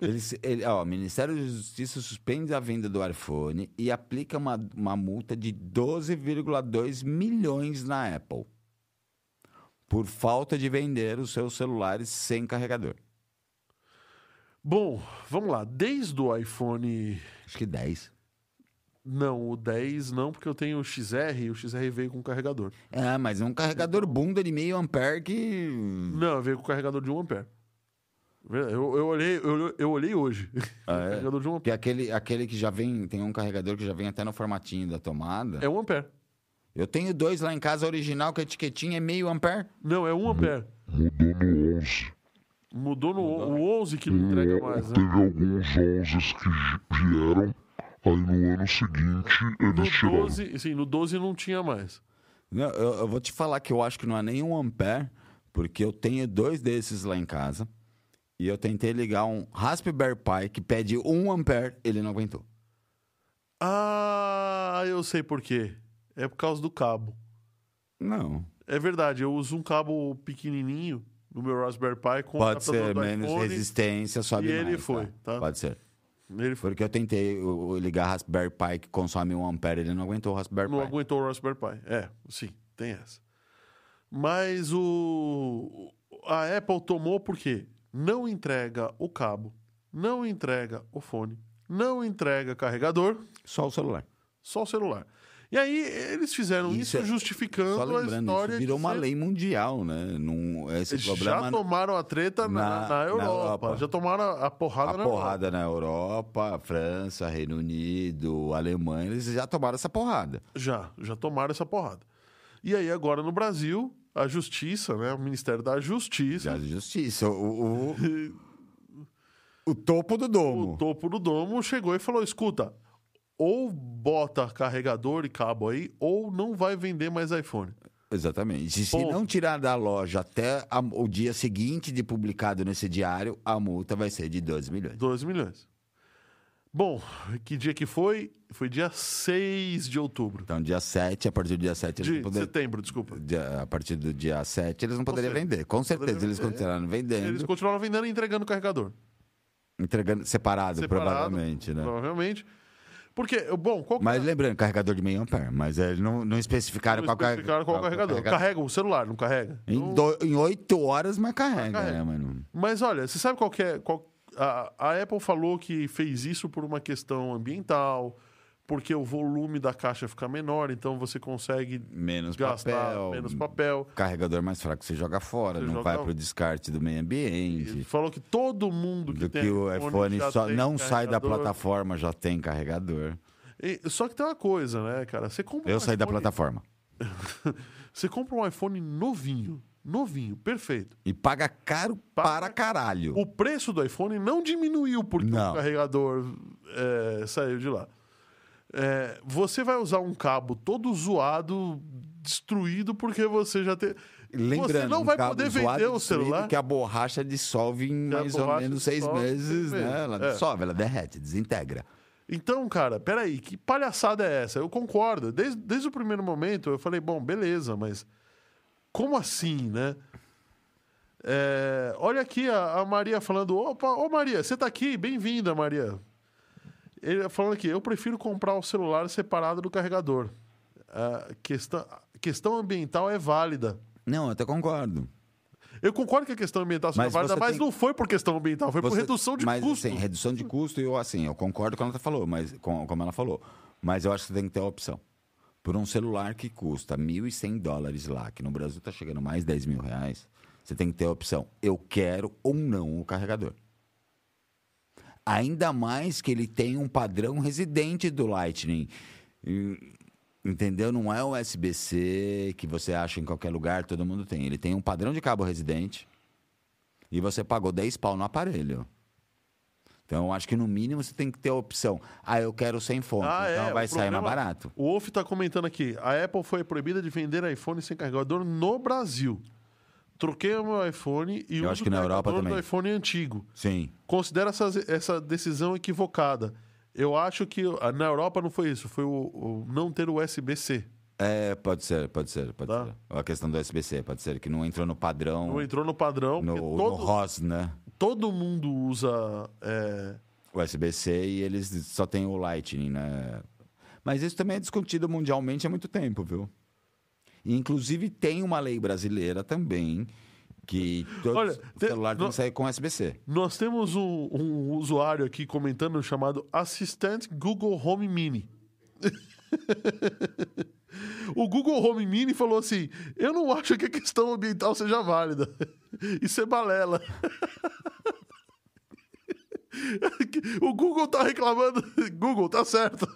[SPEAKER 3] Eles, ele, ó, o Ministério da Justiça suspende a venda do iPhone e aplica uma, uma multa de 12,2 milhões na Apple. Por falta de vender os seus celulares sem carregador.
[SPEAKER 2] Bom, vamos lá. Desde o iPhone
[SPEAKER 3] Acho que 10.
[SPEAKER 2] Não, o 10 não, porque eu tenho o XR e o XR veio com carregador.
[SPEAKER 3] Ah, mas é um carregador bunda de meio ampere que.
[SPEAKER 2] Não, veio com carregador de 1 ampere. Eu, eu, olhei, eu, eu olhei hoje.
[SPEAKER 3] Ah, é?
[SPEAKER 2] carregador de 1
[SPEAKER 3] Que
[SPEAKER 2] ampere.
[SPEAKER 3] é aquele, aquele que já vem, tem um carregador que já vem até no formatinho da tomada.
[SPEAKER 2] É 1 ampere.
[SPEAKER 3] Eu tenho dois lá em casa original, que a etiquetinha é meio ampere.
[SPEAKER 2] Não, é 1 ampere.
[SPEAKER 4] Mudou no 11.
[SPEAKER 3] Uhum.
[SPEAKER 2] Mudou no o 11 que
[SPEAKER 3] Hum.
[SPEAKER 2] não entrega
[SPEAKER 4] O-
[SPEAKER 3] é.
[SPEAKER 2] mais, né?
[SPEAKER 4] teve alguns 11 que gi- vieram, aí no ano seguinte
[SPEAKER 2] No
[SPEAKER 4] eles tiraram.
[SPEAKER 2] 12, sim, no 12 não tinha mais.
[SPEAKER 3] Não, eu, eu vou te falar que eu acho que não é nenhum ampere, porque eu tenho dois desses lá em casa. E eu tentei ligar um Raspberry Pi que pede um ampere, ele não aguentou.
[SPEAKER 2] Ah, eu sei por quê. É por causa do cabo.
[SPEAKER 3] Não.
[SPEAKER 2] É verdade, eu uso um cabo pequenininho no meu Raspberry Pi com o
[SPEAKER 3] Pode
[SPEAKER 2] adaptador
[SPEAKER 3] ser
[SPEAKER 2] do
[SPEAKER 3] menos
[SPEAKER 2] tá iPhone.
[SPEAKER 3] resistência, sobe
[SPEAKER 2] e ele
[SPEAKER 3] mais,
[SPEAKER 2] foi, tá?
[SPEAKER 3] Pode ser.
[SPEAKER 2] Ele foi.
[SPEAKER 3] Porque eu tentei o- o ligar Raspberry Pi que consome um ampere, ele não aguentou o Raspberry
[SPEAKER 2] Não
[SPEAKER 3] Pi.
[SPEAKER 2] aguentou o Raspberry Pi. É, sim, tem essa. Mas o a Apple tomou porque não entrega o cabo, não entrega o fone, não entrega carregador,
[SPEAKER 3] Só o celular.
[SPEAKER 2] só o celular. E aí eles fizeram
[SPEAKER 3] Isso
[SPEAKER 2] isso,
[SPEAKER 3] é-
[SPEAKER 2] justificando
[SPEAKER 3] Só
[SPEAKER 2] a
[SPEAKER 3] lembrando,
[SPEAKER 2] história.
[SPEAKER 3] isso virou
[SPEAKER 2] de
[SPEAKER 3] uma
[SPEAKER 2] ser-
[SPEAKER 3] lei mundial, né? Não, esse
[SPEAKER 2] Já
[SPEAKER 3] problema
[SPEAKER 2] tomaram a treta na,
[SPEAKER 3] na-
[SPEAKER 2] na
[SPEAKER 3] na
[SPEAKER 2] Europa.
[SPEAKER 3] Europa.
[SPEAKER 2] Já tomaram a a porrada
[SPEAKER 3] a
[SPEAKER 2] na Europa.
[SPEAKER 3] porrada na Europa, França, Reino Unido, Alemanha, eles já tomaram essa porrada.
[SPEAKER 2] Já, já tomaram essa porrada. E aí agora no Brasil, a Justiça, né, o Ministério da Justiça,
[SPEAKER 3] Já de justiça. O, o, o topo do domo.
[SPEAKER 2] o topo do domo chegou e falou: escuta, ou bota carregador e cabo aí, ou não vai vender mais iPhone.
[SPEAKER 3] Exatamente. E se
[SPEAKER 2] Ponto.
[SPEAKER 3] não tirar da loja até a- o dia seguinte de publicado nesse diário, a multa vai ser de 12 milhões.
[SPEAKER 2] 12 milhões. Bom, que dia que foi? Foi dia 6 de outubro.
[SPEAKER 3] Então, dia 7, a partir do dia 7, eles
[SPEAKER 2] De
[SPEAKER 3] não poder...
[SPEAKER 2] setembro, desculpa.
[SPEAKER 3] dia- a partir do dia 7, eles não poderiam
[SPEAKER 2] certeza.
[SPEAKER 3] vender. Com certeza,
[SPEAKER 2] poderiam
[SPEAKER 3] eles
[SPEAKER 2] vender.
[SPEAKER 3] continuaram vendendo,
[SPEAKER 2] Eles continuaram vendendo e entregando o carregador.
[SPEAKER 3] entregando separado,
[SPEAKER 2] Separado,
[SPEAKER 3] provavelmente, né?
[SPEAKER 2] Provavelmente. Porque, bom, qual que é
[SPEAKER 3] Mas lembrando, carregador de meio ampere, mas é, eles não, não especificaram
[SPEAKER 2] não
[SPEAKER 3] qual, car-
[SPEAKER 2] especificaram qual carregador? Carrega o celular, não carrega?
[SPEAKER 3] Em, do- em oito horas, mas carrega,
[SPEAKER 2] carrega.
[SPEAKER 3] né, mano?
[SPEAKER 2] Mas olha, você sabe qual que é. qual- a, a Apple falou que fez isso por uma questão ambiental, porque o volume da caixa fica menor, então você consegue
[SPEAKER 3] Menos
[SPEAKER 2] gastar
[SPEAKER 3] papel.
[SPEAKER 2] menos papel.
[SPEAKER 3] Carregador mais fraco você joga fora,
[SPEAKER 2] Você
[SPEAKER 3] não
[SPEAKER 2] joga
[SPEAKER 3] vai
[SPEAKER 2] fora.
[SPEAKER 3] pro descarte do meio
[SPEAKER 2] Ele
[SPEAKER 3] ambiente.
[SPEAKER 2] falou que todo mundo que
[SPEAKER 3] Do
[SPEAKER 2] tem
[SPEAKER 3] que o iPhone
[SPEAKER 2] já
[SPEAKER 3] só
[SPEAKER 2] tem
[SPEAKER 3] não sai da
[SPEAKER 2] carregador.
[SPEAKER 3] plataforma, já tem carregador.
[SPEAKER 2] E- só que tem uma coisa, né, cara? Você compra
[SPEAKER 3] Eu
[SPEAKER 2] um
[SPEAKER 3] saí da
[SPEAKER 2] iPhone-
[SPEAKER 3] plataforma.
[SPEAKER 2] você compra um iPhone novinho, novinho, perfeito.
[SPEAKER 3] E paga caro
[SPEAKER 2] Paga-
[SPEAKER 3] para caralho.
[SPEAKER 2] O preço do iPhone não diminuiu porque
[SPEAKER 3] Não.
[SPEAKER 2] o carregador é, saiu de lá. É, você vai usar um cabo todo zoado, destruído, porque você já tem.
[SPEAKER 3] Lembrando,
[SPEAKER 2] você não
[SPEAKER 3] um
[SPEAKER 2] vai
[SPEAKER 3] cabo
[SPEAKER 2] poder
[SPEAKER 3] zoado,
[SPEAKER 2] vender o
[SPEAKER 3] destruído,
[SPEAKER 2] celular.
[SPEAKER 3] Que a borracha dissolve em
[SPEAKER 2] Que a
[SPEAKER 3] mais ou
[SPEAKER 2] borracha
[SPEAKER 3] menos seis
[SPEAKER 2] dissolve em seis meses,
[SPEAKER 3] meses, né? Ela
[SPEAKER 2] é.
[SPEAKER 3] dissolve, ela derrete, desintegra.
[SPEAKER 2] Então, cara, peraí, que palhaçada é essa? Eu concordo. Desde, desde o primeiro momento eu falei, bom, beleza, mas como assim, né? É, olha aqui a, a Maria falando: opa, ô Maria, você tá aqui? Bem-vinda, Maria. Ele falando aqui: eu prefiro comprar o celular separado do carregador. A questão, a questão ambiental é válida.
[SPEAKER 3] Não, eu até concordo.
[SPEAKER 2] Eu concordo que a questão ambiental seja
[SPEAKER 3] Mas
[SPEAKER 2] válida,
[SPEAKER 3] você
[SPEAKER 2] mas
[SPEAKER 3] tem-
[SPEAKER 2] não foi por questão ambiental, foi por
[SPEAKER 3] Você-
[SPEAKER 2] redução de
[SPEAKER 3] mas,
[SPEAKER 2] custo.
[SPEAKER 3] Assim, redução de custo, eu assim, eu concordo com o que ela falou, mas com, como ela falou. Mas eu acho que você tem que ter a opção. Por um celular que custa 1.100 dólares lá, que no Brasil está chegando mais 10 mil reais, você tem que ter a opção. Eu quero ou não o carregador. Ainda mais que ele tem um padrão residente do Lightning. E- Entendeu? Não é o USB-C que você acha em qualquer lugar, todo mundo tem. Ele tem um padrão de cabo residente. e você pagou 10 pau no aparelho. Então, eu acho que no mínimo você tem que ter a opção. Ah, eu quero sem fone.
[SPEAKER 2] Ah,
[SPEAKER 3] então
[SPEAKER 2] é,
[SPEAKER 3] vai
[SPEAKER 2] o
[SPEAKER 3] sair mais
[SPEAKER 2] problema-
[SPEAKER 3] barato.
[SPEAKER 2] O Wolf tá comentando aqui. A Apple foi proibida de vender iPhone sem carregador no Brasil. Troquei o meu iPhone e
[SPEAKER 3] Eu
[SPEAKER 2] uso
[SPEAKER 3] acho que na
[SPEAKER 2] o
[SPEAKER 3] Europa
[SPEAKER 2] carregador do
[SPEAKER 3] também.
[SPEAKER 2] iPhone antigo.
[SPEAKER 3] Sim.
[SPEAKER 2] Considero essa, essa decisão equivocada. Eu acho que ah, na Europa não foi isso. Foi o, o não ter o USB-C.
[SPEAKER 3] É, pode ser, pode ser, pode
[SPEAKER 2] Tá.
[SPEAKER 3] ser. A questão do SBC, pode ser que não entrou no padrão,
[SPEAKER 2] Não
[SPEAKER 3] no,
[SPEAKER 2] entrou no padrão. porque
[SPEAKER 3] no
[SPEAKER 2] todo,
[SPEAKER 3] ROS, né?
[SPEAKER 2] todo mundo usa... é,
[SPEAKER 3] O SBC e eles só tem o Lightning, né? Mas isso também é discutido mundialmente há muito tempo, viu? E, inclusive tem uma lei brasileira também que todo
[SPEAKER 2] Olha, te-
[SPEAKER 3] celular tem
[SPEAKER 2] no-
[SPEAKER 3] que sair com SBC.
[SPEAKER 2] Nós temos um, um usuário aqui comentando chamado Assistente Google Home Mini. o Google Home Mini falou assim: Eu não acho que a questão ambiental seja válida. Isso é balela. o Google tá reclamando. Google, tá certo.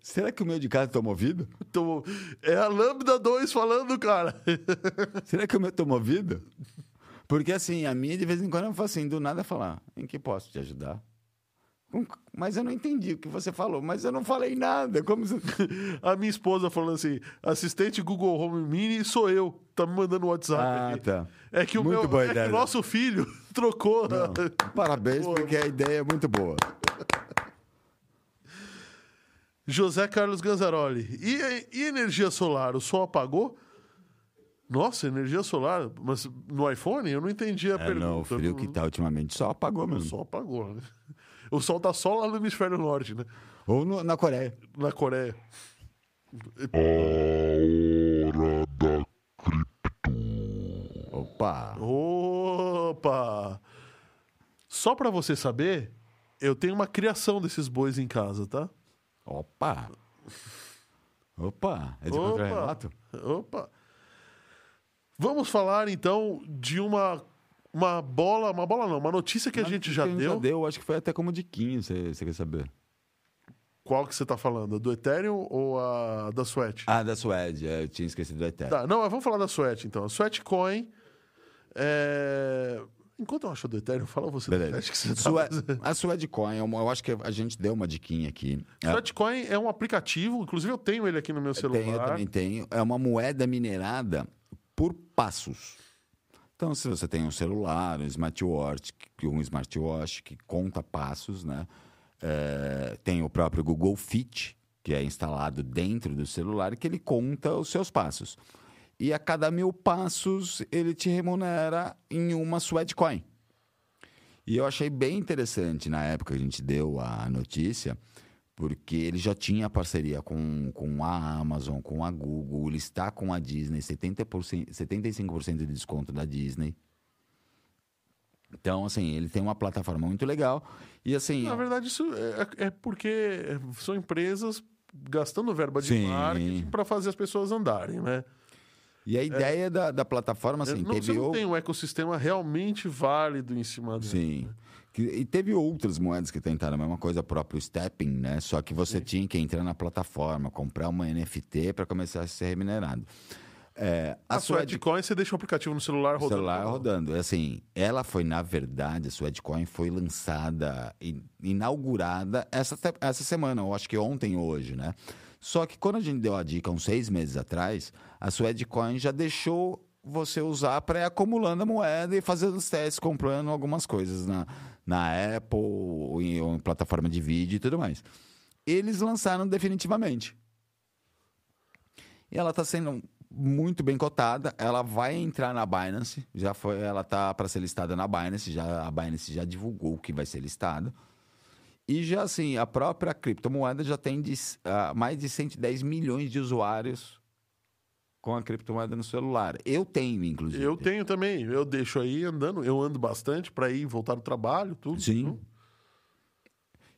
[SPEAKER 3] Será que o meu de casa tá movido?
[SPEAKER 2] Então, é a Lambda 2 falando, cara.
[SPEAKER 3] Será que o meu tá movido? Porque assim, a minha de vez em quando eu falo assim, do nada falar, em que posso te ajudar? Com- Mas eu não entendi o que você falou, mas eu não falei nada. Como você...
[SPEAKER 2] A minha esposa falando assim: assistente Google Home Mini sou eu. Tá me mandando um WhatsApp.
[SPEAKER 3] Ah,
[SPEAKER 2] aqui.
[SPEAKER 3] tá.
[SPEAKER 2] É que o
[SPEAKER 3] Muito
[SPEAKER 2] meu,
[SPEAKER 3] boa
[SPEAKER 2] é que
[SPEAKER 3] ideia.
[SPEAKER 2] o nosso filho trocou. né?
[SPEAKER 3] Parabéns,
[SPEAKER 2] Boa.
[SPEAKER 3] porque a ideia é muito boa.
[SPEAKER 2] José Carlos Ganzaroli. E, e energia solar? O sol apagou? Nossa, energia solar? Mas no iPhone? Eu não entendi a
[SPEAKER 3] É,
[SPEAKER 2] pergunta.
[SPEAKER 3] não, o frio que tá ultimamente só apagou
[SPEAKER 2] O
[SPEAKER 3] mesmo.
[SPEAKER 2] sol apagou, né? O sol tá só lá no hemisfério norte, né?
[SPEAKER 3] Ou no- na Coreia.
[SPEAKER 2] Na Coreia.
[SPEAKER 4] A hora da
[SPEAKER 3] Opa!
[SPEAKER 2] Opa! Só pra você saber, eu tenho uma criação desses bois em casa, tá?
[SPEAKER 3] Opa! Opa! É de contra-relato?
[SPEAKER 2] Opa. Vamos falar então de uma uma bola, uma bola não, uma notícia que a gente já
[SPEAKER 3] Que a gente
[SPEAKER 2] deu.
[SPEAKER 3] já deu, acho que foi até como diquinho, você você quer saber?
[SPEAKER 2] Qual que você tá falando? A Do Ethereum ou a da Sweat?
[SPEAKER 3] Ah, da Suede, é, eu tinha esquecido da Ethereum.
[SPEAKER 2] Tá, não, mas vamos falar da Sweat então. A Sweatcoin é... Enquanto eu acho do Ethereum, fala você. do
[SPEAKER 3] Beleza.
[SPEAKER 2] Sweat que você tá
[SPEAKER 3] Sue-
[SPEAKER 2] fazendo.
[SPEAKER 3] A Suedecoin, eu eu acho que a gente deu uma diquinha aqui. É,
[SPEAKER 2] Sweatcoin é um aplicativo, inclusive eu tenho ele aqui no meu celular.
[SPEAKER 3] tem, eu também tenho. É uma moeda minerada por passos. Então, se você tem um celular, um smartwatch, que- um smartwatch que conta passos, né? É, tem o próprio Google Fit, que é instalado dentro do celular, que ele conta os seus passos. E a cada mil passos, ele te remunera em uma Sweatcoin. E eu achei bem interessante na época que a gente deu a notícia, porque ele já tinha parceria com, com a Amazon, com a Google, ele está com a Disney, 70%, 75% de desconto da Disney. Então, assim, ele tem uma plataforma muito legal. E assim.
[SPEAKER 2] Na verdade, isso é, é porque são empresas gastando verba de
[SPEAKER 3] Sim.
[SPEAKER 2] marketing para fazer as pessoas andarem, né?
[SPEAKER 3] E a ideia da, da plataforma,
[SPEAKER 2] é
[SPEAKER 3] assim,
[SPEAKER 2] não,
[SPEAKER 3] teve
[SPEAKER 2] você não
[SPEAKER 3] o-
[SPEAKER 2] tem um ecossistema realmente válido em cima dele.
[SPEAKER 3] Sim. Que- E teve outras moedas que tentaram a mesma coisa, o próprio stepping, né? Só que você tinha que entrar na plataforma, comprar uma NFT para começar a ser remunerado. É,
[SPEAKER 2] A,
[SPEAKER 3] a, Suede
[SPEAKER 2] Sweatcoin, você deixa o aplicativo no celular rodando. né?
[SPEAKER 3] celular rodando. Assim, ela foi, na verdade, a Suedecoin foi lançada, e inaugurada essa, te- essa semana, eu acho que ontem ou hoje, né? Só que quando a gente deu a dica, uns seis meses atrás, a Suedecoin já deixou você usar para ir acumulando a moeda e fazendo os testes, comprando algumas coisas na, na Apple ou em, ou em plataforma de vídeo e tudo mais. Eles lançaram definitivamente. E ela está sendo muito bem cotada. Ela vai entrar na Binance. Já foi, ela tá para ser listada na Binance. Já a Binance já divulgou que vai ser listada. E já assim, a própria criptomoeda já tem de- ah, mais de 110 milhões de usuários com a criptomoeda no celular. Eu tenho, inclusive.
[SPEAKER 2] Eu tenho também, eu deixo aí andando, eu ando bastante para ir e voltar do trabalho, tudo.
[SPEAKER 3] Sim.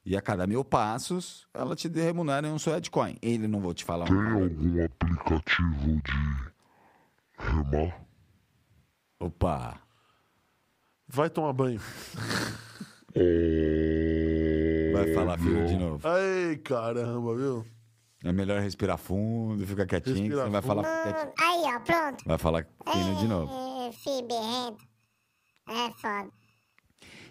[SPEAKER 3] E a cada mil passos, ela te remunera em um Sweatcoin. Ele não vou te falar.
[SPEAKER 4] Tem
[SPEAKER 3] um-
[SPEAKER 4] algum aplicativo de remar?
[SPEAKER 3] Opa!
[SPEAKER 2] Vai tomar banho.
[SPEAKER 4] Ah,
[SPEAKER 3] Vai falar filho de novo.
[SPEAKER 2] Ai, caramba, viu?
[SPEAKER 3] É melhor respirar fundo, ficar quietinho, que
[SPEAKER 2] Respira
[SPEAKER 3] você vai falar.
[SPEAKER 5] Hum, aí, ó, pronto.
[SPEAKER 3] Vai falar fino de novo.
[SPEAKER 5] É, fi, berrento. É foda.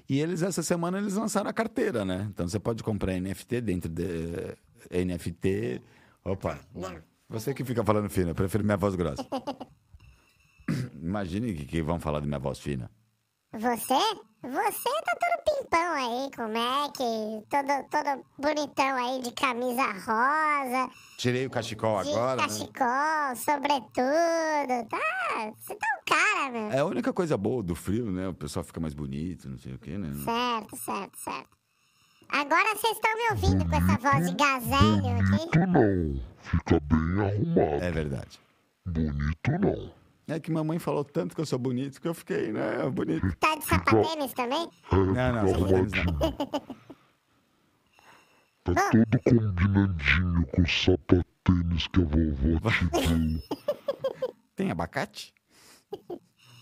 [SPEAKER 3] E eles, essa semana, eles lançaram a carteira, né? Então você pode comprar NFT dentro de. NFT. Opa! Você que fica falando fina, eu prefiro minha voz grossa. Imagine que, que vão falar de minha voz fina.
[SPEAKER 5] Você? Você tá todo pimpão aí, com Mac, todo, todo bonitão aí de camisa rosa,
[SPEAKER 3] Tirei o cachecol
[SPEAKER 5] de
[SPEAKER 3] agora. né?
[SPEAKER 5] cachecol, sobretudo, tá? Você tá um cara, meu.
[SPEAKER 3] É a única coisa boa do frio, né? O pessoal fica mais bonito, não sei o quê, né?
[SPEAKER 5] Certo, certo, certo. Agora vocês estão me ouvindo com essa voz de gazelho aqui?
[SPEAKER 4] Bonito não. Fica bem arrumado.
[SPEAKER 3] É verdade.
[SPEAKER 4] Bonito não.
[SPEAKER 3] É que mamãe falou tanto que eu sou bonito que eu fiquei, né? Bonito.
[SPEAKER 5] Tá de sapatênis também?
[SPEAKER 4] É,
[SPEAKER 3] Não, não,
[SPEAKER 4] fica
[SPEAKER 3] só podemos
[SPEAKER 4] arrumadinho.
[SPEAKER 3] não.
[SPEAKER 4] Tá todo combinandinho com o sapatênis que a vovó te deu.
[SPEAKER 3] Tem abacate?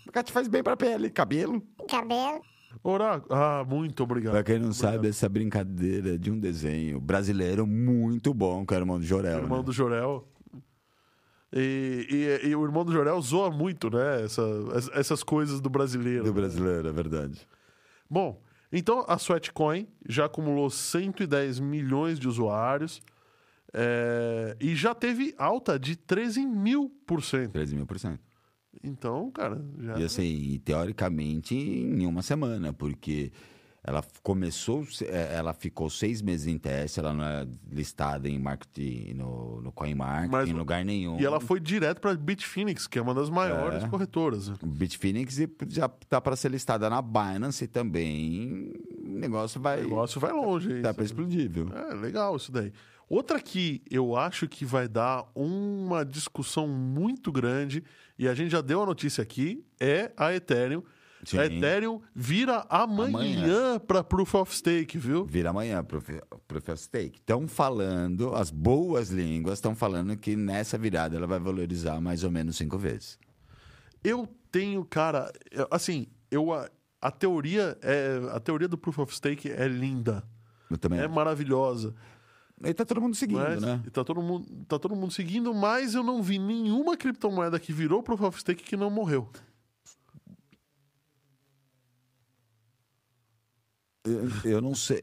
[SPEAKER 3] Abacate faz bem pra pele, cabelo.
[SPEAKER 5] Cabelo?
[SPEAKER 2] Oráculo. Ah, muito obrigado.
[SPEAKER 3] Pra quem não sabe, essa brincadeira é de um desenho brasileiro muito bom, que era o irmão do Jorel.
[SPEAKER 2] irmão
[SPEAKER 3] né?
[SPEAKER 2] do Jorel. E, e- e o irmão do Jorel zoa muito, né? essa- es- essas coisas do brasileiro.
[SPEAKER 3] do brasileiro, é verdade.
[SPEAKER 2] Bom, então a Sweatcoin já acumulou 110 milhões de usuários é, e já teve alta de 13 mil por cento.
[SPEAKER 3] 13 mil por cento.
[SPEAKER 2] Então, cara, já.
[SPEAKER 3] E assim, e teoricamente em uma semana, porque ela f- começou, se- é, ela ficou seis meses em teste, ela não é listada em marketing, no, no CoinMarket,
[SPEAKER 2] Mas-
[SPEAKER 3] em lugar nenhum.
[SPEAKER 2] E ela foi direto para Bitfinex, que é uma das maiores
[SPEAKER 3] um É.
[SPEAKER 2] corretoras.
[SPEAKER 3] O Bitfinex e já tá para ser listada na Binance e também o negócio vai.
[SPEAKER 2] O negócio vai longe. hein?
[SPEAKER 3] Tá para explodir, viu?
[SPEAKER 2] É, legal isso daí. Outra que eu acho que vai dar uma discussão muito grande, e a gente já deu a notícia aqui, é a Ethereum.
[SPEAKER 3] Sim.
[SPEAKER 2] A Ethereum vira amanhã,
[SPEAKER 3] Amanhã.
[SPEAKER 2] pra para Proof of Stake, viu?
[SPEAKER 3] Vira amanhã, profe- Professor Steak. Estão falando, as boas línguas estão falando que nessa virada ela vai valorizar mais ou menos cinco vezes.
[SPEAKER 2] Eu tenho, cara, eu- assim, eu a, a teoria é a teoria do Proof of Stake é linda,
[SPEAKER 3] Eu também.
[SPEAKER 2] é maravilhosa,
[SPEAKER 3] E tá todo mundo seguindo,
[SPEAKER 2] mas
[SPEAKER 3] né?
[SPEAKER 2] e tá todo mundo tá todo mundo seguindo, mas eu não vi nenhuma criptomoeda que virou Proof of Stake que não morreu.
[SPEAKER 3] Eu, eu não sei.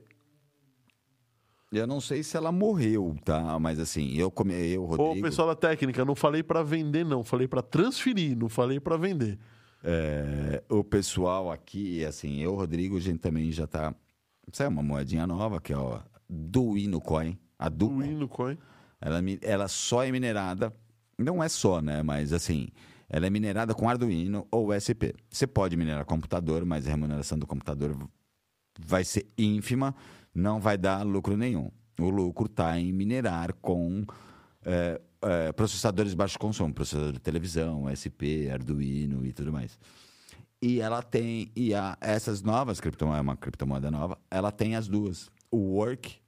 [SPEAKER 3] Eu não sei se ela morreu, tá? Mas assim, eu, come... eu
[SPEAKER 2] Ô,
[SPEAKER 3] Rodrigo.
[SPEAKER 2] pessoal da técnica, não falei pra vender, não. Falei pra transferir, não falei pra vender.
[SPEAKER 3] É, o pessoal aqui, assim, eu, Rodrigo, a gente também já tá. Sai uma moedinha nova, que é ó, do Coin. A
[SPEAKER 2] O
[SPEAKER 3] Duino.
[SPEAKER 2] hino coin.
[SPEAKER 3] Ela, mi- ela só é minerada, não é só, né? Mas assim, ela é minerada com Arduino ou SP. Você pode minerar computador, mas a remuneração do computador vai ser ínfima, não vai dar lucro nenhum. O lucro está em minerar com é, é, processadores de baixo consumo, processador de televisão, SP, Arduino e tudo mais. E ela tem, e a, essas novas criptomoedas, é uma criptomoeda nova, ela tem as duas, o Work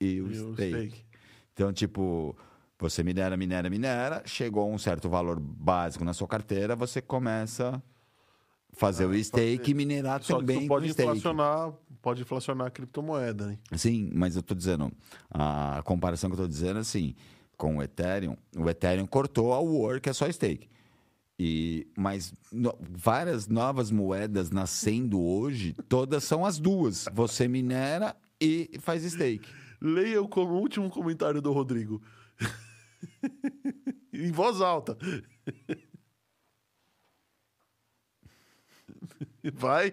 [SPEAKER 3] e o,
[SPEAKER 2] E o
[SPEAKER 3] stake.
[SPEAKER 2] stake.
[SPEAKER 3] Então, tipo, você minera, minera, minera, chegou a um certo valor básico na sua carteira, você começa a fazer o stake e minerar
[SPEAKER 2] Só que
[SPEAKER 3] também
[SPEAKER 2] tu pode
[SPEAKER 3] com o stake.
[SPEAKER 2] inflacionar, pode inflacionar a criptomoeda, hein?
[SPEAKER 3] Sim, mas eu tô dizendo, a comparação que eu tô dizendo é assim, com o Ethereum, o Ethereum cortou a War, que é só stake. E, mas no- várias novas moedas nascendo hoje, todas são as duas. Você minera e faz stake.
[SPEAKER 2] Leia o como último comentário do Rodrigo. em voz alta. Vai.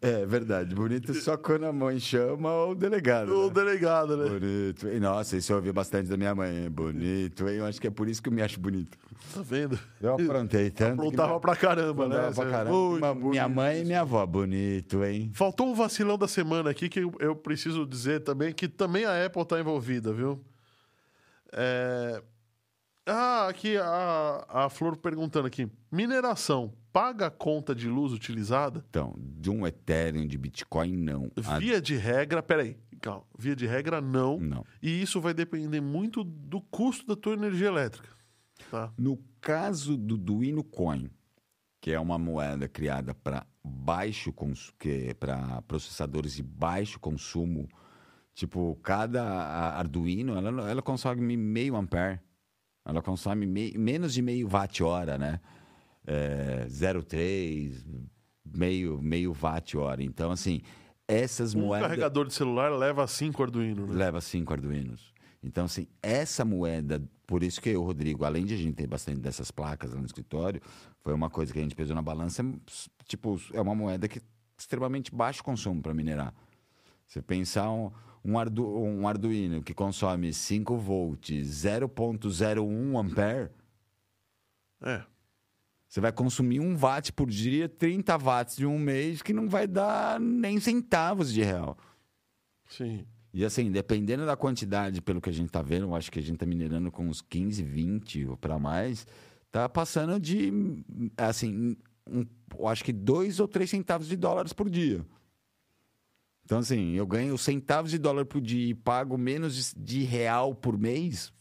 [SPEAKER 3] É verdade, bonito só quando a mãe chama o delegado.
[SPEAKER 2] O delegado, né?
[SPEAKER 3] Bonito, hein? Nossa, isso eu ouvi bastante da minha mãe. hein? Bonito, hein? Eu acho que é por isso que eu me acho bonito.
[SPEAKER 2] Tá vendo?
[SPEAKER 3] Eu aprontei tanto. que
[SPEAKER 2] Aprontava
[SPEAKER 3] minha-
[SPEAKER 2] pra caramba, né?
[SPEAKER 3] aprontava pra caramba.
[SPEAKER 2] Muito
[SPEAKER 3] Uma- minha
[SPEAKER 2] bonito.
[SPEAKER 3] mãe e minha avó, bonito, hein?
[SPEAKER 2] Faltou um vacilão da semana aqui que eu- eu preciso dizer também, que também a Apple está envolvida, viu? É... Ah, aqui a, a Flor perguntando aqui. Mineração paga a conta de luz utilizada?
[SPEAKER 3] Então, de um Ethereum, de Bitcoin, não. A-
[SPEAKER 2] Via um? de regra, peraí, calma. Via de regra, não.
[SPEAKER 3] Ah, Não.
[SPEAKER 2] E isso vai depender muito do custo da tua energia elétrica. Tá?
[SPEAKER 3] No caso do Duino Coin, que é uma moeda criada para baixo cons... para processadores de baixo consumo, tipo, cada a- Arduino, ela, ela consome meio ampere. Ela consome mei- menos de meio watt-hora, né? É, 0,3, meio, meio watt-hora. Então, assim, essas
[SPEAKER 2] Um
[SPEAKER 3] moedas...
[SPEAKER 2] carregador de celular leva 5 Arduino, né?
[SPEAKER 3] Leva cinco Arduinos. Então, assim, essa moeda, por isso que eu, Rodrigo, além de a gente ter bastante dessas placas lá no escritório, foi uma coisa que a gente pesou na balança. é, Tipo, é uma moeda que extremamente baixo consumo para minerar. Você pensar um, um, ardu, um Arduino que consome 5 volts, 0.01 ampere,
[SPEAKER 2] É.
[SPEAKER 3] você vai consumir 1 watt por dia, 30 watts de um mês, que não vai dar nem centavos de real.
[SPEAKER 2] Sim.
[SPEAKER 3] E assim, dependendo da quantidade, pelo que a gente tá vendo, eu acho que a gente tá minerando com uns 15, 20 ou para mais, tá passando de assim, um- eu acho que dois ou três centavos de dólares por dia. Então, assim, eu ganho centavos de dólar por dia e pago menos de- de real por mês.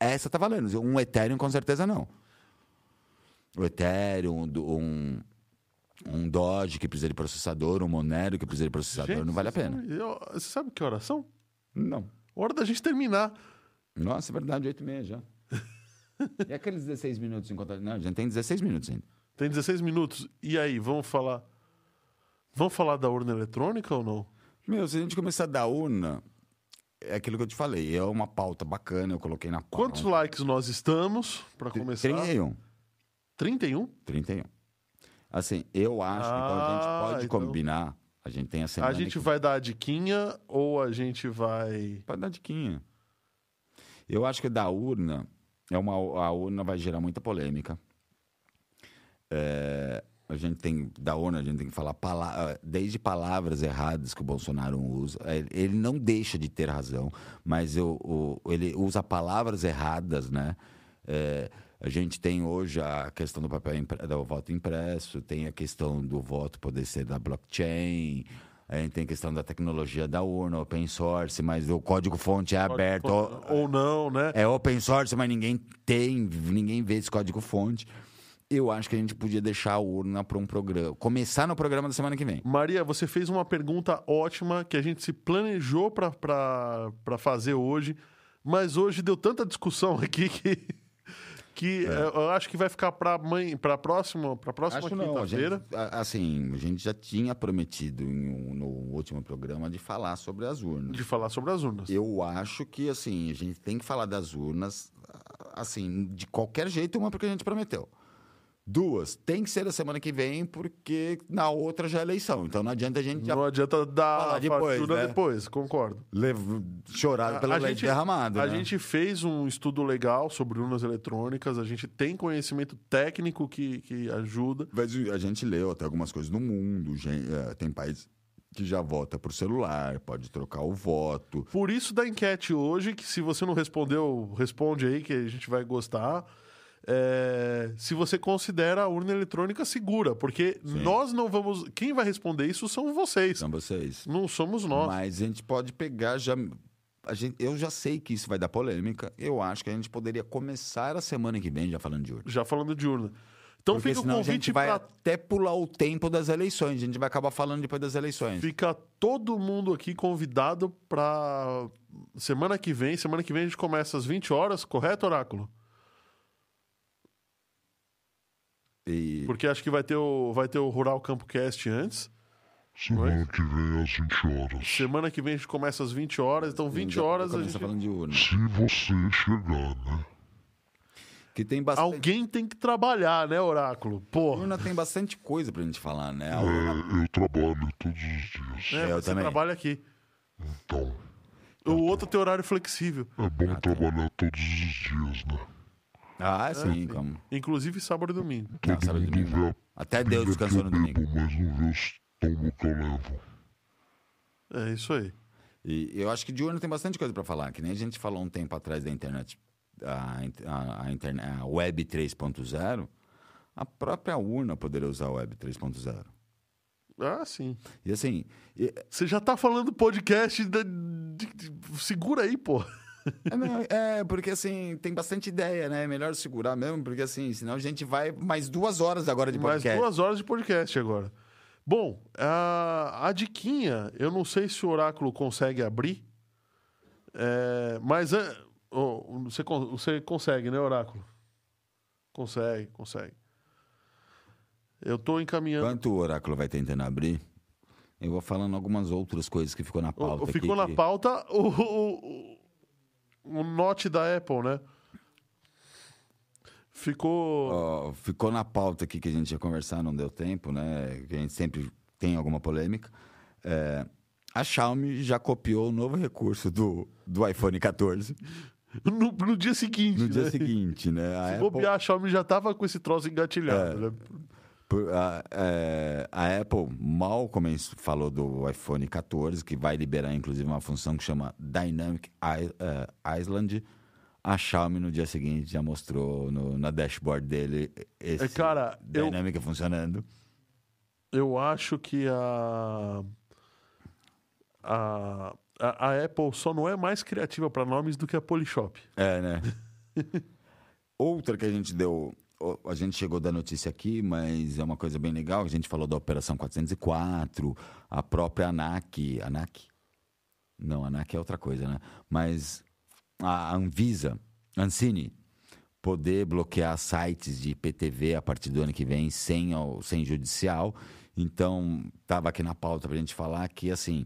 [SPEAKER 3] Essa tá valendo. Um Ethereum, com certeza, não. O Ethereum, um, do- um, um Doge que precisa de processador, um Monero que precisa de processador,
[SPEAKER 2] Gente,
[SPEAKER 3] não vale a
[SPEAKER 2] você
[SPEAKER 3] pena.
[SPEAKER 2] sabe- eu- Você sabe que horas são?
[SPEAKER 3] Não.
[SPEAKER 2] Hora da gente terminar.
[SPEAKER 3] Nossa, é verdade, 8 e meia já. e aqueles 16 minutos enquanto. Não, a gente tem 16 minutos ainda.
[SPEAKER 2] Tem 16 minutos. E aí, vamos falar. Vamos falar da urna eletrônica ou não?
[SPEAKER 3] Meu, se a gente começar da urna, é aquilo que eu te falei. É uma pauta bacana, eu coloquei na pauta.
[SPEAKER 2] Quantos likes nós estamos para começar?
[SPEAKER 3] 31.
[SPEAKER 2] 31?
[SPEAKER 3] 31. Assim, eu acho que então,
[SPEAKER 2] Ah,
[SPEAKER 3] a gente pode
[SPEAKER 2] então.
[SPEAKER 3] combinar. A gente tem a semana.
[SPEAKER 2] A gente
[SPEAKER 3] que-
[SPEAKER 2] vai dar a diquinha ou a gente vai.
[SPEAKER 3] Pode dar diquinha. Eu acho que da urna, é uma, a urna vai gerar muita polêmica. É, a gente tem, da urna, a gente tem que falar pala- desde palavras erradas que o Bolsonaro usa. Ele- Ele não deixa de ter razão, mas eu- o- ele usa palavras erradas, né? É, a gente tem hoje a questão do papel impre- do voto impresso, tem a questão do voto poder ser da blockchain, a gente tem a questão da tecnologia da urna, open source, mas o código-fonte é aberto. o-
[SPEAKER 2] Ou não, né?
[SPEAKER 3] é open source, mas ninguém tem, ninguém vê esse código fonte. Eu acho que a gente podia deixar a urna para um programa. Começar no programa da semana que vem.
[SPEAKER 2] Maria, você fez uma pergunta ótima que a gente se planejou para fazer hoje, mas hoje deu tanta discussão aqui que, que
[SPEAKER 3] É.
[SPEAKER 2] eh, eu acho que vai ficar para mãe, para próxima, para próxima
[SPEAKER 3] a gente,
[SPEAKER 2] quinta-feira.
[SPEAKER 3] a- assim, a gente já tinha prometido em um- no último programa de falar sobre as urnas.
[SPEAKER 2] De falar sobre as urnas.
[SPEAKER 3] Eu acho que assim, a gente tem que falar das urnas assim, de qualquer jeito, uma porque a gente prometeu. Duas, tem que ser da semana que vem, porque na outra já é eleição. Então não adianta a gente já
[SPEAKER 2] Não adianta dar
[SPEAKER 3] Falar depois,
[SPEAKER 2] fatura
[SPEAKER 3] né?
[SPEAKER 2] depois, concordo.
[SPEAKER 3] lev- chorar pelo leite derramado.
[SPEAKER 2] a
[SPEAKER 3] né?
[SPEAKER 2] gente fez um estudo legal sobre urnas eletrônicas, a gente tem conhecimento técnico que, que ajuda.
[SPEAKER 3] Mas a gente leu até algumas coisas no mundo. gen- eh, Tem país que já vota por celular, pode trocar o voto.
[SPEAKER 2] Por isso da enquete hoje, que se você não respondeu, responde aí que a gente vai gostar. É, se você considera a urna eletrônica segura, porque nós não vamos. Quem vai responder isso são vocês,
[SPEAKER 3] São vocês.
[SPEAKER 2] não somos nós.
[SPEAKER 3] Mas a gente pode pegar já. a gente- eu já sei que isso vai dar polêmica. Eu acho que a gente poderia começar a semana que vem já falando de urna.
[SPEAKER 2] Já falando de urna. Então
[SPEAKER 3] Porque
[SPEAKER 2] fica o
[SPEAKER 3] senão a
[SPEAKER 2] convite
[SPEAKER 3] gente vai
[SPEAKER 2] para
[SPEAKER 3] até pular o tempo das eleições. A gente vai acabar falando depois das eleições.
[SPEAKER 2] Fica todo mundo aqui convidado pra semana que vem. Semana que vem a gente começa às 20 horas, correto, Oráculo?
[SPEAKER 3] E
[SPEAKER 2] Porque acho que vai ter o, vai ter o Rural Campo Cast antes.
[SPEAKER 4] Semana que vem às 20 horas.
[SPEAKER 2] Semana que vem a gente começa às 20 horas. Então, 20
[SPEAKER 3] já
[SPEAKER 2] horas a
[SPEAKER 3] começa
[SPEAKER 2] gente...
[SPEAKER 3] falando de urna.
[SPEAKER 4] Se você chegar, né?
[SPEAKER 3] Que tem bastante.
[SPEAKER 2] Alguém tem que trabalhar, né, Oráculo?
[SPEAKER 3] A
[SPEAKER 2] Porra.
[SPEAKER 3] urna tem bastante coisa pra gente falar, né? A urna
[SPEAKER 4] É, eu trabalho todos os dias.
[SPEAKER 2] É,
[SPEAKER 3] eu
[SPEAKER 2] mas você
[SPEAKER 3] também.
[SPEAKER 2] trabalha aqui.
[SPEAKER 4] Então,
[SPEAKER 2] O outro tem horário flexível.
[SPEAKER 4] é bom
[SPEAKER 3] tá.
[SPEAKER 4] trabalhar todos os dias, né?
[SPEAKER 3] Ah,
[SPEAKER 2] É.
[SPEAKER 3] sim, como.
[SPEAKER 2] Inclusive sábado e domingo.
[SPEAKER 3] Não, sábado e domingo. não. Até Deus
[SPEAKER 4] Briga que
[SPEAKER 3] descansou no
[SPEAKER 4] eu
[SPEAKER 3] domingo.
[SPEAKER 4] bebo, mas não vê os tombos que eu levo.
[SPEAKER 2] É isso aí.
[SPEAKER 3] E eu acho que de urna tem bastante coisa para falar, que nem a gente falou um tempo atrás da internet, a, in- a, a, interne- a Web 3.0, a própria urna poderia usar a Web 3.0.
[SPEAKER 2] Ah, sim.
[SPEAKER 3] E assim, e-
[SPEAKER 2] Você já tá falando podcast... Da... de- de- Segura aí, pô.
[SPEAKER 3] é, não, é, porque assim, tem bastante ideia, né? É melhor segurar mesmo, porque assim, senão a gente vai mais duas horas agora de
[SPEAKER 2] Mais
[SPEAKER 3] podcast.
[SPEAKER 2] duas horas de podcast agora. Bom, a, a diquinha, eu não sei se o oráculo consegue abrir, é, mas é, Ô, você, con- você consegue, né, Oráculo? Consegue, consegue. Eu tô encaminhando.
[SPEAKER 3] Enquanto o oráculo vai tentando abrir, eu vou falando algumas outras coisas que ficou na
[SPEAKER 2] Ô,
[SPEAKER 3] pauta.
[SPEAKER 2] Ficou
[SPEAKER 3] aqui,
[SPEAKER 2] na
[SPEAKER 3] que-
[SPEAKER 2] pauta o, o, o, o note da Apple, né? Ficou.
[SPEAKER 3] Ó, ficou na pauta aqui que a gente ia conversar, não deu tempo, né? Que a gente sempre tem alguma polêmica. É, a Xiaomi já copiou o novo recurso do, do iPhone 14
[SPEAKER 2] No, no dia seguinte.
[SPEAKER 3] no dia
[SPEAKER 2] né?
[SPEAKER 3] seguinte, né? A
[SPEAKER 2] Se
[SPEAKER 3] Apple-
[SPEAKER 2] bobear, a Xiaomi já tava com esse troço
[SPEAKER 3] É.
[SPEAKER 2] engatilhado, né?
[SPEAKER 3] Por- A, é, a Apple mal començou, falou do iPhone 14, que vai liberar inclusive uma função que chama Dynamic I- eh, Island. A Xiaomi no dia seguinte já mostrou no, na dashboard dele esse
[SPEAKER 2] É, cara, eu-
[SPEAKER 3] Dynamic funcionando.
[SPEAKER 2] Eu acho que a. A, a, a Apple só não é mais criativa para nomes do que a Polishop.
[SPEAKER 3] É, né? Outra que a gente deu. o- A gente chegou da notícia aqui, mas é uma coisa bem legal. A gente falou da Operação 404, a própria ANAC. ANAC? Não, ANAC é outra coisa, né? Mas a Anvisa, Ancine, poder bloquear sites de IPTV a partir do ano que vem sem, o- sem judicial. Então, estava aqui na pauta para a gente falar que, assim,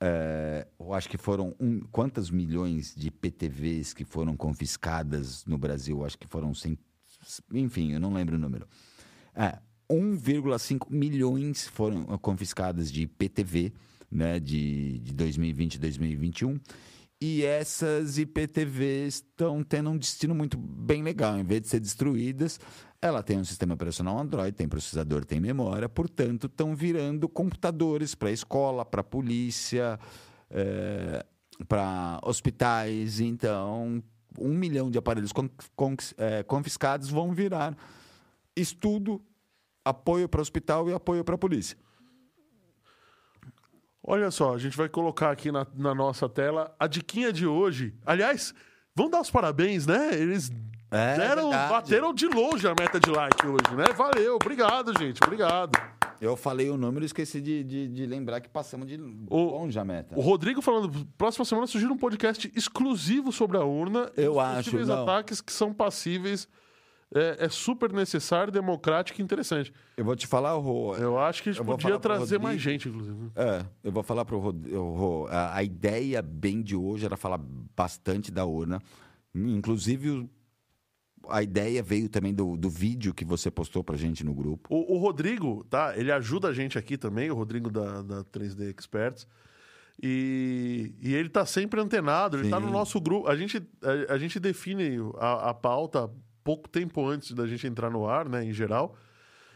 [SPEAKER 3] é, eu acho que foram um, quantas milhões de PTVs que foram confiscadas no Brasil? Acho que foram cem, enfim, eu não lembro o número. É, 1,5 milhões foram confiscadas de PTV, né, de, de 2020 e 2021. E essas IPTVs estão tendo um destino muito bem legal. Em vez de ser destruídas, ela tem um sistema operacional Android, tem processador, tem memória, portanto, estão virando computadores para escola, para polícia, para hospitais. Então, um milhão de aparelhos con- conquis- eh, confiscados vão virar estudo, apoio para hospital e apoio para polícia.
[SPEAKER 2] Olha só, a gente vai colocar aqui na, na nossa tela a diquinha de hoje. Aliás, vamos dar os parabéns, né? Eles
[SPEAKER 3] É,
[SPEAKER 2] deram,
[SPEAKER 3] verdade.
[SPEAKER 2] bateram de longe a meta de like hoje, né? Valeu, obrigado, gente, obrigado.
[SPEAKER 3] Eu falei o número e esqueci de, de- de lembrar que passamos de longe a meta.
[SPEAKER 2] O Rodrigo falando, próxima semana surgir um podcast exclusivo sobre a urna. e
[SPEAKER 3] Eu
[SPEAKER 2] os
[SPEAKER 3] acho,
[SPEAKER 2] possíveis
[SPEAKER 3] não.
[SPEAKER 2] ataques que são passíveis. É, é super necessário, democrático e interessante.
[SPEAKER 3] Eu vou te falar, Rô.
[SPEAKER 2] Eu acho que a gente
[SPEAKER 3] Eu vou
[SPEAKER 2] podia
[SPEAKER 3] falar pro
[SPEAKER 2] trazer
[SPEAKER 3] Rodrigo.
[SPEAKER 2] mais gente, inclusive. né?
[SPEAKER 3] É, eu vou falar pro Rod- o Rô. A, a ideia bem de hoje era falar bastante da urna. Inclusive, o- a ideia veio também do, do vídeo que você postou pra gente no grupo.
[SPEAKER 2] O, o Rodrigo, tá? Ele ajuda a gente aqui também, o Rodrigo da, da 3D Experts. E, e ele tá sempre antenado, ele tá no
[SPEAKER 3] Sim.
[SPEAKER 2] nosso grupo. A gente, a, a gente define a, a pauta pouco tempo antes da gente entrar no ar, né, em geral.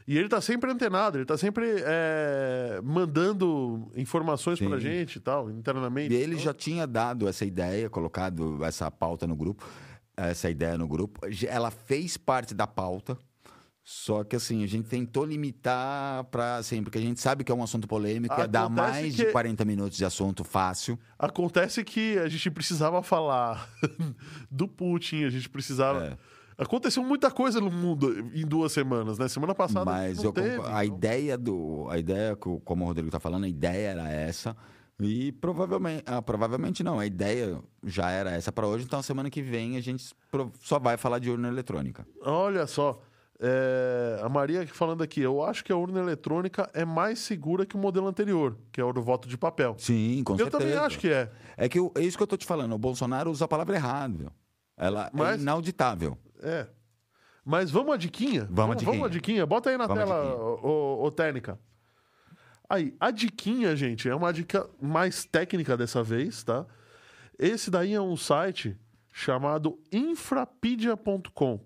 [SPEAKER 2] E ele tá sempre antenado, ele tá sempre é, mandando informações pra
[SPEAKER 3] Sim.
[SPEAKER 2] gente e tal, internamente.
[SPEAKER 3] E ele já tinha dado essa ideia, colocado essa pauta no grupo, essa ideia no grupo. Ela fez parte da pauta, só que assim, a gente tentou limitar para assim, porque a gente sabe que é um assunto polêmico, é dar
[SPEAKER 2] Acontece
[SPEAKER 3] mais
[SPEAKER 2] que-
[SPEAKER 3] de 40 minutos de assunto fácil.
[SPEAKER 2] Acontece que a gente precisava falar do Putin, a gente precisava.
[SPEAKER 3] É.
[SPEAKER 2] Aconteceu muita coisa no mundo em duas semanas, né? Semana passada.
[SPEAKER 3] Mas
[SPEAKER 2] não
[SPEAKER 3] eu
[SPEAKER 2] teve,
[SPEAKER 3] concordo. a
[SPEAKER 2] então.
[SPEAKER 3] ideia do. A ideia, co- como o Rodrigo está falando, a ideia era essa. E provavelmente. ah, provavelmente não. A ideia já era essa para hoje, então semana que vem a gente pro- só vai falar de urna eletrônica.
[SPEAKER 2] Olha só. é, a Maria falando aqui, eu acho que a urna eletrônica é mais segura que o modelo anterior, que é o do voto de papel.
[SPEAKER 3] Sim, com
[SPEAKER 2] eu
[SPEAKER 3] certeza.
[SPEAKER 2] também acho que é.
[SPEAKER 3] É que o- é isso que eu tô te falando. O Bolsonaro usa a palavra errada. Ela
[SPEAKER 2] Mas-
[SPEAKER 3] é inauditável.
[SPEAKER 2] É. Mas vamos à diquinha?
[SPEAKER 3] Vamos à diquinha.
[SPEAKER 2] Vamos à diquinha. Bota aí na
[SPEAKER 3] Vamos à
[SPEAKER 2] tela,
[SPEAKER 3] diquinha.
[SPEAKER 2] ô, ô, ô, técnica. Aí, a diquinha, gente, é uma dica mais técnica dessa vez, tá? Esse daí é um site chamado infrapedia.com.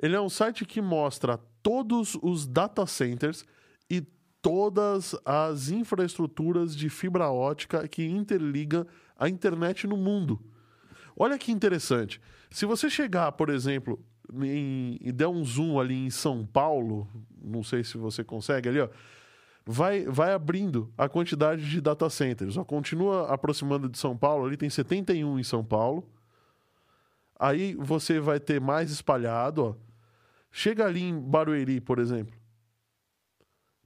[SPEAKER 2] Ele é um site que mostra todos os data centers e todas as infraestruturas de fibra ótica que interliga a internet no mundo. Olha que interessante. Se você chegar, por exemplo, em- e der um zoom ali em São Paulo, não sei se você consegue ali, ó, vai, vai abrindo a quantidade de data centers. Ó, continua aproximando de São Paulo, ali tem 71 em São Paulo. Aí você vai ter mais espalhado, ó. Chega ali em Barueri, por exemplo.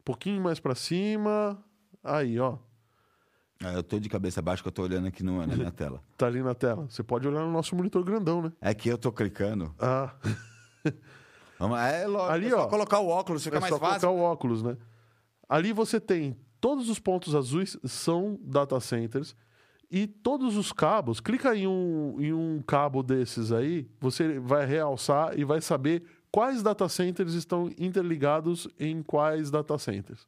[SPEAKER 2] Um pouquinho mais para cima. Aí, ó.
[SPEAKER 3] Ah, Eu tô de cabeça baixa que eu tô olhando aqui no, na minha tela.
[SPEAKER 2] Tá ali na tela. Você pode olhar no nosso monitor grandão, né?
[SPEAKER 3] É que eu tô clicando.
[SPEAKER 2] Ah.
[SPEAKER 3] Vamos- É lógico,
[SPEAKER 2] Ali,
[SPEAKER 3] é só
[SPEAKER 2] ó.
[SPEAKER 3] colocar o óculos, fica
[SPEAKER 2] é
[SPEAKER 3] mais
[SPEAKER 2] só
[SPEAKER 3] fácil.
[SPEAKER 2] colocar o óculos, né? Ali você tem todos os pontos azuis são data centers e todos os cabos. Clica em um, em um cabo desses aí, você vai realçar e vai saber quais data centers estão interligados em quais data centers.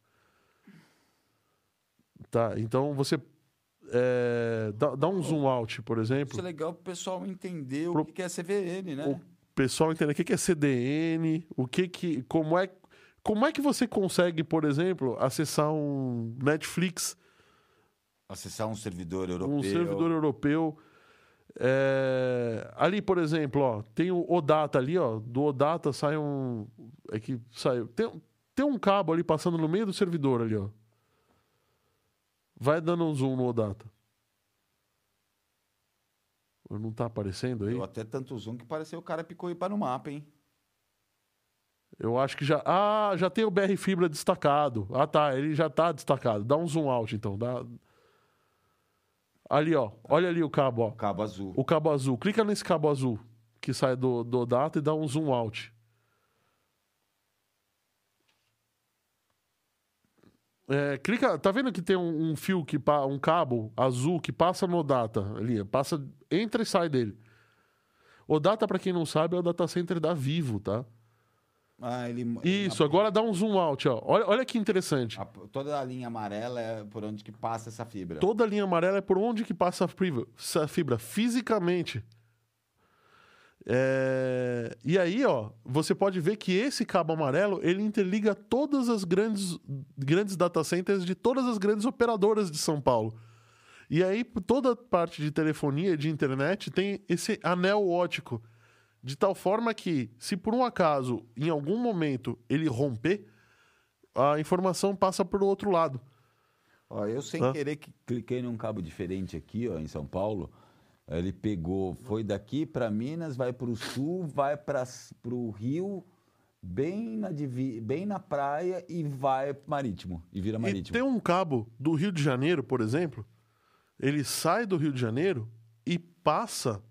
[SPEAKER 2] Tá, então você é, dá, dá um zoom out, por exemplo.
[SPEAKER 3] Isso é legal pro pessoal entender
[SPEAKER 2] Pro-
[SPEAKER 3] o que que é CVN, né?
[SPEAKER 2] o pessoal entender o que que é CDN, o que que, como é, como é que você consegue, por exemplo, acessar um Netflix,
[SPEAKER 3] Acessar um servidor europeu.
[SPEAKER 2] um servidor europeu. É, ali, por exemplo, ó, tem o Odata ali, ó, do Odata sai um, é que saiu, tem, tem um cabo ali passando no meio do servidor ali, ó. Vai dando um zoom no Odata. Não tá aparecendo aí?
[SPEAKER 3] Eu até tanto zoom que pareceu o cara picou e pá no mapa, hein?
[SPEAKER 2] Eu acho que já. Ah, já tem o BR Fibra destacado. Ah, tá. Ele já tá destacado. Dá um zoom out, então. Dá... Ali, ó. Olha ali o cabo, ó.
[SPEAKER 3] Cabo azul.
[SPEAKER 2] O cabo azul. Clica nesse cabo azul que sai do, do data e dá um zoom out. É, clica, tá vendo que tem um, um fio que pa- um cabo azul que passa no data ali, passa entra e sai dele. O data para quem não sabe é o data center da Vivo, tá?
[SPEAKER 3] Ah, ele.
[SPEAKER 2] Isso,
[SPEAKER 3] ele-
[SPEAKER 2] agora dá um zoom out, ó. Olha, olha que interessante.
[SPEAKER 3] a- toda a linha amarela é por onde que passa essa fibra.
[SPEAKER 2] Toda a linha amarela é por onde que passa a fibra, essa fibra fisicamente. É, E aí, ó, você pode ver que esse cabo amarelo, ele interliga todas as grandes, grandes data centers de todas as grandes operadoras de São Paulo. E aí, toda parte de telefonia e de internet tem esse anel ótico. De tal forma que, se por um acaso, em algum momento, ele romper, a informação passa para o outro lado.
[SPEAKER 3] Ó, eu sem
[SPEAKER 2] Hã?
[SPEAKER 3] querer que cliquei num cabo diferente aqui, ó, em São Paulo. Ele pegou, foi daqui pra Minas, vai pro sul, vai para pro Rio, bem na divi- bem na praia e vai marítimo e vira
[SPEAKER 2] E
[SPEAKER 3] marítimo.
[SPEAKER 2] tem um cabo do Rio de Janeiro, por exemplo, ele sai do Rio de Janeiro e passa.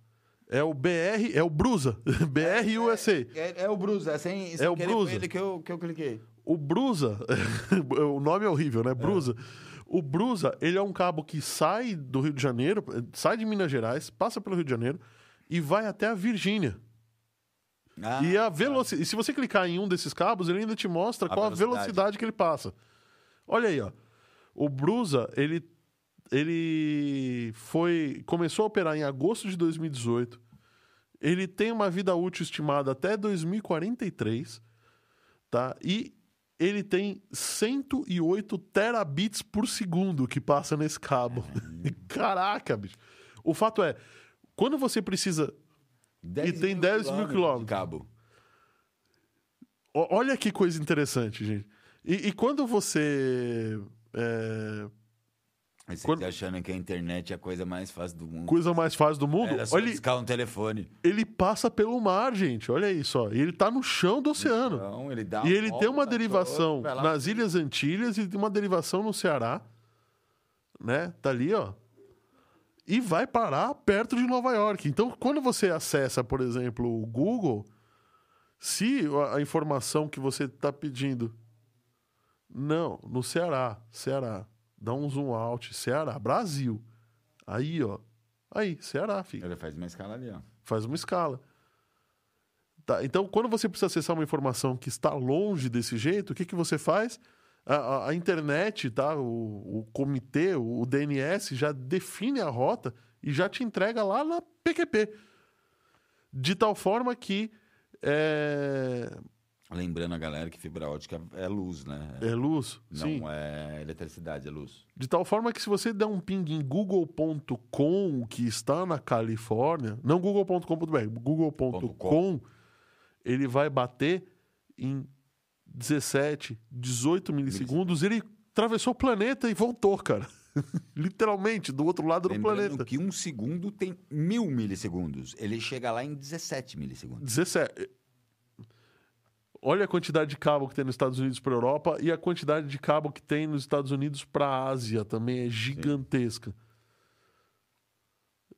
[SPEAKER 2] É o BR, é o Brusa, BR USA.
[SPEAKER 3] É, é o Brusa, é sem, sem
[SPEAKER 2] um É o
[SPEAKER 3] querer, foi
[SPEAKER 2] Brusa.
[SPEAKER 3] ele que eu, que eu cliquei.
[SPEAKER 2] O Brusa, o nome é horrível, né? Brusa. O Brusa, ele é um cabo que sai do Rio de Janeiro, sai de Minas Gerais, passa pelo Rio de Janeiro e vai até a Virgínia.
[SPEAKER 3] Ah,
[SPEAKER 2] e é, a velocidade. E se você clicar em um desses cabos, ele ainda te mostra
[SPEAKER 3] A
[SPEAKER 2] qual a
[SPEAKER 3] velocidade.
[SPEAKER 2] velocidade que ele passa. Olha aí, ó. O Brusa, ele, ele foi. começou a operar em agosto de 2018. Ele tem uma vida útil estimada até 2043, tá? E ele tem 108 terabits por segundo que passa nesse cabo.
[SPEAKER 3] É.
[SPEAKER 2] Caraca, bicho. O fato é, quando você precisa
[SPEAKER 3] 10
[SPEAKER 2] e tem 10 mil
[SPEAKER 3] de
[SPEAKER 2] quilômetros.
[SPEAKER 3] cabo.
[SPEAKER 2] O- Olha que coisa interessante, gente. E, e quando você. é,
[SPEAKER 3] Aí Vocês
[SPEAKER 2] Quando-
[SPEAKER 3] tá achando que a internet é a coisa mais fácil do mundo.
[SPEAKER 2] coisa mais fácil do mundo,
[SPEAKER 3] Era só
[SPEAKER 2] olha,
[SPEAKER 3] piscar um telefone.
[SPEAKER 2] ele passa pelo mar, gente. Olha isso, ó. E ele tá no chão do oceano.
[SPEAKER 3] Então, ele dá
[SPEAKER 2] E
[SPEAKER 3] a
[SPEAKER 2] ele tem uma
[SPEAKER 3] volta
[SPEAKER 2] derivação
[SPEAKER 3] toda, vai lá.
[SPEAKER 2] nas Ilhas Antilhas e tem uma derivação no Ceará. Né? Tá ali, ó. E vai parar perto de Nova York. Então, quando você acessa, por exemplo, o Google, se a- a informação que você está pedindo. Não, no Ceará. Ceará. Dá um zoom out. Ceará, Brasil. Aí, ó. Aí, Ceará, filho
[SPEAKER 3] Ele faz uma escala ali, ó.
[SPEAKER 2] faz uma escala. Tá, então, quando você precisa acessar uma informação que está longe desse jeito, o que, que você faz? A, a- a internet, tá? o, o comitê, o, o DNS, já define a rota e já te entrega lá na PQP. De tal forma que é,
[SPEAKER 3] Lembrando a galera que fibra ótica é luz, né?
[SPEAKER 2] é luz,
[SPEAKER 3] Não
[SPEAKER 2] sim.
[SPEAKER 3] é eletricidade, é luz.
[SPEAKER 2] De tal forma que se você der um ping em google.com, que está na Califórnia, não google.com.br, google.com, ele vai bater em 17, 18 milissegundos. Ele atravessou o planeta e voltou, cara. Literalmente, do outro lado do
[SPEAKER 3] Lembrando
[SPEAKER 2] planeta.
[SPEAKER 3] que um segundo tem mil milissegundos. Ele chega lá em 17 milissegundos.
[SPEAKER 2] 17. eh, Olha a quantidade de cabo que tem nos Estados Unidos para Europa e a quantidade de cabo que tem nos Estados Unidos para Ásia também é gigantesca.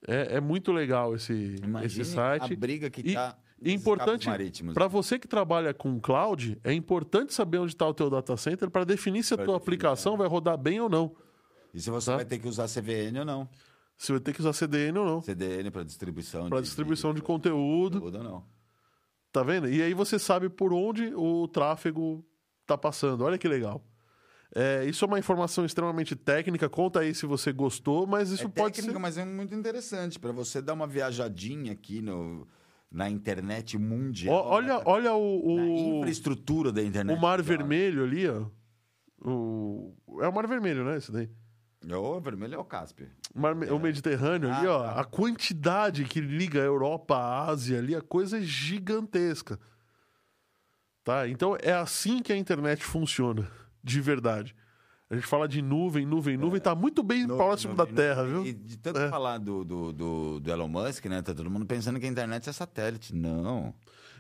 [SPEAKER 2] É, é muito legal esse,
[SPEAKER 3] Imagine
[SPEAKER 2] esse site.
[SPEAKER 3] a briga que
[SPEAKER 2] E-
[SPEAKER 3] tá
[SPEAKER 2] e
[SPEAKER 3] dos cabos
[SPEAKER 2] importante
[SPEAKER 3] marítimos.
[SPEAKER 2] para você que trabalha com cloud, é importante saber onde está o teu data center para definir se a
[SPEAKER 3] Pra
[SPEAKER 2] tua
[SPEAKER 3] definir, é.
[SPEAKER 2] aplicação vai rodar bem ou não.
[SPEAKER 3] E se você
[SPEAKER 2] tá?
[SPEAKER 3] vai ter que usar CVN ou não.
[SPEAKER 2] Se vai ter que usar CDN ou não.
[SPEAKER 3] CDN para distribuição
[SPEAKER 2] Para distribuição de conteúdo.
[SPEAKER 3] conteúdo ou não.
[SPEAKER 2] Tá vendo? E aí você sabe por onde o tráfego tá passando. Olha que legal. É, isso é uma informação extremamente técnica. Conta aí se você gostou, mas isso
[SPEAKER 3] é
[SPEAKER 2] pode
[SPEAKER 3] técnica,
[SPEAKER 2] ser.
[SPEAKER 3] mas é muito interessante. Para você dar uma viajadinha aqui no, na internet mundial.
[SPEAKER 2] Ó, olha
[SPEAKER 3] né?
[SPEAKER 2] olha
[SPEAKER 3] Na né?
[SPEAKER 2] o, o,
[SPEAKER 3] infraestrutura da internet.
[SPEAKER 2] o Mar
[SPEAKER 3] mundial.
[SPEAKER 2] Vermelho ali, ó. O, é o Mar Vermelho, né? Isso daí.
[SPEAKER 3] Ô, vermelho é o Casper.
[SPEAKER 2] O Mar- O Mediterrâneo ali,
[SPEAKER 3] Ah,
[SPEAKER 2] ó. A quantidade que liga a Europa à Ásia ali, a coisa é gigantesca. Tá? Então é assim que a internet funciona, de verdade. A gente fala de nuvem, nuvem,
[SPEAKER 3] É.
[SPEAKER 2] nuvem, tá muito bem
[SPEAKER 3] No-
[SPEAKER 2] próximo
[SPEAKER 3] no-
[SPEAKER 2] da
[SPEAKER 3] no-
[SPEAKER 2] Terra,
[SPEAKER 3] e-
[SPEAKER 2] viu?
[SPEAKER 3] E de tanto
[SPEAKER 2] É.
[SPEAKER 3] falar do, do, do, do Elon Musk, né? Tá todo mundo pensando que a internet é satélite. Não.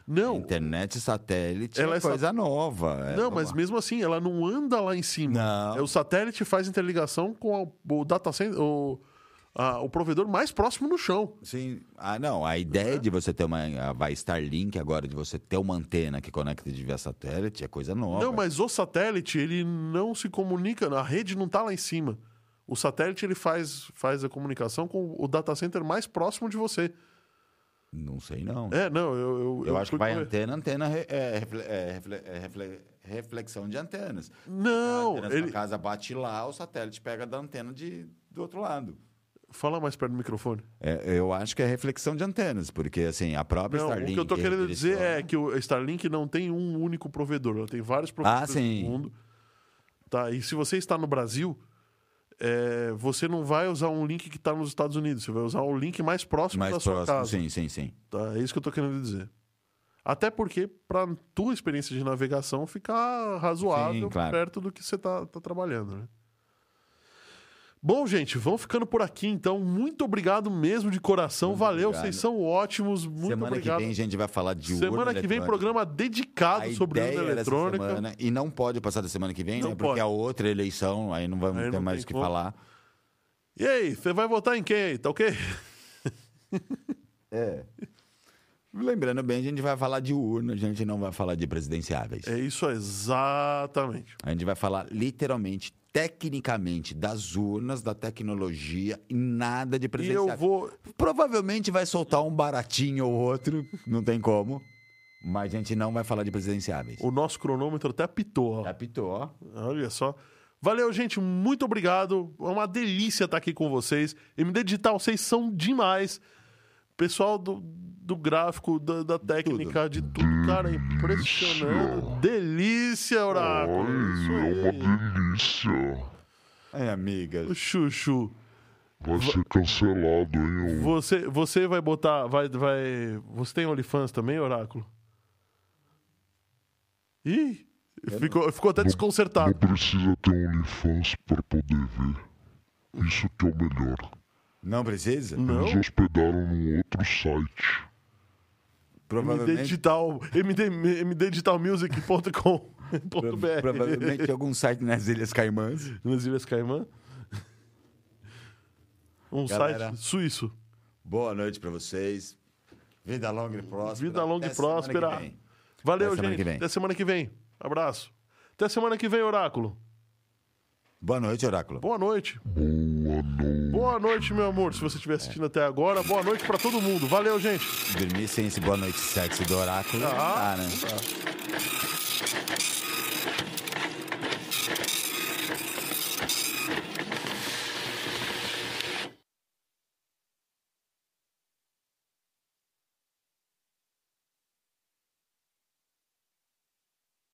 [SPEAKER 2] Não,
[SPEAKER 3] Internet satélite
[SPEAKER 2] Ela
[SPEAKER 3] é,
[SPEAKER 2] é sa-
[SPEAKER 3] coisa nova. é
[SPEAKER 2] não, mas
[SPEAKER 3] uma-
[SPEAKER 2] mesmo assim, ela não anda lá em cima.
[SPEAKER 3] Não.
[SPEAKER 2] É, O satélite faz interligação com a- o data center, o, a- o provedor mais próximo no chão.
[SPEAKER 3] Sim. Ah, não. A
[SPEAKER 2] É.
[SPEAKER 3] ideia de você ter uma. a- Vai Starlink agora, de você ter uma antena que conecta de via satélite é coisa nova.
[SPEAKER 2] Não, mas o satélite, ele não se comunica, a rede não tá lá em cima. O satélite, ele faz, faz a comunicação com o data center mais próximo de você.
[SPEAKER 3] Não sei, não.
[SPEAKER 2] É, não, eu... Eu,
[SPEAKER 3] Eu acho que
[SPEAKER 2] fui
[SPEAKER 3] vai
[SPEAKER 2] comer-
[SPEAKER 3] antena, antena re- é, refle- é, refle- é, refle- reflexão de antenas.
[SPEAKER 2] Não,
[SPEAKER 3] a antena da
[SPEAKER 2] ele...
[SPEAKER 3] casa bate lá, o satélite pega da antena de, do outro lado.
[SPEAKER 2] Fala mais perto do microfone.
[SPEAKER 3] É, eu acho que é reflexão de antenas, porque assim, a própria
[SPEAKER 2] Não,
[SPEAKER 3] Starlink...
[SPEAKER 2] o que eu tô querendo dizer
[SPEAKER 3] redireciona-
[SPEAKER 2] é que o Starlink não tem um único provedor, ela tem vários
[SPEAKER 3] Ah,
[SPEAKER 2] provedores
[SPEAKER 3] sim.
[SPEAKER 2] no mundo. Tá, e se você está no Brasil, é, você não vai usar um link que está nos Estados Unidos, você vai usar o link mais próximo
[SPEAKER 3] Mais
[SPEAKER 2] da tá sua
[SPEAKER 3] próximo,
[SPEAKER 2] casa.
[SPEAKER 3] sim, sim, sim.
[SPEAKER 2] Tá, é isso que eu tô querendo dizer. Até porque, para tua experiência de navegação ficar razoável
[SPEAKER 3] Sim, claro.
[SPEAKER 2] perto do que você tá, tá trabalhando, né? Bom, gente, vamos ficando por aqui, então. Muito obrigado mesmo de coração.
[SPEAKER 3] Muito
[SPEAKER 2] Valeu,
[SPEAKER 3] obrigado.
[SPEAKER 2] vocês são ótimos. Muito
[SPEAKER 3] semana
[SPEAKER 2] obrigado.
[SPEAKER 3] que vem a gente vai falar de urna
[SPEAKER 2] semana que vem,
[SPEAKER 3] eletrônica.
[SPEAKER 2] programa dedicado
[SPEAKER 3] A
[SPEAKER 2] sobre
[SPEAKER 3] ideia
[SPEAKER 2] urna
[SPEAKER 3] era essa
[SPEAKER 2] eletrônica.
[SPEAKER 3] semana, e não pode passar da semana que vem,
[SPEAKER 2] Não
[SPEAKER 3] né? Porque
[SPEAKER 2] pode.
[SPEAKER 3] a outra eleição, aí não vamos
[SPEAKER 2] Aí
[SPEAKER 3] ter
[SPEAKER 2] não
[SPEAKER 3] mais
[SPEAKER 2] tem
[SPEAKER 3] o que
[SPEAKER 2] como.
[SPEAKER 3] falar.
[SPEAKER 2] E aí, você vai votar em quem aí? Tá ok?
[SPEAKER 3] É. Lembrando bem, a gente vai falar de urna, a gente não vai falar de presidenciáveis.
[SPEAKER 2] É isso, exatamente.
[SPEAKER 3] A gente vai falar literalmente, tecnicamente, das urnas, da tecnologia e nada de
[SPEAKER 2] E
[SPEAKER 3] presidenciáveis.
[SPEAKER 2] eu vou.
[SPEAKER 3] Provavelmente vai soltar um baratinho ou outro, não tem como. Mas a gente não vai falar de presidenciáveis.
[SPEAKER 2] O nosso cronômetro até apitou, ó.
[SPEAKER 3] Capitão, ó.
[SPEAKER 2] Olha só. Valeu, gente. Muito obrigado. É uma delícia estar aqui com vocês. MD Digital, vocês são demais. Pessoal do, do gráfico, da, da técnica, de tudo, cara, é impressionante. Delícia, Oráculo. Isso
[SPEAKER 4] Ai, é
[SPEAKER 2] aí.
[SPEAKER 4] uma delícia.
[SPEAKER 3] É, amiga.
[SPEAKER 2] O Chuchu,
[SPEAKER 4] Vai ser cancelado, hein? ô.
[SPEAKER 2] você, você vai botar. Vai, vai... Você tem OnlyFans também, Oráculo? Ih, ficou, ficou até
[SPEAKER 4] Não
[SPEAKER 2] desconcertado.
[SPEAKER 4] precisa ter um OnlyFans para poder
[SPEAKER 3] Hum.
[SPEAKER 4] ver. Isso que é o melhor.
[SPEAKER 3] Não precisa?
[SPEAKER 2] Não?
[SPEAKER 4] Eles hospedaram num outro site.
[SPEAKER 2] MD
[SPEAKER 3] Provavelmente,
[SPEAKER 2] Digital, MD, mddigitalmusic.com.br
[SPEAKER 3] provavelmente algum site nas Ilhas Caimãs.
[SPEAKER 2] Nas Ilhas Caimã. Um
[SPEAKER 3] Galera.
[SPEAKER 2] site suíço.
[SPEAKER 3] Boa noite pra vocês. Vida longa e próspera.
[SPEAKER 2] Vida longa
[SPEAKER 3] Até
[SPEAKER 2] e
[SPEAKER 3] semana que
[SPEAKER 2] próspera.
[SPEAKER 3] vem.
[SPEAKER 2] Valeu,
[SPEAKER 3] Até semana
[SPEAKER 2] gente.
[SPEAKER 3] que vem.
[SPEAKER 2] Até semana que vem. Abraço. Até semana que vem, Oráculo.
[SPEAKER 3] Boa noite, Oráculo.
[SPEAKER 2] Boa noite.
[SPEAKER 4] Boa noite.
[SPEAKER 2] Boa noite, meu amor, se você estiver assistindo até agora. Boa noite pra todo mundo. Valeu, gente. Ah.
[SPEAKER 3] Ah, Dormir sem esse boa noite sexy do Oráculo. não dá, né?